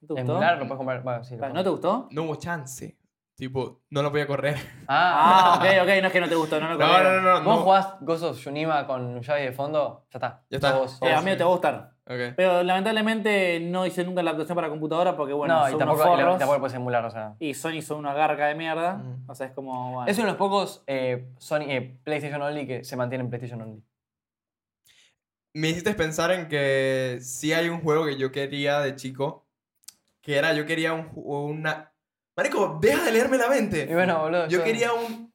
[SPEAKER 3] ¿Te gustó?
[SPEAKER 1] Emular, lo puedes comprar. Bueno, sí, lo
[SPEAKER 3] ¿No te gustó?
[SPEAKER 2] No hubo chance. Tipo, no lo podía correr.
[SPEAKER 1] puedes-
[SPEAKER 3] Ah,
[SPEAKER 1] Ah,
[SPEAKER 3] ok, ok, no es que no te gustó, no lo
[SPEAKER 2] No, no, no, no.
[SPEAKER 1] ¿Vos
[SPEAKER 2] no.
[SPEAKER 1] jugás Ghost of Tsunima con Usagi de fondo? Ya está.
[SPEAKER 2] Ya está.
[SPEAKER 1] Sos-
[SPEAKER 3] Eh,
[SPEAKER 1] sos-
[SPEAKER 3] a mí no te va a gustar.
[SPEAKER 2] Ok.
[SPEAKER 3] Pero lamentablemente no hice nunca la actuación para computadora porque, bueno,
[SPEAKER 1] no,
[SPEAKER 3] son
[SPEAKER 1] y tampoco,
[SPEAKER 3] unos
[SPEAKER 1] y la-
[SPEAKER 3] forros.
[SPEAKER 1] tampoco lo puedes emular, o sea.
[SPEAKER 3] Y Sony son una garca de mierda.
[SPEAKER 2] Mm.
[SPEAKER 3] O sea, es como. bueno.
[SPEAKER 1] Es uno de los pocos eh, Sony, eh, PlayStation Only que se mantiene en PlayStation Only.
[SPEAKER 2] Me hiciste pensar en que sí hay un juego que yo quería de chico. Que era, yo quería un, ju- una... Marico, deja de leerme la mente.
[SPEAKER 1] Y bueno, boludo.
[SPEAKER 2] Yo quería un,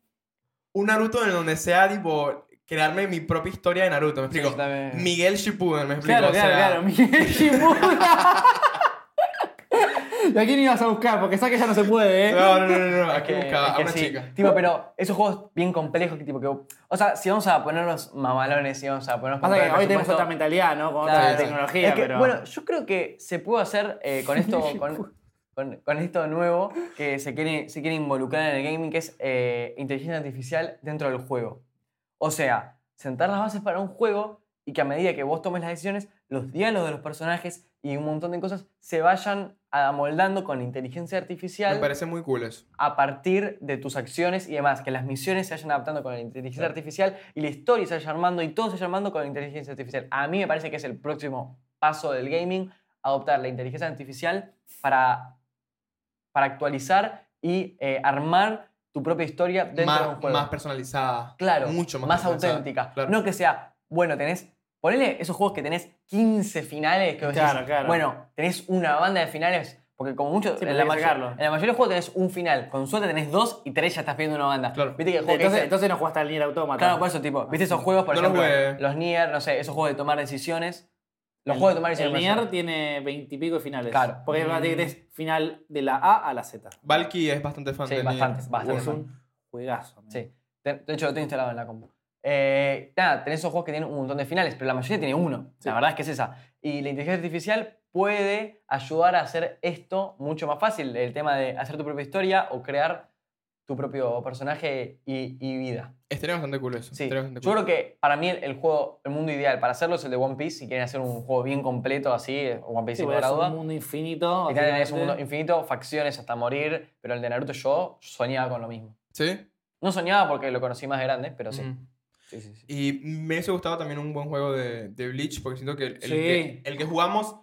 [SPEAKER 2] un Naruto en donde sea, tipo, crearme mi propia historia de Naruto, ¿me
[SPEAKER 1] Sí,
[SPEAKER 2] explico?
[SPEAKER 1] también.
[SPEAKER 2] Miguel Shippuden, ¿me explico?
[SPEAKER 3] Claro,
[SPEAKER 2] O
[SPEAKER 3] claro,
[SPEAKER 2] sea,
[SPEAKER 3] claro. Miguel Shimura. ¿Y a quién ibas a buscar? Porque sabes que ya no se puede, ¿eh?
[SPEAKER 2] No, no, no, no, no,
[SPEAKER 1] Es
[SPEAKER 2] aquí
[SPEAKER 1] que-
[SPEAKER 2] buscaba
[SPEAKER 1] es
[SPEAKER 2] a
[SPEAKER 1] que
[SPEAKER 2] una
[SPEAKER 1] sí.
[SPEAKER 2] chica.
[SPEAKER 1] Tipo, pero esos juegos bien complejos que tipo que. O sea, si vamos a ponernos mamalones, si vamos a ponernos. con
[SPEAKER 3] Pasa
[SPEAKER 1] todo
[SPEAKER 3] que
[SPEAKER 1] el
[SPEAKER 3] hoy tenemos
[SPEAKER 1] presupuesto,
[SPEAKER 3] otra mentalidad, ¿no? Con
[SPEAKER 1] claro,
[SPEAKER 3] otra
[SPEAKER 1] sí.
[SPEAKER 3] tecnología,
[SPEAKER 1] Es que,
[SPEAKER 3] pero.
[SPEAKER 1] Bueno, yo creo que se pudo hacer eh, con esto. con- con, con esto nuevo que se quiere, se quiere involucrar en el gaming, que es eh, inteligencia artificial dentro del juego. O sea, sentar las bases para un juego y que a medida que vos tomes las decisiones, los diálogos de los personajes y un montón de cosas se vayan amoldando con inteligencia
[SPEAKER 2] Me
[SPEAKER 1] artificial
[SPEAKER 2] parece muy cool eso.
[SPEAKER 1] a partir de tus acciones y demás, que las misiones se vayan adaptando con la inteligencia
[SPEAKER 2] Claro.
[SPEAKER 1] artificial y la historia se vaya armando y todo se vaya armando con la inteligencia artificial. A mí me parece que es el próximo paso del gaming, adoptar la inteligencia artificial para, para actualizar y eh, armar tu propia historia dentro de un
[SPEAKER 2] Más,
[SPEAKER 1] juego.
[SPEAKER 2] más personalizada.
[SPEAKER 1] claro,
[SPEAKER 2] Mucho más. personalizada.
[SPEAKER 1] auténtica.
[SPEAKER 2] Claro.
[SPEAKER 1] No que sea, bueno, tenés, ponele esos juegos que tenés 15 finales, que vos decís,
[SPEAKER 3] Claro, claro.
[SPEAKER 1] bueno, tenés una banda de finales, porque como mucho,
[SPEAKER 3] Sí,
[SPEAKER 1] en,
[SPEAKER 3] pero
[SPEAKER 1] la
[SPEAKER 3] hay que
[SPEAKER 1] mayor-
[SPEAKER 3] sacarlo.
[SPEAKER 1] en la mayoría de los juegos tenés un final, con suerte tenés dos y tres ya estás pidiendo una banda.
[SPEAKER 2] Claro.
[SPEAKER 1] Viste que el juego que
[SPEAKER 3] Entonces, ah,
[SPEAKER 1] dice-
[SPEAKER 3] entonces no jugaste al Nier Automata.
[SPEAKER 1] claro, por eso, tipo, viste esos juegos, por
[SPEAKER 2] No lo
[SPEAKER 1] ejemplo,
[SPEAKER 2] jugué.
[SPEAKER 1] los Nier, no sé, esos juegos de tomar decisiones, los
[SPEAKER 3] El-
[SPEAKER 1] juegos de tomar
[SPEAKER 3] El
[SPEAKER 1] decisiones.
[SPEAKER 3] Nier tiene veintipico de finales.
[SPEAKER 1] Claro.
[SPEAKER 3] Porque es verdad que tenés final de la A a la Z.
[SPEAKER 2] Valky es bastante fan
[SPEAKER 1] Sí,
[SPEAKER 2] del
[SPEAKER 1] bastante,
[SPEAKER 2] Nier.
[SPEAKER 1] bastante.
[SPEAKER 3] Es un juegazo. amigo.
[SPEAKER 1] Sí. De de hecho, lo tengo instalado en la compu. Eh, nada, tenés esos juegos que tienen un montón de finales, pero la mayoría tiene uno.
[SPEAKER 3] Sí.
[SPEAKER 1] La verdad es que es esa. Y la inteligencia artificial puede ayudar a hacer esto mucho más fácil, el tema de hacer tu propia historia o crear tu propio personaje y, y vida.
[SPEAKER 2] Estaría bastante cool eso.
[SPEAKER 1] Sí.
[SPEAKER 2] estaría bastante
[SPEAKER 1] Yo
[SPEAKER 2] cool.
[SPEAKER 1] creo que para mí el, el juego, el mundo ideal para hacerlo es el de One Piece, si quieren hacer un juego bien completo así, eh, One
[SPEAKER 3] Sí,
[SPEAKER 1] Piece sin
[SPEAKER 3] porque
[SPEAKER 1] lugar a
[SPEAKER 3] es
[SPEAKER 1] duda.
[SPEAKER 3] un mundo infinito.
[SPEAKER 1] Y también es un mundo
[SPEAKER 3] básicamente.
[SPEAKER 1] infinito, facciones hasta morir, pero el de Naruto yo soñaba con lo mismo.
[SPEAKER 2] ¿Sí?
[SPEAKER 1] No soñaba porque lo conocí más grande, pero sí.
[SPEAKER 2] Mm.
[SPEAKER 1] Sí, sí, sí.
[SPEAKER 2] Y me hubiese gustado también un buen juego de, de Bleach, porque siento que el, el
[SPEAKER 3] Sí.
[SPEAKER 2] que, el que jugamos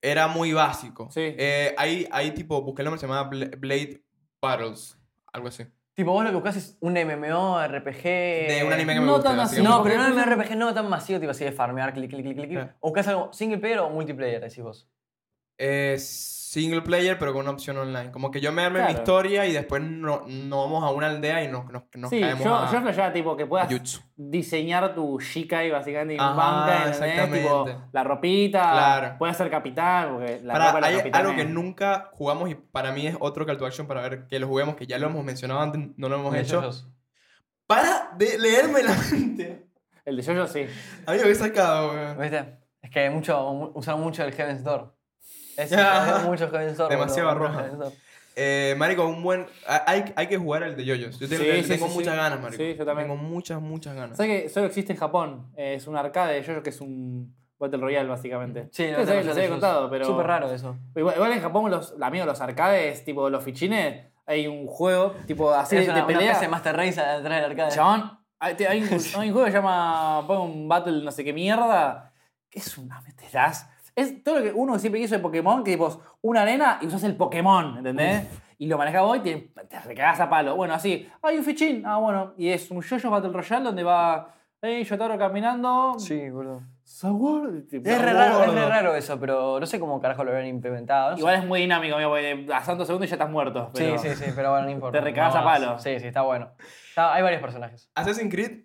[SPEAKER 2] era muy básico.
[SPEAKER 3] Sí.
[SPEAKER 2] Eh, hay, hay tipo, busqué el nombre, se llamaba Bla- Blade Battles, algo así.
[SPEAKER 1] Tipo, vos lo que buscas es un MMORPG.
[SPEAKER 2] De un anime que me
[SPEAKER 3] no
[SPEAKER 2] gusta.
[SPEAKER 3] tan
[SPEAKER 2] así que-
[SPEAKER 3] así,
[SPEAKER 1] No,
[SPEAKER 3] Porque
[SPEAKER 1] pero no un
[SPEAKER 3] después-
[SPEAKER 1] MMORPG no tan masivo, tipo así de farmear, clic, clic, clic, clic. clic.
[SPEAKER 2] Ah.
[SPEAKER 1] O buscas algo single player o multiplayer, decís vos.
[SPEAKER 2] Eh, single player, pero con una opción online. Como que yo me arme mi
[SPEAKER 3] Claro.
[SPEAKER 2] historia y después no, no vamos a una aldea y nos, nos, nos
[SPEAKER 3] Sí,
[SPEAKER 2] caemos
[SPEAKER 3] yo,
[SPEAKER 2] a,
[SPEAKER 3] yo flasheaba tipo que
[SPEAKER 2] a
[SPEAKER 3] puedas
[SPEAKER 2] jutsu.
[SPEAKER 3] diseñar tu shikai básicamente en
[SPEAKER 2] Ajá,
[SPEAKER 3] banca, ¿entendés?
[SPEAKER 2] exactamente.
[SPEAKER 3] Tipo, la ropita,
[SPEAKER 2] Claro.
[SPEAKER 3] puedes ser capitán, porque la
[SPEAKER 2] Pará,
[SPEAKER 3] ropa la
[SPEAKER 2] hay
[SPEAKER 3] capitán
[SPEAKER 2] algo que nunca jugamos y para mí es otro call to action para ver que lo juguemos, que ya lo hemos mencionado antes, no lo hemos
[SPEAKER 1] De
[SPEAKER 2] hecho.
[SPEAKER 1] JoJo's.
[SPEAKER 2] Para de leerme la mente.
[SPEAKER 3] El de Jojo sí.
[SPEAKER 2] A mí lo he sacado, weón.
[SPEAKER 1] ¿Viste? Es que mucho, mu- usaron mucho el Heaven's Door. Es
[SPEAKER 2] Ya.
[SPEAKER 1] mucho Heaven's Door.
[SPEAKER 2] Demasiado
[SPEAKER 1] boludo,
[SPEAKER 2] roja.
[SPEAKER 1] Heaven's Door.
[SPEAKER 2] Eh, marico, un buen... a- Hay, hay que jugar al de yoyos. Yo tengo,
[SPEAKER 3] Sí,
[SPEAKER 2] le
[SPEAKER 3] sí,
[SPEAKER 2] tengo
[SPEAKER 3] sí,
[SPEAKER 2] muchas
[SPEAKER 3] sí.
[SPEAKER 2] ganas, marico.
[SPEAKER 3] Sí, yo también.
[SPEAKER 2] Tengo muchas, muchas ganas.
[SPEAKER 3] ¿Sabes que solo existe en Japón? Eh, Es un arcade de Jojo que es un Battle Royale básicamente.
[SPEAKER 1] Sí,
[SPEAKER 3] Ustedes saben, les había contado, pero...
[SPEAKER 1] Súper raro eso.
[SPEAKER 3] Igual, igual en Japón, los, amigos, los arcades, tipo los fichines, hay un juego, tipo así
[SPEAKER 1] es
[SPEAKER 3] de
[SPEAKER 1] una, una
[SPEAKER 3] pelea.
[SPEAKER 1] especie de Master Race atrás del arcade.
[SPEAKER 3] Chabón, hay, te- hay un, hay un juego que se llama pongo un Battle no sé qué mierda, que es una meterás. Es todo lo que uno siempre quiso de Pokémon, que tipo, una arena y usas el Pokémon, ¿entendés? Y lo manejas vos y te, te recagás a palo. Bueno, así, hay un fichín, ah, bueno, y es un Jojo Battle Royale donde va, hey, Yotaro caminando,
[SPEAKER 1] Sí, boludo.
[SPEAKER 3] Saward, tipo,
[SPEAKER 1] Es re raro, es
[SPEAKER 3] gordo.
[SPEAKER 1] re raro eso, pero no sé cómo carajo lo habían implementado. no sé.
[SPEAKER 3] Igual es muy dinámico, amigo, porque a santos segundos ya estás muerto. pero-
[SPEAKER 1] Sí, sí, sí, pero bueno, no importa.
[SPEAKER 3] Te recagás a
[SPEAKER 1] No,
[SPEAKER 3] palo.
[SPEAKER 1] Sí, sí, está bueno. Está- hay varios personajes.
[SPEAKER 2] Assassin's Creed,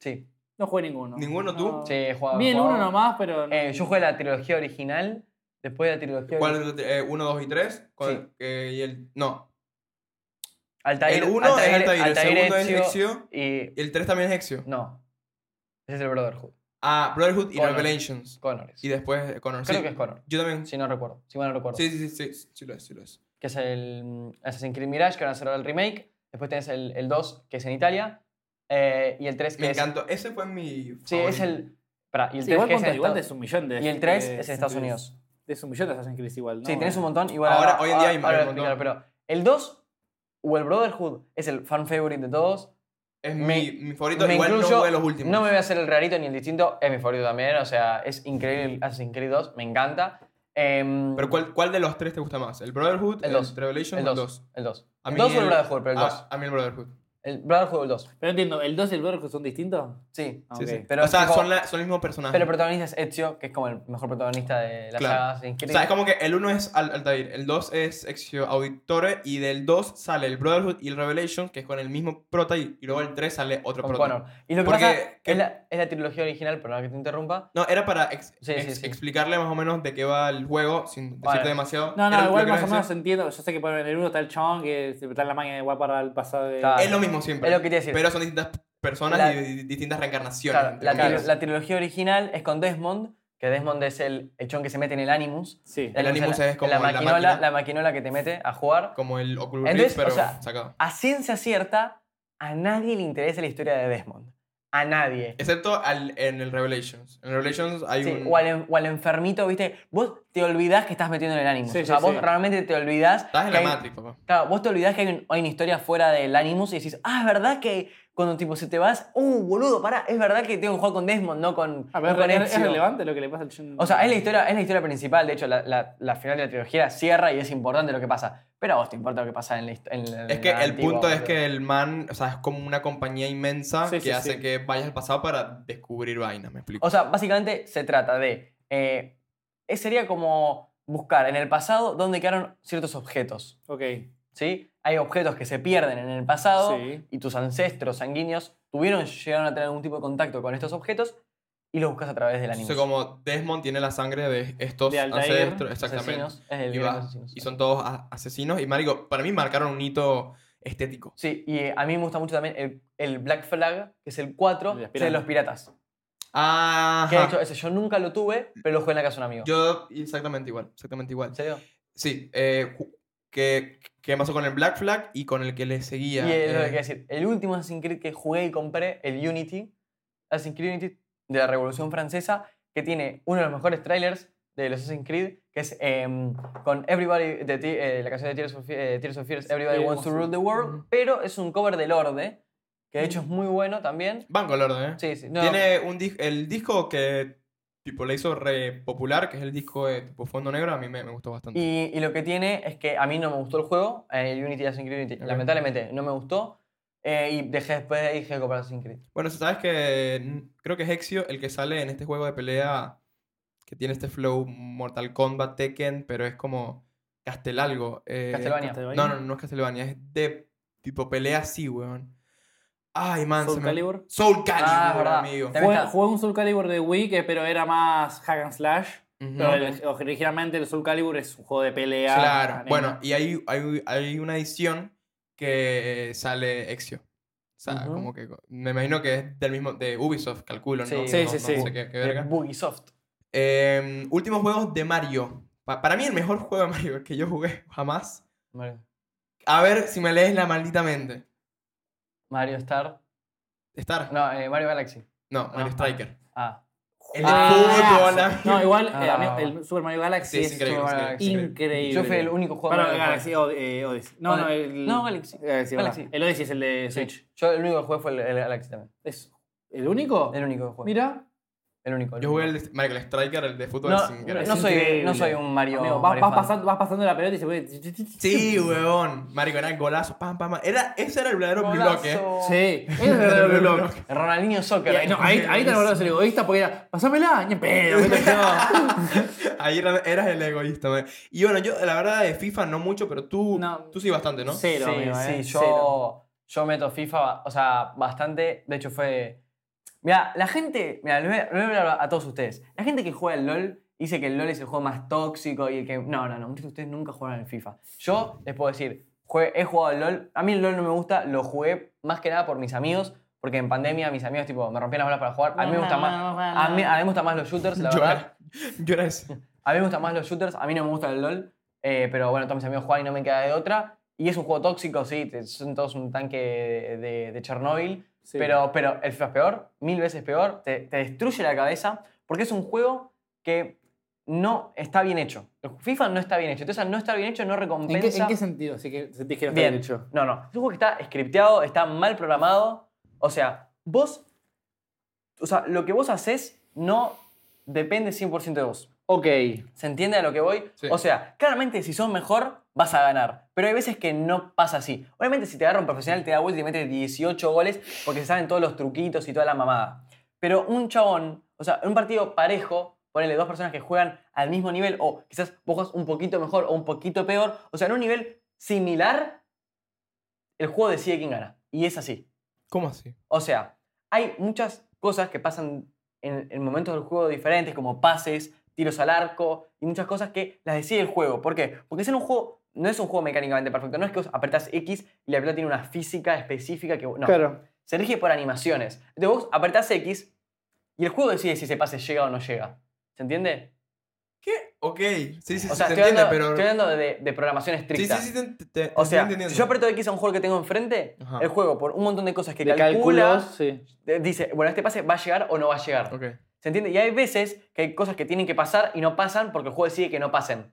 [SPEAKER 1] Sí,
[SPEAKER 3] No jugué ninguno.
[SPEAKER 2] ¿Ninguno tú?
[SPEAKER 3] No.
[SPEAKER 1] sí, he jugado.
[SPEAKER 3] Vi el
[SPEAKER 1] jugado.
[SPEAKER 3] uno nomás, pero. no-
[SPEAKER 1] Eh, yo jugué la trilogía original, después de la trilogía
[SPEAKER 2] ¿cuál?
[SPEAKER 1] ori-
[SPEAKER 2] es el de- eh, ¿Uno, dos y tres? ¿Cuál- eh, y el... No.
[SPEAKER 1] Altair,
[SPEAKER 2] el uno es
[SPEAKER 1] Altair-
[SPEAKER 2] Altair, el
[SPEAKER 1] Altair
[SPEAKER 2] segundo es
[SPEAKER 1] Ezio
[SPEAKER 2] Ezio
[SPEAKER 1] Y.
[SPEAKER 2] y el tres también es Ezio.
[SPEAKER 1] No. Ese es el Brotherhood.
[SPEAKER 2] Ah, Brotherhood y
[SPEAKER 1] Connor.
[SPEAKER 2] Revelations.
[SPEAKER 1] Connor. es.
[SPEAKER 2] Y después eh, Connor.
[SPEAKER 1] Creo
[SPEAKER 2] sí.
[SPEAKER 1] que es Connor.
[SPEAKER 2] Yo también.
[SPEAKER 1] Si no recuerdo. Si mal no recuerdo.
[SPEAKER 2] Sí, sí, sí, sí, sí, sí lo es, sí lo es.
[SPEAKER 1] Que es el mm, Assassin's Creed Mirage, que van a hacer ahora el remake. Después tenés el, el 2, que es en Italia. eh, y el 3, que
[SPEAKER 2] Me
[SPEAKER 1] es.
[SPEAKER 2] encantó. Ese fue mi
[SPEAKER 1] Sí,
[SPEAKER 2] favorito.
[SPEAKER 1] es el. Pará, y el
[SPEAKER 3] Sí,
[SPEAKER 1] 3
[SPEAKER 3] igual,
[SPEAKER 1] que es
[SPEAKER 3] ponte,
[SPEAKER 1] en
[SPEAKER 3] igual
[SPEAKER 1] Estados-
[SPEAKER 3] es un millón de.
[SPEAKER 1] Y el 3
[SPEAKER 3] de
[SPEAKER 1] es en
[SPEAKER 3] Assassin's
[SPEAKER 1] Estados
[SPEAKER 3] Creed.
[SPEAKER 1] Unidos.
[SPEAKER 3] Es un millón de Assassin's Creed igual, ¿no?
[SPEAKER 1] Sí, tenés un montón. Igual
[SPEAKER 2] eh. Ahora- hoy en día hay
[SPEAKER 1] ahora
[SPEAKER 2] un
[SPEAKER 1] voy a
[SPEAKER 2] montón.
[SPEAKER 1] explicar, pero el 2 o el Brotherhood es el fan favorite de todos.
[SPEAKER 2] Es
[SPEAKER 1] Me-
[SPEAKER 2] mi, mi favorito.
[SPEAKER 1] me
[SPEAKER 2] Igual no
[SPEAKER 1] incluyo,
[SPEAKER 2] fue de los últimos.
[SPEAKER 1] No me voy a hacer el rarito ni el distinto, es mi favorito también. O sea, es increíble el Assassin's Creed 2, me encanta. Em,
[SPEAKER 2] Pero ¿cuál, ¿cuál de los tres te gusta más? ¿El Brotherhood,
[SPEAKER 1] El
[SPEAKER 2] el,
[SPEAKER 1] dos.
[SPEAKER 2] Revelations
[SPEAKER 1] el
[SPEAKER 2] o el
[SPEAKER 1] 2.
[SPEAKER 2] 2?
[SPEAKER 1] El 2.
[SPEAKER 2] A
[SPEAKER 1] El
[SPEAKER 2] mí
[SPEAKER 1] 2 o el
[SPEAKER 2] el- Ah.
[SPEAKER 1] Brotherhood, pero el 2.
[SPEAKER 2] A, a mí el Brotherhood.
[SPEAKER 1] El Brotherhood o el 2.
[SPEAKER 3] Pero entiendo, ¿el 2 y el Brotherhood son distintos?
[SPEAKER 1] Sí.
[SPEAKER 3] Ah,
[SPEAKER 2] Sí,
[SPEAKER 3] ok.
[SPEAKER 2] sí.
[SPEAKER 1] Pero
[SPEAKER 2] o sea,
[SPEAKER 1] tipo-
[SPEAKER 2] son, la- son el mismo personaje.
[SPEAKER 1] Pero el protagonista es Ezio, que es como el mejor protagonista de la
[SPEAKER 2] Claro.
[SPEAKER 1] saga Assassin's
[SPEAKER 2] o
[SPEAKER 1] Creed.
[SPEAKER 2] sea, es como que el uno es Al- Altair, el 2 es Exio Auditore y del 2 sale el Brotherhood y el Revelation, que es con el mismo prota y, y luego el 3 sale otro
[SPEAKER 1] con
[SPEAKER 2] prota.
[SPEAKER 1] Connor. Y lo que
[SPEAKER 2] Porque-
[SPEAKER 1] pasa
[SPEAKER 2] que-
[SPEAKER 1] es la, es la trilogía original, perdón que te interrumpa.
[SPEAKER 2] No, era para ex-
[SPEAKER 1] Sí, sí,
[SPEAKER 2] ex-
[SPEAKER 1] sí.
[SPEAKER 2] explicarle más o menos de qué va el juego sin
[SPEAKER 1] Vale.
[SPEAKER 2] decirte demasiado.
[SPEAKER 3] No,
[SPEAKER 2] Era
[SPEAKER 3] no,
[SPEAKER 2] lo
[SPEAKER 3] igual
[SPEAKER 2] que
[SPEAKER 3] más o
[SPEAKER 2] quería
[SPEAKER 3] menos
[SPEAKER 2] decir.
[SPEAKER 3] entiendo. Yo sé que por el 1 está el chabón que se está en la maña de guapar al pasado de.
[SPEAKER 1] Claro.
[SPEAKER 2] Es lo mismo siempre.
[SPEAKER 1] Es lo que te iba a decir.
[SPEAKER 2] Pero son distintas personas
[SPEAKER 1] La-
[SPEAKER 2] y di- distintas reencarnaciones.
[SPEAKER 1] Claro,
[SPEAKER 2] entre
[SPEAKER 1] la, tri-
[SPEAKER 2] comillas.
[SPEAKER 1] la trilogía original es con Desmond, que Desmond es el echón que se mete en el Animus.
[SPEAKER 3] Sí.
[SPEAKER 2] El Animus
[SPEAKER 1] la-
[SPEAKER 2] es como
[SPEAKER 1] la
[SPEAKER 2] la
[SPEAKER 1] maquinola,
[SPEAKER 2] máquina.
[SPEAKER 1] la maquinola que te mete a jugar.
[SPEAKER 2] Como el Oculus Rift,
[SPEAKER 1] Entonces, o
[SPEAKER 2] pero
[SPEAKER 1] sea,
[SPEAKER 2] sacado.
[SPEAKER 1] A ciencia cierta, a nadie le interesa la historia de Desmond. A nadie.
[SPEAKER 2] Excepto al, en el Revelations. En el Revelations hay
[SPEAKER 1] Sí,
[SPEAKER 2] un...
[SPEAKER 1] o, al, en- o al enfermito, viste, vos te olvidás que estás metiendo en el Animus.
[SPEAKER 3] Sí,
[SPEAKER 1] o sea,
[SPEAKER 3] sí,
[SPEAKER 1] vos
[SPEAKER 3] sí.
[SPEAKER 1] realmente te olvidás.
[SPEAKER 2] Estás en
[SPEAKER 1] que
[SPEAKER 2] la
[SPEAKER 1] hay-
[SPEAKER 2] Matrix, papá.
[SPEAKER 1] Claro, vos te olvidás que hay, un- hay una historia fuera del Animus y decís, ah, es verdad que cuando tipo se te vas, uh, boludo, pará, es verdad que tengo que jugar con Desmond, no con.
[SPEAKER 3] A ver,
[SPEAKER 1] no con
[SPEAKER 3] ¿es, es
[SPEAKER 1] Ezio".
[SPEAKER 3] relevante lo que le pasa al Shin?
[SPEAKER 1] O sea, es la historia, es la historia principal, de hecho, la, la- la final de la trilogía cierra y es importante lo que pasa. Pero a vos te importa lo que pasa en la historia.
[SPEAKER 2] Es que el punto es que el man, o sea, es como una compañía inmensa
[SPEAKER 3] Sí,
[SPEAKER 2] que
[SPEAKER 3] sí,
[SPEAKER 2] hace
[SPEAKER 3] sí.
[SPEAKER 2] que vayas al pasado para descubrir vainas, me explico.
[SPEAKER 1] O sea, básicamente se trata de. eh, es- sería como buscar en el pasado dónde quedaron ciertos objetos.
[SPEAKER 3] Ok.
[SPEAKER 1] ¿sí? Hay objetos que se pierden en el pasado
[SPEAKER 3] Sí.
[SPEAKER 1] y tus ancestros sanguíneos tuvieron, llegaron a tener algún tipo de contacto con estos objetos y los buscas a través del
[SPEAKER 2] O
[SPEAKER 1] anime.
[SPEAKER 2] sea, como Desmond tiene la sangre de estos
[SPEAKER 3] De Altair,
[SPEAKER 2] ancestros, exactamente.
[SPEAKER 1] Asesinos, es el
[SPEAKER 2] Y,
[SPEAKER 1] gran
[SPEAKER 2] va-
[SPEAKER 1] asesino.
[SPEAKER 2] y son todos a- asesinos. Y marico, para mí marcaron un hito estético.
[SPEAKER 1] Sí, y eh, a mí me gusta mucho también el, el Black Flag, que es el 4,
[SPEAKER 3] El de las
[SPEAKER 1] que es de los piratas.
[SPEAKER 2] Ah,
[SPEAKER 1] Que de hecho, ese yo nunca lo tuve, pero lo jugué en la casa de un amigo.
[SPEAKER 2] yo exactamente igual, exactamente igual.
[SPEAKER 1] ¿En serio?
[SPEAKER 2] Sí, eh, ju- que, que pasó con el Black Flag y con el que le seguía.
[SPEAKER 1] y es lo que
[SPEAKER 2] eh,
[SPEAKER 1] quería decir. El último Assassin's Creed que jugué y compré, el Unity, Assassin's Creed Unity de la Revolución Francesa, que tiene uno de los mejores trailers de los Assassin's Creed, que es em, con Everybody, de Ti- eh, la canción de Tears of, Fe- eh, Tears of Fears, Everybody
[SPEAKER 3] Sí,
[SPEAKER 1] Wants to
[SPEAKER 3] sí.
[SPEAKER 1] Rule the World,
[SPEAKER 2] Ujú.
[SPEAKER 1] pero es un cover del Orde, que de hecho es muy bueno también.
[SPEAKER 2] Van Color, ¿eh?
[SPEAKER 1] Sí, sí. no,
[SPEAKER 2] Tiene un dis- el disco que tipo le hizo re popular, que es el disco de tipo Fondo Negro, a mí me, me gustó bastante.
[SPEAKER 1] Y, y lo que tiene es que a mí no me gustó el juego, eh, el Unity Assassin's Creed Unity,
[SPEAKER 2] Ok.
[SPEAKER 1] lamentablemente no me gustó, eh, y dejé después de ahí dejé de comprar Assassin's Creed.
[SPEAKER 2] Bueno, sabes que mm, creo que es Exio el que sale en este juego de pelea que tiene este flow Mortal Kombat, Tekken, pero es como Castelalgo. Eh,
[SPEAKER 1] Castlevania.
[SPEAKER 2] No, no, no es Castlevania, es de tipo pelea así, weón. Ay, man,
[SPEAKER 3] Soul
[SPEAKER 2] se me-
[SPEAKER 3] Calibur.
[SPEAKER 2] Soul
[SPEAKER 1] Ah, es
[SPEAKER 2] Calibur,
[SPEAKER 1] verdad.
[SPEAKER 2] amigo.
[SPEAKER 1] También
[SPEAKER 3] Jugué,
[SPEAKER 1] está-
[SPEAKER 3] jugué un Soul Calibur de Wii, que- pero era más hack and slash.
[SPEAKER 2] Ujú.
[SPEAKER 3] Pero el- originalmente el Soul Calibur es un juego de pelea.
[SPEAKER 2] Claro,
[SPEAKER 3] anime.
[SPEAKER 2] bueno, y hay, hay, hay una edición que sale Exio. O sea,
[SPEAKER 1] Ujú.
[SPEAKER 2] como que me imagino que es del mismo de Ubisoft, calculo,
[SPEAKER 1] Sí.
[SPEAKER 2] ¿no?
[SPEAKER 1] Sí,
[SPEAKER 2] No-
[SPEAKER 3] sí,
[SPEAKER 2] no
[SPEAKER 3] sí.
[SPEAKER 2] sé qué- qué
[SPEAKER 1] De
[SPEAKER 2] verga.
[SPEAKER 1] Bugisoft.
[SPEAKER 2] Eh, últimos juegos de Mario. Pa- para mí el mejor juego de Mario que yo jugué jamás.
[SPEAKER 1] Mario.
[SPEAKER 2] A ver si me lees la maldita mente.
[SPEAKER 1] Mario Star.
[SPEAKER 2] Star. No,
[SPEAKER 1] No, eh, Mario Galaxy.
[SPEAKER 2] Mario Striker.
[SPEAKER 1] Ah.
[SPEAKER 2] El de
[SPEAKER 3] Ah,
[SPEAKER 2] fútbol. amigo.
[SPEAKER 3] No, igual eh,
[SPEAKER 1] Ah.
[SPEAKER 3] a mí el Super Mario Galaxy
[SPEAKER 2] Sí, es
[SPEAKER 3] es
[SPEAKER 2] increíble.
[SPEAKER 1] Super Mario
[SPEAKER 2] es increíble, increíble.
[SPEAKER 3] increíble.
[SPEAKER 1] Yo fui el único jugador.
[SPEAKER 3] Para Galaxy o- eh, Odyssey. No, no, el.
[SPEAKER 1] No, Galaxy.
[SPEAKER 3] Galaxy,
[SPEAKER 1] Galaxy.
[SPEAKER 3] verdad. El Odyssey es el de
[SPEAKER 1] Sí.
[SPEAKER 3] Switch.
[SPEAKER 1] Yo el único que jugué fue el, el Galaxy también.
[SPEAKER 3] ¿Es el único?
[SPEAKER 1] El único que jugué.
[SPEAKER 3] Mira.
[SPEAKER 1] El único. el
[SPEAKER 2] Yo jugué
[SPEAKER 1] único.
[SPEAKER 2] el de Mario Striker, el de fútbol.
[SPEAKER 1] No,
[SPEAKER 2] es increíble.
[SPEAKER 1] no
[SPEAKER 3] Es
[SPEAKER 1] soy,
[SPEAKER 3] increíble.
[SPEAKER 1] no soy un Mario.
[SPEAKER 3] Amigo, vas,
[SPEAKER 1] Mario
[SPEAKER 3] vas
[SPEAKER 1] fan.
[SPEAKER 3] pasando, vas pasando la pelota y se puede.
[SPEAKER 2] Sí, weón. Mario era golazo. Pam, pam, pam. Era, ese era el verdadero bloque. eh.
[SPEAKER 1] Golazo.
[SPEAKER 3] Sí, es el verdadero blog.
[SPEAKER 1] Ronaldinho Soccer. eh.
[SPEAKER 3] No, ahí, ahí te lo verdad ser egoísta porque era, pasámela, ni en pedo. qué sé yo".
[SPEAKER 2] Ahí era- eras el egoísta, man. Y bueno, yo la verdad de FIFA no mucho, pero tú,
[SPEAKER 3] No.
[SPEAKER 2] tú sí bastante, ¿no?
[SPEAKER 3] Cero,
[SPEAKER 1] sí,
[SPEAKER 3] amigo, eh,
[SPEAKER 1] sí,
[SPEAKER 3] cero.
[SPEAKER 1] yo, yo meto FIFA, o sea, bastante. De hecho, fue. Mira, la gente. Mira, lo voy a lo voy a hablar a todos ustedes. La gente que juega al LOL dice que el LOL es el juego más tóxico y el que. No, no, no. Muchos de ustedes nunca jugaron al FIFA. Yo les puedo decir, jue- he jugado al LOL. A mí el LOL no me gusta, lo jugué más que nada por mis amigos. Porque en pandemia mis amigos tipo me rompían las bolas para jugar. A mí me gusta más. A mí, a mí me gustan más los shooters, la
[SPEAKER 2] yo,
[SPEAKER 1] verdad.
[SPEAKER 2] era, yo era ese.
[SPEAKER 1] A mí me gustan más los shooters, a mí no me gusta el LOL, eh, pero bueno, todos mis amigos juegan y no me queda de otra. Y es un juego tóxico, sí, te- son todos un tanque de, de Chernóbil,
[SPEAKER 3] Sí.
[SPEAKER 1] pero, pero el FIFA es peor, mil veces peor, te, te destruye la cabeza, porque es un juego que no está bien hecho. El FIFA no está bien hecho, entonces al no estar bien hecho no
[SPEAKER 3] ¿En qué,
[SPEAKER 1] recompensa...
[SPEAKER 3] ¿En qué sentido? Así que sentís que no está
[SPEAKER 1] Bien.
[SPEAKER 3] bien hecho.
[SPEAKER 1] No, no. Es un juego que está scripteado, está mal programado. O sea, vos. O sea, lo que vos haces no depende 100% de vos.
[SPEAKER 3] Ok.
[SPEAKER 1] ¿Se entiende a lo que voy?
[SPEAKER 2] Sí.
[SPEAKER 1] O sea, claramente si sos mejor, vas a ganar. Pero hay veces que no pasa así. Obviamente, si te agarra un profesional, te da vuelta y mete 18 goles porque se saben todos los truquitos y toda la mamada. Pero un chabón, o sea, un partido parejo, ponele dos personas que juegan al mismo nivel, o quizás vos jugás un poquito mejor o un poquito peor, o sea, en un nivel similar, el juego decide quién gana. Y es así.
[SPEAKER 2] ¿Cómo así?
[SPEAKER 1] O sea, hay muchas cosas que pasan en, en momentos del juego diferentes, como pases, tiros al arco y muchas cosas que las decide el juego. ¿Por qué? Porque es en un juego, no es un juego mecánicamente perfecto. No es que vos apretás X y la pelota tiene una física específica que. No.
[SPEAKER 3] Claro.
[SPEAKER 1] Se rige por animaciones. Entonces vos apretás X y el juego decide si ese pase llega o no llega. ¿Se entiende?
[SPEAKER 2] ¿Qué? Ok, sí, sí, sí,
[SPEAKER 1] O
[SPEAKER 2] se
[SPEAKER 1] sea, estoy
[SPEAKER 2] entiende,
[SPEAKER 1] hablando,
[SPEAKER 2] pero...
[SPEAKER 1] estoy hablando de, de programación
[SPEAKER 2] sí,
[SPEAKER 1] estricta.
[SPEAKER 2] sí, sí, te, te- te
[SPEAKER 1] O
[SPEAKER 2] estoy
[SPEAKER 1] sea,
[SPEAKER 2] entendiendo.
[SPEAKER 1] si yo aprieto X a un juego que tengo enfrente,
[SPEAKER 2] Ajá.
[SPEAKER 1] el juego, por un montón de cosas que
[SPEAKER 3] de
[SPEAKER 1] calcula,
[SPEAKER 3] cálculos, sí.
[SPEAKER 1] eh, dice, bueno, este pase va a llegar o no va a llegar.
[SPEAKER 2] Ok.
[SPEAKER 1] ¿Se entiende? Y hay veces que hay cosas que tienen que pasar y no pasan porque el juego decide que no pasen.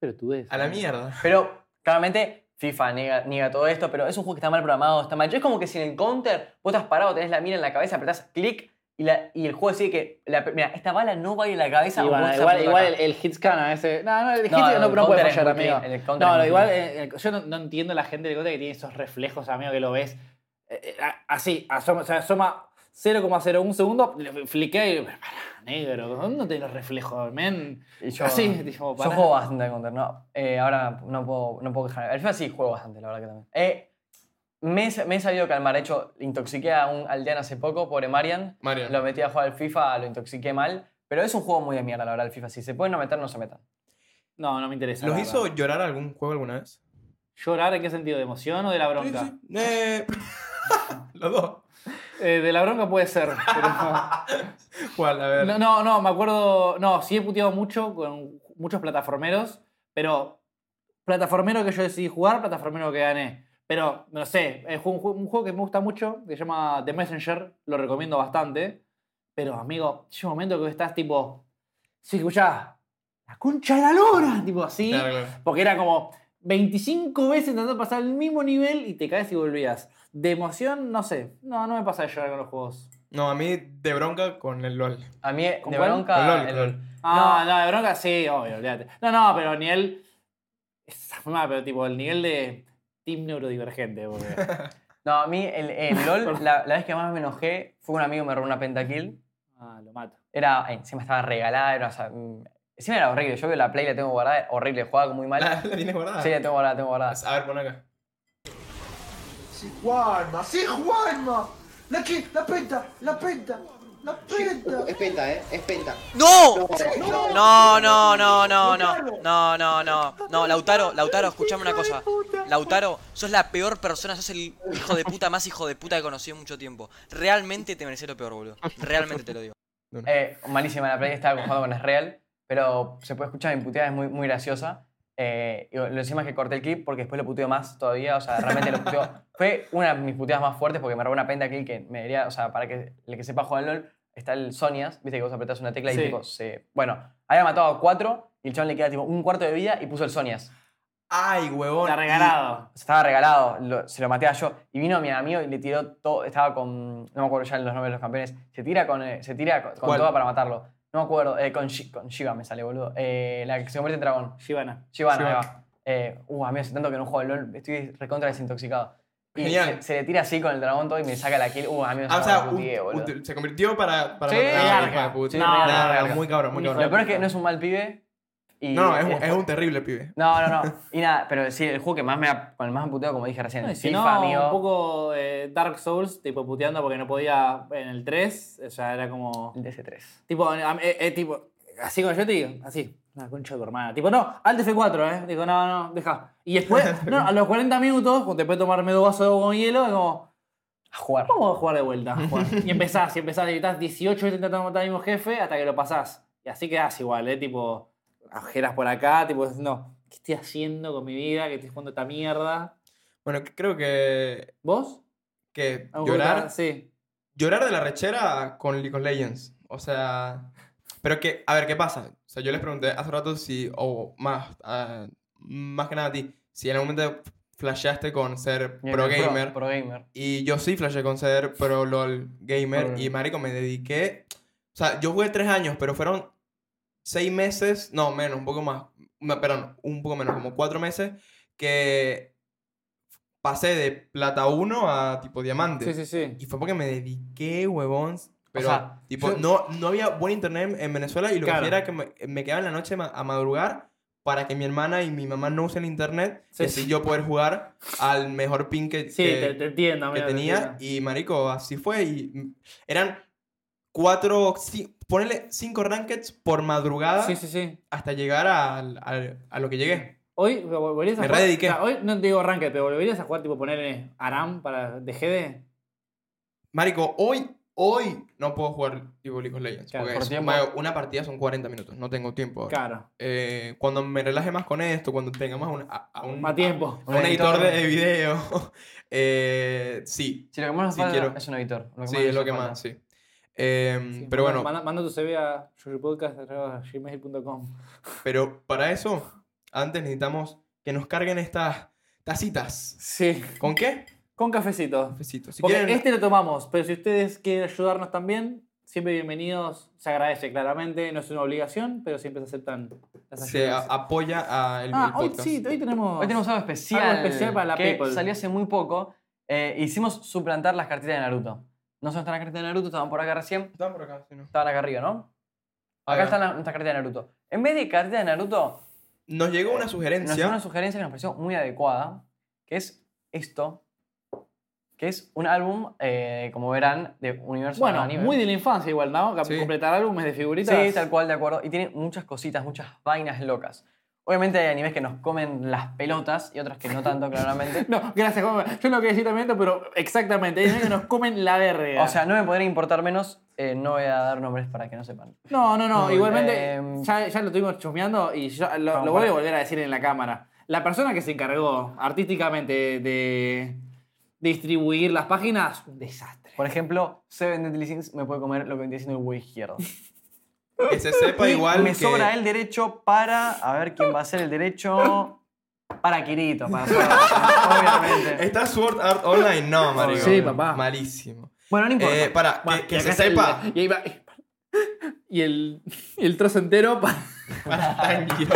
[SPEAKER 3] Pero tú ves.
[SPEAKER 2] A la mierda.
[SPEAKER 1] Pero claramente FIFA niega, niega todo esto, pero es un juego que está mal programado, está mal. Es como que si en el counter vos estás parado, tenés la mira en la cabeza, apretás clic y, la- y el juego decide que, la, mira, esta bala no va a ir a la cabeza.
[SPEAKER 3] Y
[SPEAKER 1] o
[SPEAKER 3] bueno,
[SPEAKER 1] vos estás
[SPEAKER 3] igual,
[SPEAKER 1] apuntando
[SPEAKER 3] igual
[SPEAKER 1] acá.
[SPEAKER 3] el, el hitscan a veces. No, no, el hitscan
[SPEAKER 1] No,
[SPEAKER 3] no,
[SPEAKER 1] el
[SPEAKER 3] no, puede
[SPEAKER 1] counter es
[SPEAKER 3] fallar,
[SPEAKER 1] muy
[SPEAKER 3] amigo.
[SPEAKER 1] clean, el counter es
[SPEAKER 3] No,
[SPEAKER 1] muy
[SPEAKER 3] igual
[SPEAKER 1] clean.
[SPEAKER 3] eh, el- yo no, no entiendo la gente del counter que tiene esos reflejos, amigo, que lo ves eh, eh, a- así, asoma, o sea, asoma 0,01 segundo, le fliquea y. Pará, negro, ¿dónde no tenés los reflejos, men?
[SPEAKER 1] Y yo,
[SPEAKER 3] Así, tipo,
[SPEAKER 1] yo
[SPEAKER 3] pará.
[SPEAKER 1] juego bastante al counter, no. Eh, ahora no puedo, no puedo quejarme. Al FIFA sí juego bastante, la verdad que también. Eh, me, he- me he sabido calmar. De hecho, intoxiqué a un aldeano hace poco, pobre Marian.
[SPEAKER 2] Marian.
[SPEAKER 1] Lo metí a jugar al FIFA, lo intoxiqué mal. Pero es un juego muy de mierda, la verdad, el FIFA. Si se pueden no meter, no se metan.
[SPEAKER 3] No, no me interesa.
[SPEAKER 2] ¿Los
[SPEAKER 3] la
[SPEAKER 2] hizo
[SPEAKER 3] verdad.
[SPEAKER 2] llorar algún juego alguna vez?
[SPEAKER 3] llorar en qué sentido? ¿De emoción o de la
[SPEAKER 2] Sí,
[SPEAKER 3] bronca?
[SPEAKER 2] sí. Eh, los dos.
[SPEAKER 3] Eh, de la bronca puede ser, pero.
[SPEAKER 2] ¿Cuál? A ver.
[SPEAKER 3] No, no, no, me acuerdo. No, sí he puteado mucho con muchos plataformeros, pero plataformero que yo decidí jugar, plataformero que gané. Pero, no sé, es un, ju- un juego que me gusta mucho, que se llama The Messenger, lo recomiendo bastante. Pero, amigo, llega un momento que vos estás tipo. Sí, escuchá, la concha de la lora, tipo así.
[SPEAKER 2] Claro, claro.
[SPEAKER 3] Porque era como 25 veces intentando pasar el mismo nivel y te caes y volvías. De emoción, no sé. No, no me pasa de llorar con los juegos.
[SPEAKER 2] No, a mí de bronca con el LOL.
[SPEAKER 1] A mí, eh, de
[SPEAKER 3] ¿Con cuál?
[SPEAKER 1] bronca.
[SPEAKER 2] Con LOL,
[SPEAKER 1] el-
[SPEAKER 2] con LOL.
[SPEAKER 3] Ah, no, de bronca sí, obvio, olvídate. No, no, pero ni él. Está muy mal, pero tipo, el nivel de team neurodivergente, porque.
[SPEAKER 1] No, a mí, el, eh, el LOL, la, la vez que más me enojé fue un amigo que me robó una pentakill.
[SPEAKER 3] Ah, lo mato.
[SPEAKER 1] Era, eh, encima estaba regalada, era, o sea, mm, encima era horrible. Yo veo la play, la tengo guardada, horrible, jugaba muy mal.
[SPEAKER 2] ¿La, la tienes guardada?
[SPEAKER 1] Sí, la tengo guardada, la tengo guardada.
[SPEAKER 2] A ver, pon acá.
[SPEAKER 4] Sì, Juanma, sì, Juanma! La, chi- la penta, la penta, la penta!
[SPEAKER 5] Es penta, ¿eh? Es penta.
[SPEAKER 6] ¡No!
[SPEAKER 4] No,
[SPEAKER 6] No, no, no, no, no. No, no, no. No, Lautaro, Lautaro, escuchame una cosa. Lautaro, sos la peor persona, sos el hijo de puta más hijo de puta que conocí en mucho tiempo. Realmente te mereces lo peor, boludo. Realmente te lo digo.
[SPEAKER 1] Eh, malísima la play, estaba jugando con Real, pero se puede escuchar mi puteada, es muy, muy graciosa. Eh, y lo encima es que corté el clip porque después lo puteo más todavía, o sea, realmente lo puteo. Fue una de mis puteadas más fuertes porque me robó una penta aquí que me diría, o sea, para que el que sepa jugar al LOL, está el Sonias, viste que vos apretás una tecla y
[SPEAKER 3] Sí.
[SPEAKER 1] tipo se. Bueno, había matado a cuatro y el chabón le queda tipo un cuarto de vida y puso el Sonias.
[SPEAKER 2] Ay, huevón.
[SPEAKER 3] Está regalado.
[SPEAKER 1] Estaba regalado, lo- se lo maté a yo. Y vino mi amigo y le tiró todo. Estaba con. No me acuerdo ya los nombres de los campeones. Se tira con, eh, se tira con, con
[SPEAKER 2] ¿Cuál?
[SPEAKER 1] toda para matarlo. No me acuerdo. eh, con, Shi- con Shiva me sale, boludo. Eh, la que se convierte en dragón.
[SPEAKER 3] Shivana.
[SPEAKER 1] Shiva,
[SPEAKER 2] Shiva.
[SPEAKER 1] ahí va. Eh, uh, amigo, hace tanto que no juego al LOL. Estoy recontra desintoxicado. Y
[SPEAKER 2] Genial.
[SPEAKER 1] se, se le tira así con el dragón todo y me saca la kill. Uh, amigo,
[SPEAKER 2] Ah, o
[SPEAKER 1] se
[SPEAKER 2] sea,
[SPEAKER 1] me
[SPEAKER 2] un-
[SPEAKER 1] putié, boludo.
[SPEAKER 2] un- se convirtió para... para
[SPEAKER 1] Sí,
[SPEAKER 2] matar a-
[SPEAKER 3] garca.
[SPEAKER 2] hijo de puta.
[SPEAKER 1] Sí,
[SPEAKER 2] No, no,
[SPEAKER 1] garca,
[SPEAKER 2] no,
[SPEAKER 1] garca.
[SPEAKER 2] muy cabrón, muy
[SPEAKER 3] Hijo
[SPEAKER 1] Lo
[SPEAKER 2] cabrón.
[SPEAKER 1] peor es que no es un mal pibe. Y,
[SPEAKER 2] No, no, es un,
[SPEAKER 1] eh,
[SPEAKER 2] es un terrible pibe.
[SPEAKER 1] No, no, no. Y nada, pero sí, el juego que más me ha, con el más puteo, como dije recién,
[SPEAKER 3] No, y
[SPEAKER 1] el
[SPEAKER 3] si
[SPEAKER 1] FIFA,
[SPEAKER 3] no,
[SPEAKER 1] amigo.
[SPEAKER 3] un poco eh, Dark Souls, tipo puteando porque no podía en el 3. O sea, era como.
[SPEAKER 1] El DC3.
[SPEAKER 3] Tipo, eh, eh, eh, tipo, así como yo te digo, así. Una concha de tu hermana. Tipo, no, al F4, ¿eh? Digo, no, no, deja. Y después, no, a los 40 minutos, cuando te puede tomarme dos vasos de agua con hielo, es como.
[SPEAKER 1] A jugar.
[SPEAKER 3] Vamos a jugar de vuelta. a jugar. Y empezás, y empezás, y estás 18 veces intentando matar al mismo jefe hasta que lo pasás. Y así quedás igual, ¿eh? Tipo, agujeras por acá, tipo, no, ¿qué estoy haciendo con mi vida? ¿Qué estoy jugando esta mierda?
[SPEAKER 2] Bueno, que- creo que...
[SPEAKER 3] ¿Vos?
[SPEAKER 2] que
[SPEAKER 3] ¿Algún juego que te-
[SPEAKER 2] llorar...
[SPEAKER 3] Sí.
[SPEAKER 2] Llorar de la rechera con League of Legends. O sea... Pero que... A ver, ¿qué pasa? O sea, yo les pregunté hace rato si... O más... ah, más que nada a ti. Si en algún momento flasheaste con ser
[SPEAKER 1] Bien,
[SPEAKER 2] pro
[SPEAKER 1] bien,
[SPEAKER 2] gamer.
[SPEAKER 1] Pro, gamer.
[SPEAKER 2] Y yo sí flashé con ser pro LOL gamer. Y marico, me dediqué. O sea, yo jugué tres años, pero fueron seis meses. No, menos, un poco más. me- Perdón, un poco menos, como cuatro meses. Que pasé de plata 1 a tipo diamante.
[SPEAKER 3] Sí, sí, sí.
[SPEAKER 2] Y fue porque me dediqué, huevón. Pero,
[SPEAKER 1] sea,
[SPEAKER 2] tipo,
[SPEAKER 1] yo-
[SPEAKER 2] no, no había buen internet en Venezuela y lo
[SPEAKER 3] Claro.
[SPEAKER 2] que hacía era que me, me quedaba en la noche ma- a madrugar para que mi hermana y mi mamá no usen internet.
[SPEAKER 3] Sí,
[SPEAKER 2] y así
[SPEAKER 3] sí.
[SPEAKER 2] yo poder jugar al mejor ping que,
[SPEAKER 3] Sí,
[SPEAKER 2] que-
[SPEAKER 3] te, te entiendo,
[SPEAKER 2] que
[SPEAKER 3] amigo, te
[SPEAKER 2] tenía.
[SPEAKER 3] entiendo.
[SPEAKER 2] Y marico, así fue. Y mm, eran cuatro, ci- ponele cinco rankings por madrugada
[SPEAKER 3] Sí, sí, sí.
[SPEAKER 2] hasta llegar al- al- a lo que llegué.
[SPEAKER 3] Hoy vol- volverías a
[SPEAKER 2] Me
[SPEAKER 3] jugar.
[SPEAKER 2] redediqué.
[SPEAKER 3] o sea, hoy no te digo ranked, pero volverías a jugar, tipo, ponerle Aram para de GD.
[SPEAKER 2] Marico, hoy, Hoy no puedo jugar tipo League of Legends.
[SPEAKER 3] Claro,
[SPEAKER 2] porque
[SPEAKER 1] por
[SPEAKER 2] es-
[SPEAKER 1] tiempo.
[SPEAKER 2] mago, una partida son 40 minutos, no tengo tiempo. ahora.
[SPEAKER 3] Claro.
[SPEAKER 2] Eh, cuando me relaje más con esto, cuando tenga más un, a, a un,
[SPEAKER 3] Más tiempo.
[SPEAKER 2] a un editor de, de video, eh, sí,
[SPEAKER 1] Si lo que más nos
[SPEAKER 2] Sí,
[SPEAKER 1] falta
[SPEAKER 2] quiero.
[SPEAKER 1] es un editor. Lo
[SPEAKER 2] sí, es lo
[SPEAKER 1] nos
[SPEAKER 2] que
[SPEAKER 1] falta.
[SPEAKER 2] más, sí. Eh,
[SPEAKER 3] Sí,
[SPEAKER 2] pero
[SPEAKER 3] manda-
[SPEAKER 2] bueno,
[SPEAKER 3] Manda, manda tu CV a gmail.com.
[SPEAKER 2] pero para eso, antes necesitamos que nos carguen estas tacitas.
[SPEAKER 3] Sí.
[SPEAKER 2] ¿Con qué?
[SPEAKER 3] Con cafecito.
[SPEAKER 2] Cafecito. Si
[SPEAKER 3] Porque
[SPEAKER 2] quieren,
[SPEAKER 3] este lo tomamos, pero si ustedes quieren ayudarnos también, siempre bienvenidos. Se agradece, claramente. No es una obligación, pero siempre se aceptan las
[SPEAKER 2] se a-
[SPEAKER 3] ayudas.
[SPEAKER 2] apoya a el,
[SPEAKER 3] ah,
[SPEAKER 2] el
[SPEAKER 3] hoy
[SPEAKER 2] podcast.
[SPEAKER 3] sí, hoy tenemos.
[SPEAKER 1] Hoy tenemos algo especial,
[SPEAKER 3] Algo especial para la
[SPEAKER 1] que
[SPEAKER 3] people.
[SPEAKER 1] salió hace muy poco. Eh, hicimos suplantar las cartitas de Naruto. No son estas las cartitas de Naruto, estaban por acá recién.
[SPEAKER 2] Están por acá, si no.
[SPEAKER 1] Estaban acá arriba, ¿no?
[SPEAKER 2] Ahí
[SPEAKER 1] Acá
[SPEAKER 2] va.
[SPEAKER 1] están las- nuestras cartitas de Naruto. En vez de cartitas de Naruto,
[SPEAKER 2] Nos llegó una
[SPEAKER 1] Eh, nos
[SPEAKER 2] sugerencia.
[SPEAKER 1] dio una sugerencia que nos pareció muy adecuada, que es esto, que es un álbum, eh, como verán, de universo
[SPEAKER 3] Bueno,
[SPEAKER 1] anime.
[SPEAKER 3] muy de la infancia igual, ¿no? Cam-
[SPEAKER 2] Sí.
[SPEAKER 3] Completar álbumes de figuritas.
[SPEAKER 1] Sí, tal cual, de acuerdo. Y tiene muchas cositas, muchas vainas locas. Obviamente hay animes que nos comen las pelotas y otras que no tanto, claramente.
[SPEAKER 3] No, gracias, Juanma. Yo no quería decir también esto, pero exactamente. Dicen que nos comen la verga.
[SPEAKER 1] O sea, no me podría importar menos, eh, no voy a dar nombres para que no sepan.
[SPEAKER 3] No, no, no.
[SPEAKER 1] No,
[SPEAKER 3] igualmente,
[SPEAKER 1] em,
[SPEAKER 3] ya, ya lo estuvimos chusmeando y yo lo,
[SPEAKER 1] Vamos
[SPEAKER 3] lo voy a
[SPEAKER 1] para-
[SPEAKER 3] volver a decir en la cámara. La persona que se encargó artísticamente de distribuir las páginas, un desastre.
[SPEAKER 1] Por ejemplo, Seven Deadly Sins me puede comer lo que viene siendo el huevo izquierdo.
[SPEAKER 2] Que se sepa igual
[SPEAKER 1] me
[SPEAKER 2] que...
[SPEAKER 1] sobra el derecho para. A ver quién va a ser el derecho. Para Kirito, para Sora, obviamente.
[SPEAKER 2] ¿Está Sword Art Online? No, marico.
[SPEAKER 3] Sí, papá.
[SPEAKER 2] Malísimo.
[SPEAKER 1] Bueno, no importa.
[SPEAKER 2] Eh, para,
[SPEAKER 3] Bueno,
[SPEAKER 2] que,
[SPEAKER 3] y
[SPEAKER 2] que
[SPEAKER 3] acá
[SPEAKER 2] se
[SPEAKER 3] está el-
[SPEAKER 2] sepa.
[SPEAKER 3] y, ahí va- y el, y el trozo entero para.
[SPEAKER 2] Para Tanjiro.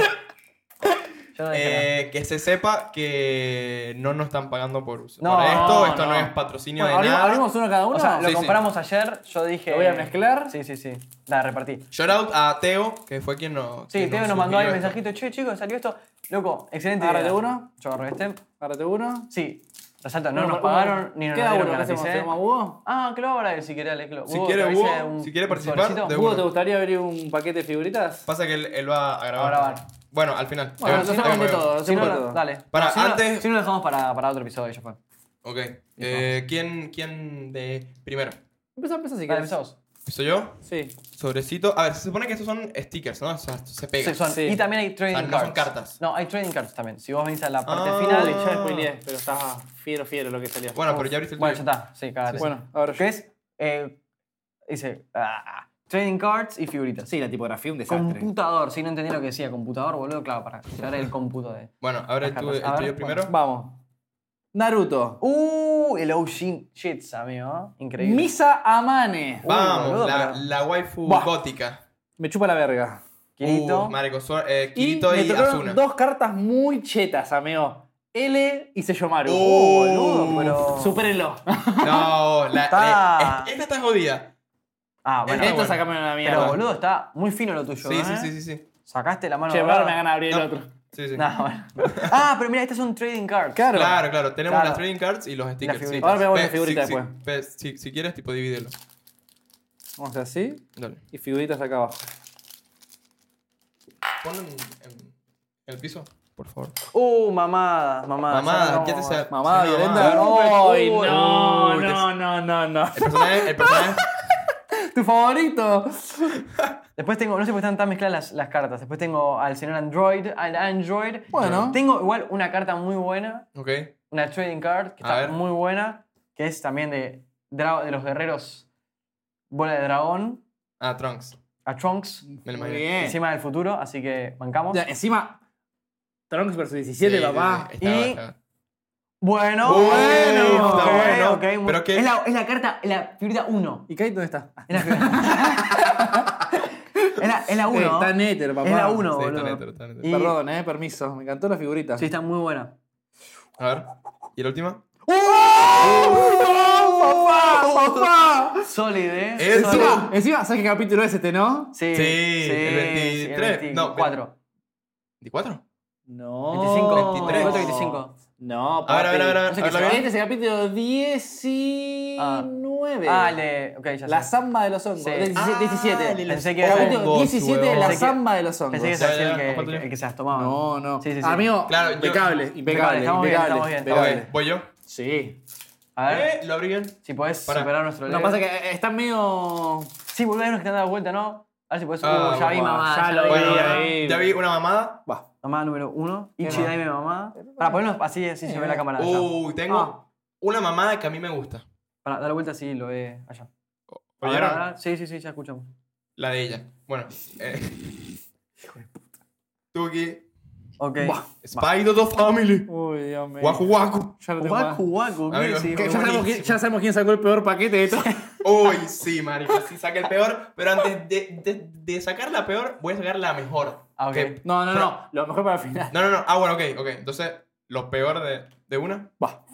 [SPEAKER 1] Yo no dije nada.
[SPEAKER 2] Eh, que se sepa que no nos están pagando por uso.
[SPEAKER 1] No,
[SPEAKER 2] Para esto, esto
[SPEAKER 1] no.
[SPEAKER 2] no, es patrocinio
[SPEAKER 1] Bueno,
[SPEAKER 2] de
[SPEAKER 1] abrimos-
[SPEAKER 2] nada.
[SPEAKER 1] abrimos-
[SPEAKER 3] ¿Hacemos uno cada uno?
[SPEAKER 1] o sea, lo
[SPEAKER 2] sí, sí.
[SPEAKER 1] compramos ayer, yo dije.
[SPEAKER 3] Lo voy a mezclar.
[SPEAKER 1] Sí, sí, sí. La repartí.
[SPEAKER 2] Shout out a Teo, que fue quien nos.
[SPEAKER 1] Sí,
[SPEAKER 2] quien
[SPEAKER 1] Teo nos mandó ahí un
[SPEAKER 2] sugirió esto.
[SPEAKER 1] mensajito. Che, chicos, salió esto. Loco, excelente.
[SPEAKER 3] Agárrate
[SPEAKER 1] idea.
[SPEAKER 3] uno.
[SPEAKER 1] Yo agarro este.
[SPEAKER 3] Agárrate uno.
[SPEAKER 1] Sí, resalto, no
[SPEAKER 3] Uno
[SPEAKER 1] nos
[SPEAKER 3] para-
[SPEAKER 1] pagaron ni nos
[SPEAKER 3] Queda
[SPEAKER 1] dieron
[SPEAKER 3] uno, ¿qué
[SPEAKER 1] gratis,
[SPEAKER 3] hacemos?
[SPEAKER 1] ¿eh?
[SPEAKER 3] ¿Hacemos Hugo?
[SPEAKER 1] Ah, que lo ahora él si quiere, le- que lo-
[SPEAKER 2] Si
[SPEAKER 1] Hugo,
[SPEAKER 2] quiere,
[SPEAKER 1] ¿te parece
[SPEAKER 2] Hugo, si quiere participar,
[SPEAKER 1] sobrecito?
[SPEAKER 2] de-
[SPEAKER 3] Hugo,
[SPEAKER 2] uno.
[SPEAKER 3] ¿te gustaría abrir un paquete de figuritas?
[SPEAKER 2] Pasa que él, él va a grabar.
[SPEAKER 1] A grabar.
[SPEAKER 2] Bueno, al final.
[SPEAKER 3] Bueno,
[SPEAKER 2] Ahí
[SPEAKER 3] lo
[SPEAKER 2] va,
[SPEAKER 3] hacemos
[SPEAKER 2] ahí va,
[SPEAKER 3] de
[SPEAKER 2] ahí va.
[SPEAKER 3] todo.
[SPEAKER 1] Si
[SPEAKER 3] hacemos
[SPEAKER 1] no,
[SPEAKER 3] de
[SPEAKER 1] lo-
[SPEAKER 3] todo.
[SPEAKER 1] dale.
[SPEAKER 2] Para,
[SPEAKER 1] si no lo-
[SPEAKER 2] antes-
[SPEAKER 1] si no lo dejamos para, para otro episodio, ya fue.
[SPEAKER 2] Ok. Eh, ¿quién, ¿Quién de primero?
[SPEAKER 3] Empieza, empieza si
[SPEAKER 1] Dale,
[SPEAKER 3] quieres.
[SPEAKER 1] empezamos.
[SPEAKER 2] ¿Soy yo?
[SPEAKER 3] Sí.
[SPEAKER 2] Sobrecito. A ver, se supone que estos son stickers, ¿no? O sea, esto se pega.
[SPEAKER 1] Sí, son-
[SPEAKER 3] Sí.
[SPEAKER 1] Y también hay trading
[SPEAKER 2] O sea, no
[SPEAKER 1] cards.
[SPEAKER 2] son cartas.
[SPEAKER 1] No, hay trading cards también. Si vos venís a la parte
[SPEAKER 2] Ah.
[SPEAKER 1] final.
[SPEAKER 3] Uy, ya spoileé, pero estaba fiero, fiero lo que salió.
[SPEAKER 2] Bueno, pero ya abriste el
[SPEAKER 1] Bueno, ya
[SPEAKER 2] tuyo.
[SPEAKER 1] está. Sí, cagate.
[SPEAKER 3] Bueno, ahora yo.
[SPEAKER 1] ¿Qué es? Eh, dice. ah, trading cards y figuritas.
[SPEAKER 3] Sí, la tipografía un desastre.
[SPEAKER 1] Computador, si no entendí lo que decía, computador, boludo, claro, para crear el cómputo de.
[SPEAKER 2] Bueno, abre
[SPEAKER 1] Las
[SPEAKER 2] tú
[SPEAKER 1] cartas.
[SPEAKER 2] el
[SPEAKER 1] A ver,
[SPEAKER 2] tuyo primero.
[SPEAKER 3] Vamos. Naruto.
[SPEAKER 1] Uh, el OG Shits, amigo. Increíble.
[SPEAKER 3] Misa Amane.
[SPEAKER 1] Uh,
[SPEAKER 2] Vamos,
[SPEAKER 1] boludo,
[SPEAKER 2] la,
[SPEAKER 1] pero-
[SPEAKER 2] la waifu
[SPEAKER 3] Buah.
[SPEAKER 2] gótica.
[SPEAKER 3] Me chupa la verga.
[SPEAKER 1] Kirito.
[SPEAKER 2] Uh, Marico, so- eh,
[SPEAKER 3] Y
[SPEAKER 2] Kirito
[SPEAKER 3] me
[SPEAKER 2] y,
[SPEAKER 3] tocaron
[SPEAKER 2] Asuna.
[SPEAKER 3] dos cartas muy chetas, amigo. L y Seyomaru.
[SPEAKER 2] Uh,
[SPEAKER 1] boludo, pero-
[SPEAKER 3] Supérenlo.
[SPEAKER 2] No, la,
[SPEAKER 1] Está.
[SPEAKER 2] eh, esta está jodida.
[SPEAKER 1] Ah, bueno.
[SPEAKER 2] Eh,
[SPEAKER 3] Esto
[SPEAKER 2] bueno.
[SPEAKER 3] sacame una mierda.
[SPEAKER 1] Pero boludo, está muy fino lo tuyo.
[SPEAKER 2] Sí,
[SPEAKER 1] ¿eh?
[SPEAKER 2] sí, sí, sí, sí.
[SPEAKER 1] Sacaste la mano.
[SPEAKER 3] Che,
[SPEAKER 1] dorada.
[SPEAKER 3] ahora me van a abrir
[SPEAKER 2] No.
[SPEAKER 3] el otro.
[SPEAKER 2] Sí, sí.
[SPEAKER 1] No, bueno. Ah, pero mira, estas son trading cards.
[SPEAKER 3] Claro.
[SPEAKER 2] Claro, claro. Tenemos
[SPEAKER 1] Claro.
[SPEAKER 2] las trading cards y los stickers. sí.
[SPEAKER 1] figuritas.
[SPEAKER 3] Ahora veamos
[SPEAKER 2] Ve,
[SPEAKER 3] las figuritas
[SPEAKER 2] si-
[SPEAKER 3] después.
[SPEAKER 2] Si, ve, si, si quieres, tipo, divídelo.
[SPEAKER 3] Vamos a hacer así
[SPEAKER 2] Dale.
[SPEAKER 3] y figuritas acá abajo.
[SPEAKER 2] Ponlo en, en el piso, por favor.
[SPEAKER 1] Uh, mamadas,
[SPEAKER 3] Ah,
[SPEAKER 1] mamadas.
[SPEAKER 2] Mamada,
[SPEAKER 1] Ahora
[SPEAKER 2] ya te
[SPEAKER 1] vamos.
[SPEAKER 2] sea.
[SPEAKER 3] Mamá,
[SPEAKER 2] sea
[SPEAKER 3] violenta.
[SPEAKER 2] mamada.
[SPEAKER 3] Ay,
[SPEAKER 1] Uy,
[SPEAKER 3] no,
[SPEAKER 2] uy,
[SPEAKER 3] no, no, no, no.
[SPEAKER 2] El personaje, el personaje.
[SPEAKER 3] Tu favorito.
[SPEAKER 1] Después tengo, no sé por qué están tan mezcladas las, las cartas. Después tengo al señor Android, al Android.
[SPEAKER 3] Bueno.
[SPEAKER 1] Tengo igual una carta muy buena,
[SPEAKER 2] ok.
[SPEAKER 1] una trading card que
[SPEAKER 2] A
[SPEAKER 1] está
[SPEAKER 2] ver.
[SPEAKER 1] muy buena, que es también de, dra- de los guerreros Bola de Dragón,
[SPEAKER 2] Ah, Trunks.
[SPEAKER 1] a Trunks,
[SPEAKER 2] Me lo
[SPEAKER 3] Muy
[SPEAKER 2] imaginé.
[SPEAKER 3] bien.
[SPEAKER 1] encima del futuro, así que bancamos.
[SPEAKER 3] Ya, encima, Trunks versus 17,
[SPEAKER 2] Sí, sí,
[SPEAKER 3] papá.
[SPEAKER 2] sí, estaba,
[SPEAKER 1] Y-
[SPEAKER 2] estaba.
[SPEAKER 1] Bueno,
[SPEAKER 2] Uy,
[SPEAKER 1] bueno,
[SPEAKER 2] está
[SPEAKER 1] ok,
[SPEAKER 2] bueno.
[SPEAKER 1] ok, muy-
[SPEAKER 2] Pero qué-
[SPEAKER 1] Es, la, es la carta, es la figurita 1.
[SPEAKER 3] ¿Y Kate dónde está? Ah,
[SPEAKER 1] Es la figurita- Es la- es la 1.
[SPEAKER 3] eh, está Nether, papá.
[SPEAKER 1] Es la 1,
[SPEAKER 2] Sí, está
[SPEAKER 1] boludo.
[SPEAKER 2] neto, está neto.
[SPEAKER 1] Y-
[SPEAKER 3] Perdón, eh, permiso. Me encantó la figurita.
[SPEAKER 1] Sí, está muy buena.
[SPEAKER 2] A ver. ¿Y la última?
[SPEAKER 3] ¡Uh! ¡Papá!
[SPEAKER 1] Solid, ¿eh?
[SPEAKER 2] Eso.
[SPEAKER 1] Solid.
[SPEAKER 3] Encima, encima, ¿sabes qué capítulo es este, no?
[SPEAKER 1] Sí,
[SPEAKER 2] Sí, el 23,
[SPEAKER 1] sí, el
[SPEAKER 2] no,
[SPEAKER 1] 24.
[SPEAKER 2] ¿24?
[SPEAKER 3] No.
[SPEAKER 1] 25,
[SPEAKER 2] 23.
[SPEAKER 1] 24, 25.
[SPEAKER 3] No,
[SPEAKER 2] A
[SPEAKER 3] papi.
[SPEAKER 2] ver, a ver, a ver, a
[SPEAKER 1] No sé
[SPEAKER 2] ver,
[SPEAKER 1] qué
[SPEAKER 2] a ver.
[SPEAKER 3] Este es el capítulo 19.
[SPEAKER 1] Ah, el de. Ok, ya
[SPEAKER 3] La
[SPEAKER 1] sé.
[SPEAKER 3] samba de los hongos.
[SPEAKER 1] Sí.
[SPEAKER 3] Del 17,
[SPEAKER 2] Ah,
[SPEAKER 3] 17.
[SPEAKER 2] el-
[SPEAKER 1] Pensé que
[SPEAKER 2] Oh,
[SPEAKER 1] era el-
[SPEAKER 3] Capítulo
[SPEAKER 2] hongos,
[SPEAKER 3] 17 de la
[SPEAKER 1] Pensé que-
[SPEAKER 3] samba de los hongos.
[SPEAKER 1] Pensé que ese
[SPEAKER 2] Ya,
[SPEAKER 1] es el
[SPEAKER 2] ya,
[SPEAKER 1] que,
[SPEAKER 2] ¿cuánto
[SPEAKER 1] el,
[SPEAKER 2] ya?
[SPEAKER 1] que se las tomaba.
[SPEAKER 3] No, no.
[SPEAKER 1] Sí, sí, sí.
[SPEAKER 3] Amigo,
[SPEAKER 2] Claro, yo-
[SPEAKER 3] impecable, impecable,
[SPEAKER 1] estamos bien,
[SPEAKER 3] impecable,
[SPEAKER 1] estamos bien.
[SPEAKER 2] Ok,
[SPEAKER 3] impecable.
[SPEAKER 2] voy yo.
[SPEAKER 3] Sí.
[SPEAKER 1] A ver,
[SPEAKER 2] Eh, Lo abrí bien.
[SPEAKER 1] si podés
[SPEAKER 2] Pará.
[SPEAKER 1] superar nuestro
[SPEAKER 3] Lo que
[SPEAKER 1] level.
[SPEAKER 3] pasa es que eh, están medio.
[SPEAKER 1] Sí, boludo, hay unos que te han dado vuelta, ¿no? A ver si podés.
[SPEAKER 2] Ah,
[SPEAKER 1] Uh, ya vi,
[SPEAKER 2] bueno,
[SPEAKER 1] mamá.
[SPEAKER 3] ya lo
[SPEAKER 1] vi.
[SPEAKER 2] Bueno,
[SPEAKER 3] Ahí,
[SPEAKER 2] ya-
[SPEAKER 3] ahí.
[SPEAKER 2] ya vi una mamada.
[SPEAKER 3] Bah.
[SPEAKER 1] Mamá número uno. Ichi
[SPEAKER 2] Mamá.
[SPEAKER 1] Daime mamá. Para ponernos así, así se ve
[SPEAKER 2] Uh.
[SPEAKER 1] la cámara. allá.
[SPEAKER 2] Uy, tengo
[SPEAKER 1] Ah.
[SPEAKER 2] una mamada que a mí me gusta.
[SPEAKER 1] Para, dale vuelta así, lo ve allá.
[SPEAKER 3] Ah.
[SPEAKER 2] ¿Oyeron?
[SPEAKER 1] Ahora, ahora, sí, sí, sí, ya escuchamos.
[SPEAKER 2] La de ella. Bueno. eh. Tuki.
[SPEAKER 1] Ok.
[SPEAKER 3] Buah.
[SPEAKER 2] Spider the Family.
[SPEAKER 3] Uy, Dios mío.
[SPEAKER 2] Waku Waku.
[SPEAKER 3] Ya no tengo más.
[SPEAKER 1] Guacu, guacu, ¿qué
[SPEAKER 2] Amigo.
[SPEAKER 1] decís,
[SPEAKER 3] Que ya,
[SPEAKER 1] boludo?
[SPEAKER 3] sabemos quién, ya sabemos quién sacó el peor paquete de todo.
[SPEAKER 2] Uy, sí, marica. Sí, saqué el peor. Pero antes de, de- de sacar la peor, voy a sacar la mejor.
[SPEAKER 1] Ah, ok.
[SPEAKER 2] Que-
[SPEAKER 3] No, no, no. Lo mejor para el final.
[SPEAKER 2] No, no, no. Ah, bueno, ok, ok. Entonces, lo peor de, de una.
[SPEAKER 3] Bah.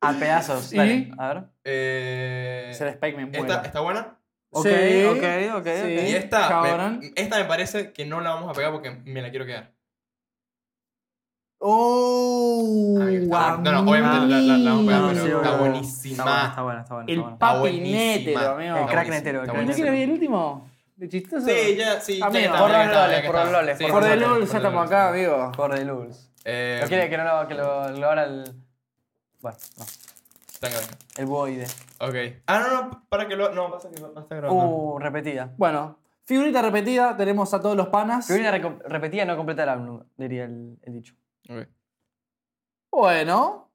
[SPEAKER 1] A pedazos.
[SPEAKER 3] Y-
[SPEAKER 1] Dale, a ver.
[SPEAKER 2] Eh,
[SPEAKER 3] Se despec me muero.
[SPEAKER 2] esta está buena.
[SPEAKER 1] Ok,
[SPEAKER 3] Sí.
[SPEAKER 1] ok, ok, ok.
[SPEAKER 3] Sí.
[SPEAKER 2] Y
[SPEAKER 3] Eh,
[SPEAKER 2] esta
[SPEAKER 3] cabrón.
[SPEAKER 2] me, esta me parece que no la vamos a pegar porque me la quiero quedar.
[SPEAKER 3] ¡Oh!
[SPEAKER 2] Amigo, está buena. no, no, obviamente la, la- la vamos a pegar,
[SPEAKER 1] No,
[SPEAKER 2] pero
[SPEAKER 1] sí,
[SPEAKER 2] está
[SPEAKER 1] boludo.
[SPEAKER 2] buenísima.
[SPEAKER 1] Está buena, está buena, está buena.
[SPEAKER 3] El
[SPEAKER 1] está buena.
[SPEAKER 3] pa-
[SPEAKER 2] Está
[SPEAKER 3] Papi
[SPEAKER 2] buenísima.
[SPEAKER 3] Netero, amigo.
[SPEAKER 2] Está
[SPEAKER 1] El crack
[SPEAKER 2] buenísima,
[SPEAKER 1] Netero,
[SPEAKER 2] está
[SPEAKER 1] el
[SPEAKER 3] ¿Y
[SPEAKER 1] crack
[SPEAKER 3] no
[SPEAKER 2] buenísima.
[SPEAKER 1] Netero.
[SPEAKER 3] quiero ver el último? ¿De chistoso?
[SPEAKER 2] Sí, ya, sí. ya
[SPEAKER 3] Amigo,
[SPEAKER 2] está,
[SPEAKER 3] por
[SPEAKER 2] ya
[SPEAKER 1] los
[SPEAKER 2] está,
[SPEAKER 1] loles,
[SPEAKER 2] ya está.
[SPEAKER 1] por los loles,
[SPEAKER 2] Sí,
[SPEAKER 1] por
[SPEAKER 2] sí,
[SPEAKER 3] Por
[SPEAKER 2] sí,
[SPEAKER 3] de
[SPEAKER 2] sí,
[SPEAKER 3] LOL
[SPEAKER 2] por
[SPEAKER 3] ya
[SPEAKER 2] los
[SPEAKER 3] estamos
[SPEAKER 2] loles.
[SPEAKER 3] acá, amigo.
[SPEAKER 1] Por de Lulz.
[SPEAKER 2] Eh,
[SPEAKER 1] ¿No quiere que no lo, que lo, lo haga el. Bueno, no.
[SPEAKER 2] está grabando.
[SPEAKER 1] El buoide.
[SPEAKER 2] Ok. Ah, no, no, para que lo. No, pasa que no está grabando.
[SPEAKER 1] Uh, repetida.
[SPEAKER 3] Bueno, figurita repetida, tenemos a todos los panas.
[SPEAKER 1] Figurina reco- repetida no completa el álbum, diría el, el dicho.
[SPEAKER 2] Ok.
[SPEAKER 3] Bueno.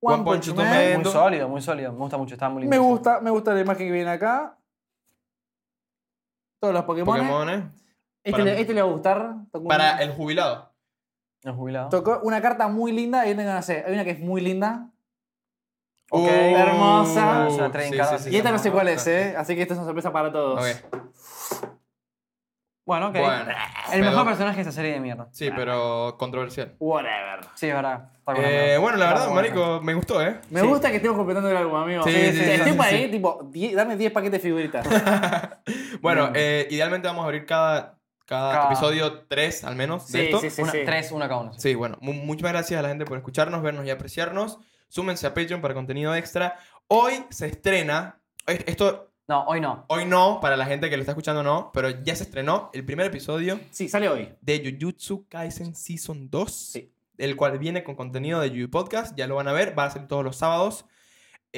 [SPEAKER 2] One Punch Man.
[SPEAKER 1] Muy
[SPEAKER 2] Endo.
[SPEAKER 1] sólido, muy sólido. Me gusta mucho, está muy lindo.
[SPEAKER 3] Me gusta, me gusta la imagen que viene acá. Todos los Pokémon.
[SPEAKER 2] Pokémones.
[SPEAKER 3] Este,
[SPEAKER 2] para
[SPEAKER 3] le,
[SPEAKER 2] mí.
[SPEAKER 3] este le va a gustar. Tocó
[SPEAKER 2] Para
[SPEAKER 3] una,
[SPEAKER 2] el jubilado.
[SPEAKER 1] El jubilado.
[SPEAKER 3] tocó una carta muy linda. Y tengan, no sé, hay una que es muy linda.
[SPEAKER 1] Ok.
[SPEAKER 2] Uh,
[SPEAKER 3] Hermosa.
[SPEAKER 1] Es una trincada.
[SPEAKER 3] y esta no sé
[SPEAKER 1] sí,
[SPEAKER 3] cuál es, ¿eh? Así que esta es una sorpresa para todos.
[SPEAKER 2] Ok.
[SPEAKER 1] Bueno, ok.
[SPEAKER 2] Bueno.
[SPEAKER 1] el mejor
[SPEAKER 2] Pero-
[SPEAKER 1] personaje de esta serie de mierda.
[SPEAKER 2] Sí, pero controversial.
[SPEAKER 3] Whatever.
[SPEAKER 1] Sí, es verdad. Está con la
[SPEAKER 2] Eh,
[SPEAKER 1] mierda.
[SPEAKER 2] bueno, la
[SPEAKER 1] Está
[SPEAKER 2] verdad,
[SPEAKER 1] con
[SPEAKER 2] marico, me gustó, ¿eh?
[SPEAKER 3] Me
[SPEAKER 1] Sí.
[SPEAKER 3] gusta que estemos completando el álbum, amigo.
[SPEAKER 2] Sí, sí, sí,
[SPEAKER 3] Estoy
[SPEAKER 2] sí,
[SPEAKER 3] para
[SPEAKER 2] sí.
[SPEAKER 3] ahí, tipo, die- dame 10 paquetes de figuritas.
[SPEAKER 2] Bueno, eh, idealmente vamos a abrir cada, cada,
[SPEAKER 1] Cada-
[SPEAKER 2] episodio tres al menos
[SPEAKER 3] Sí,
[SPEAKER 2] de esto.
[SPEAKER 3] sí, sí.
[SPEAKER 1] Una, Tres, una cada uno.
[SPEAKER 2] Sí, bueno, mu- muchas gracias a la gente por escucharnos, vernos y apreciarnos. Súmense a Patreon para contenido extra. Hoy se estrena, eh, esto
[SPEAKER 1] No, hoy no.
[SPEAKER 2] hoy no, para la gente que lo está escuchando no, pero ya se estrenó el primer episodio
[SPEAKER 3] Sí, sale hoy.
[SPEAKER 2] de Jujutsu Kaisen Season 2,
[SPEAKER 3] Sí.
[SPEAKER 2] el cual viene con contenido de Yu Podcast, ya lo van a ver, va a ser todos los sábados.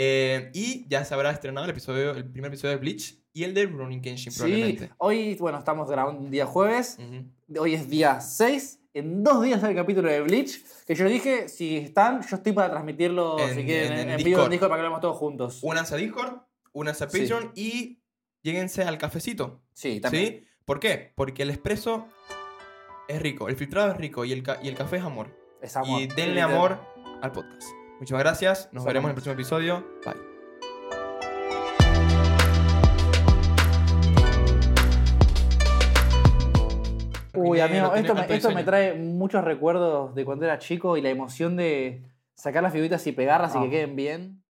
[SPEAKER 2] Eh, y ya se habrá estrenado el episodio, el primer episodio de Bleach y el de Ronin Kenshin
[SPEAKER 3] Sí,
[SPEAKER 2] probablemente.
[SPEAKER 3] hoy, bueno, estamos grabando un día jueves.
[SPEAKER 2] Ujú.
[SPEAKER 3] Hoy es día 6. En dos días sale el capítulo de Bleach. Que yo dije, si están, yo estoy para transmitirlo,
[SPEAKER 2] En-
[SPEAKER 3] si quieren,
[SPEAKER 2] en-
[SPEAKER 3] en,
[SPEAKER 2] en
[SPEAKER 3] en vivo
[SPEAKER 2] Discord.
[SPEAKER 3] en Discord para que lo veamos todos juntos.
[SPEAKER 2] Únanse a Discord, únanse a
[SPEAKER 3] Sí.
[SPEAKER 2] Patreon y lléguense al cafecito.
[SPEAKER 3] Sí, también.
[SPEAKER 2] ¿Sí? ¿Por qué? Porque el espresso es rico, el filtrado es rico y el, ca- y el café es amor.
[SPEAKER 3] Es amor.
[SPEAKER 2] Y denle amor al podcast. Muchas gracias, nos
[SPEAKER 3] Somos.
[SPEAKER 2] veremos en el próximo episodio. Bye.
[SPEAKER 3] Uy,
[SPEAKER 2] Tenía-
[SPEAKER 3] amigo,
[SPEAKER 2] tenía
[SPEAKER 3] esto, me,
[SPEAKER 2] alto
[SPEAKER 3] esto me
[SPEAKER 2] diseño.
[SPEAKER 3] trae muchos recuerdos de cuando era chico y la emoción de sacar las figuritas y pegarlas y
[SPEAKER 1] Ah.
[SPEAKER 3] que queden bien.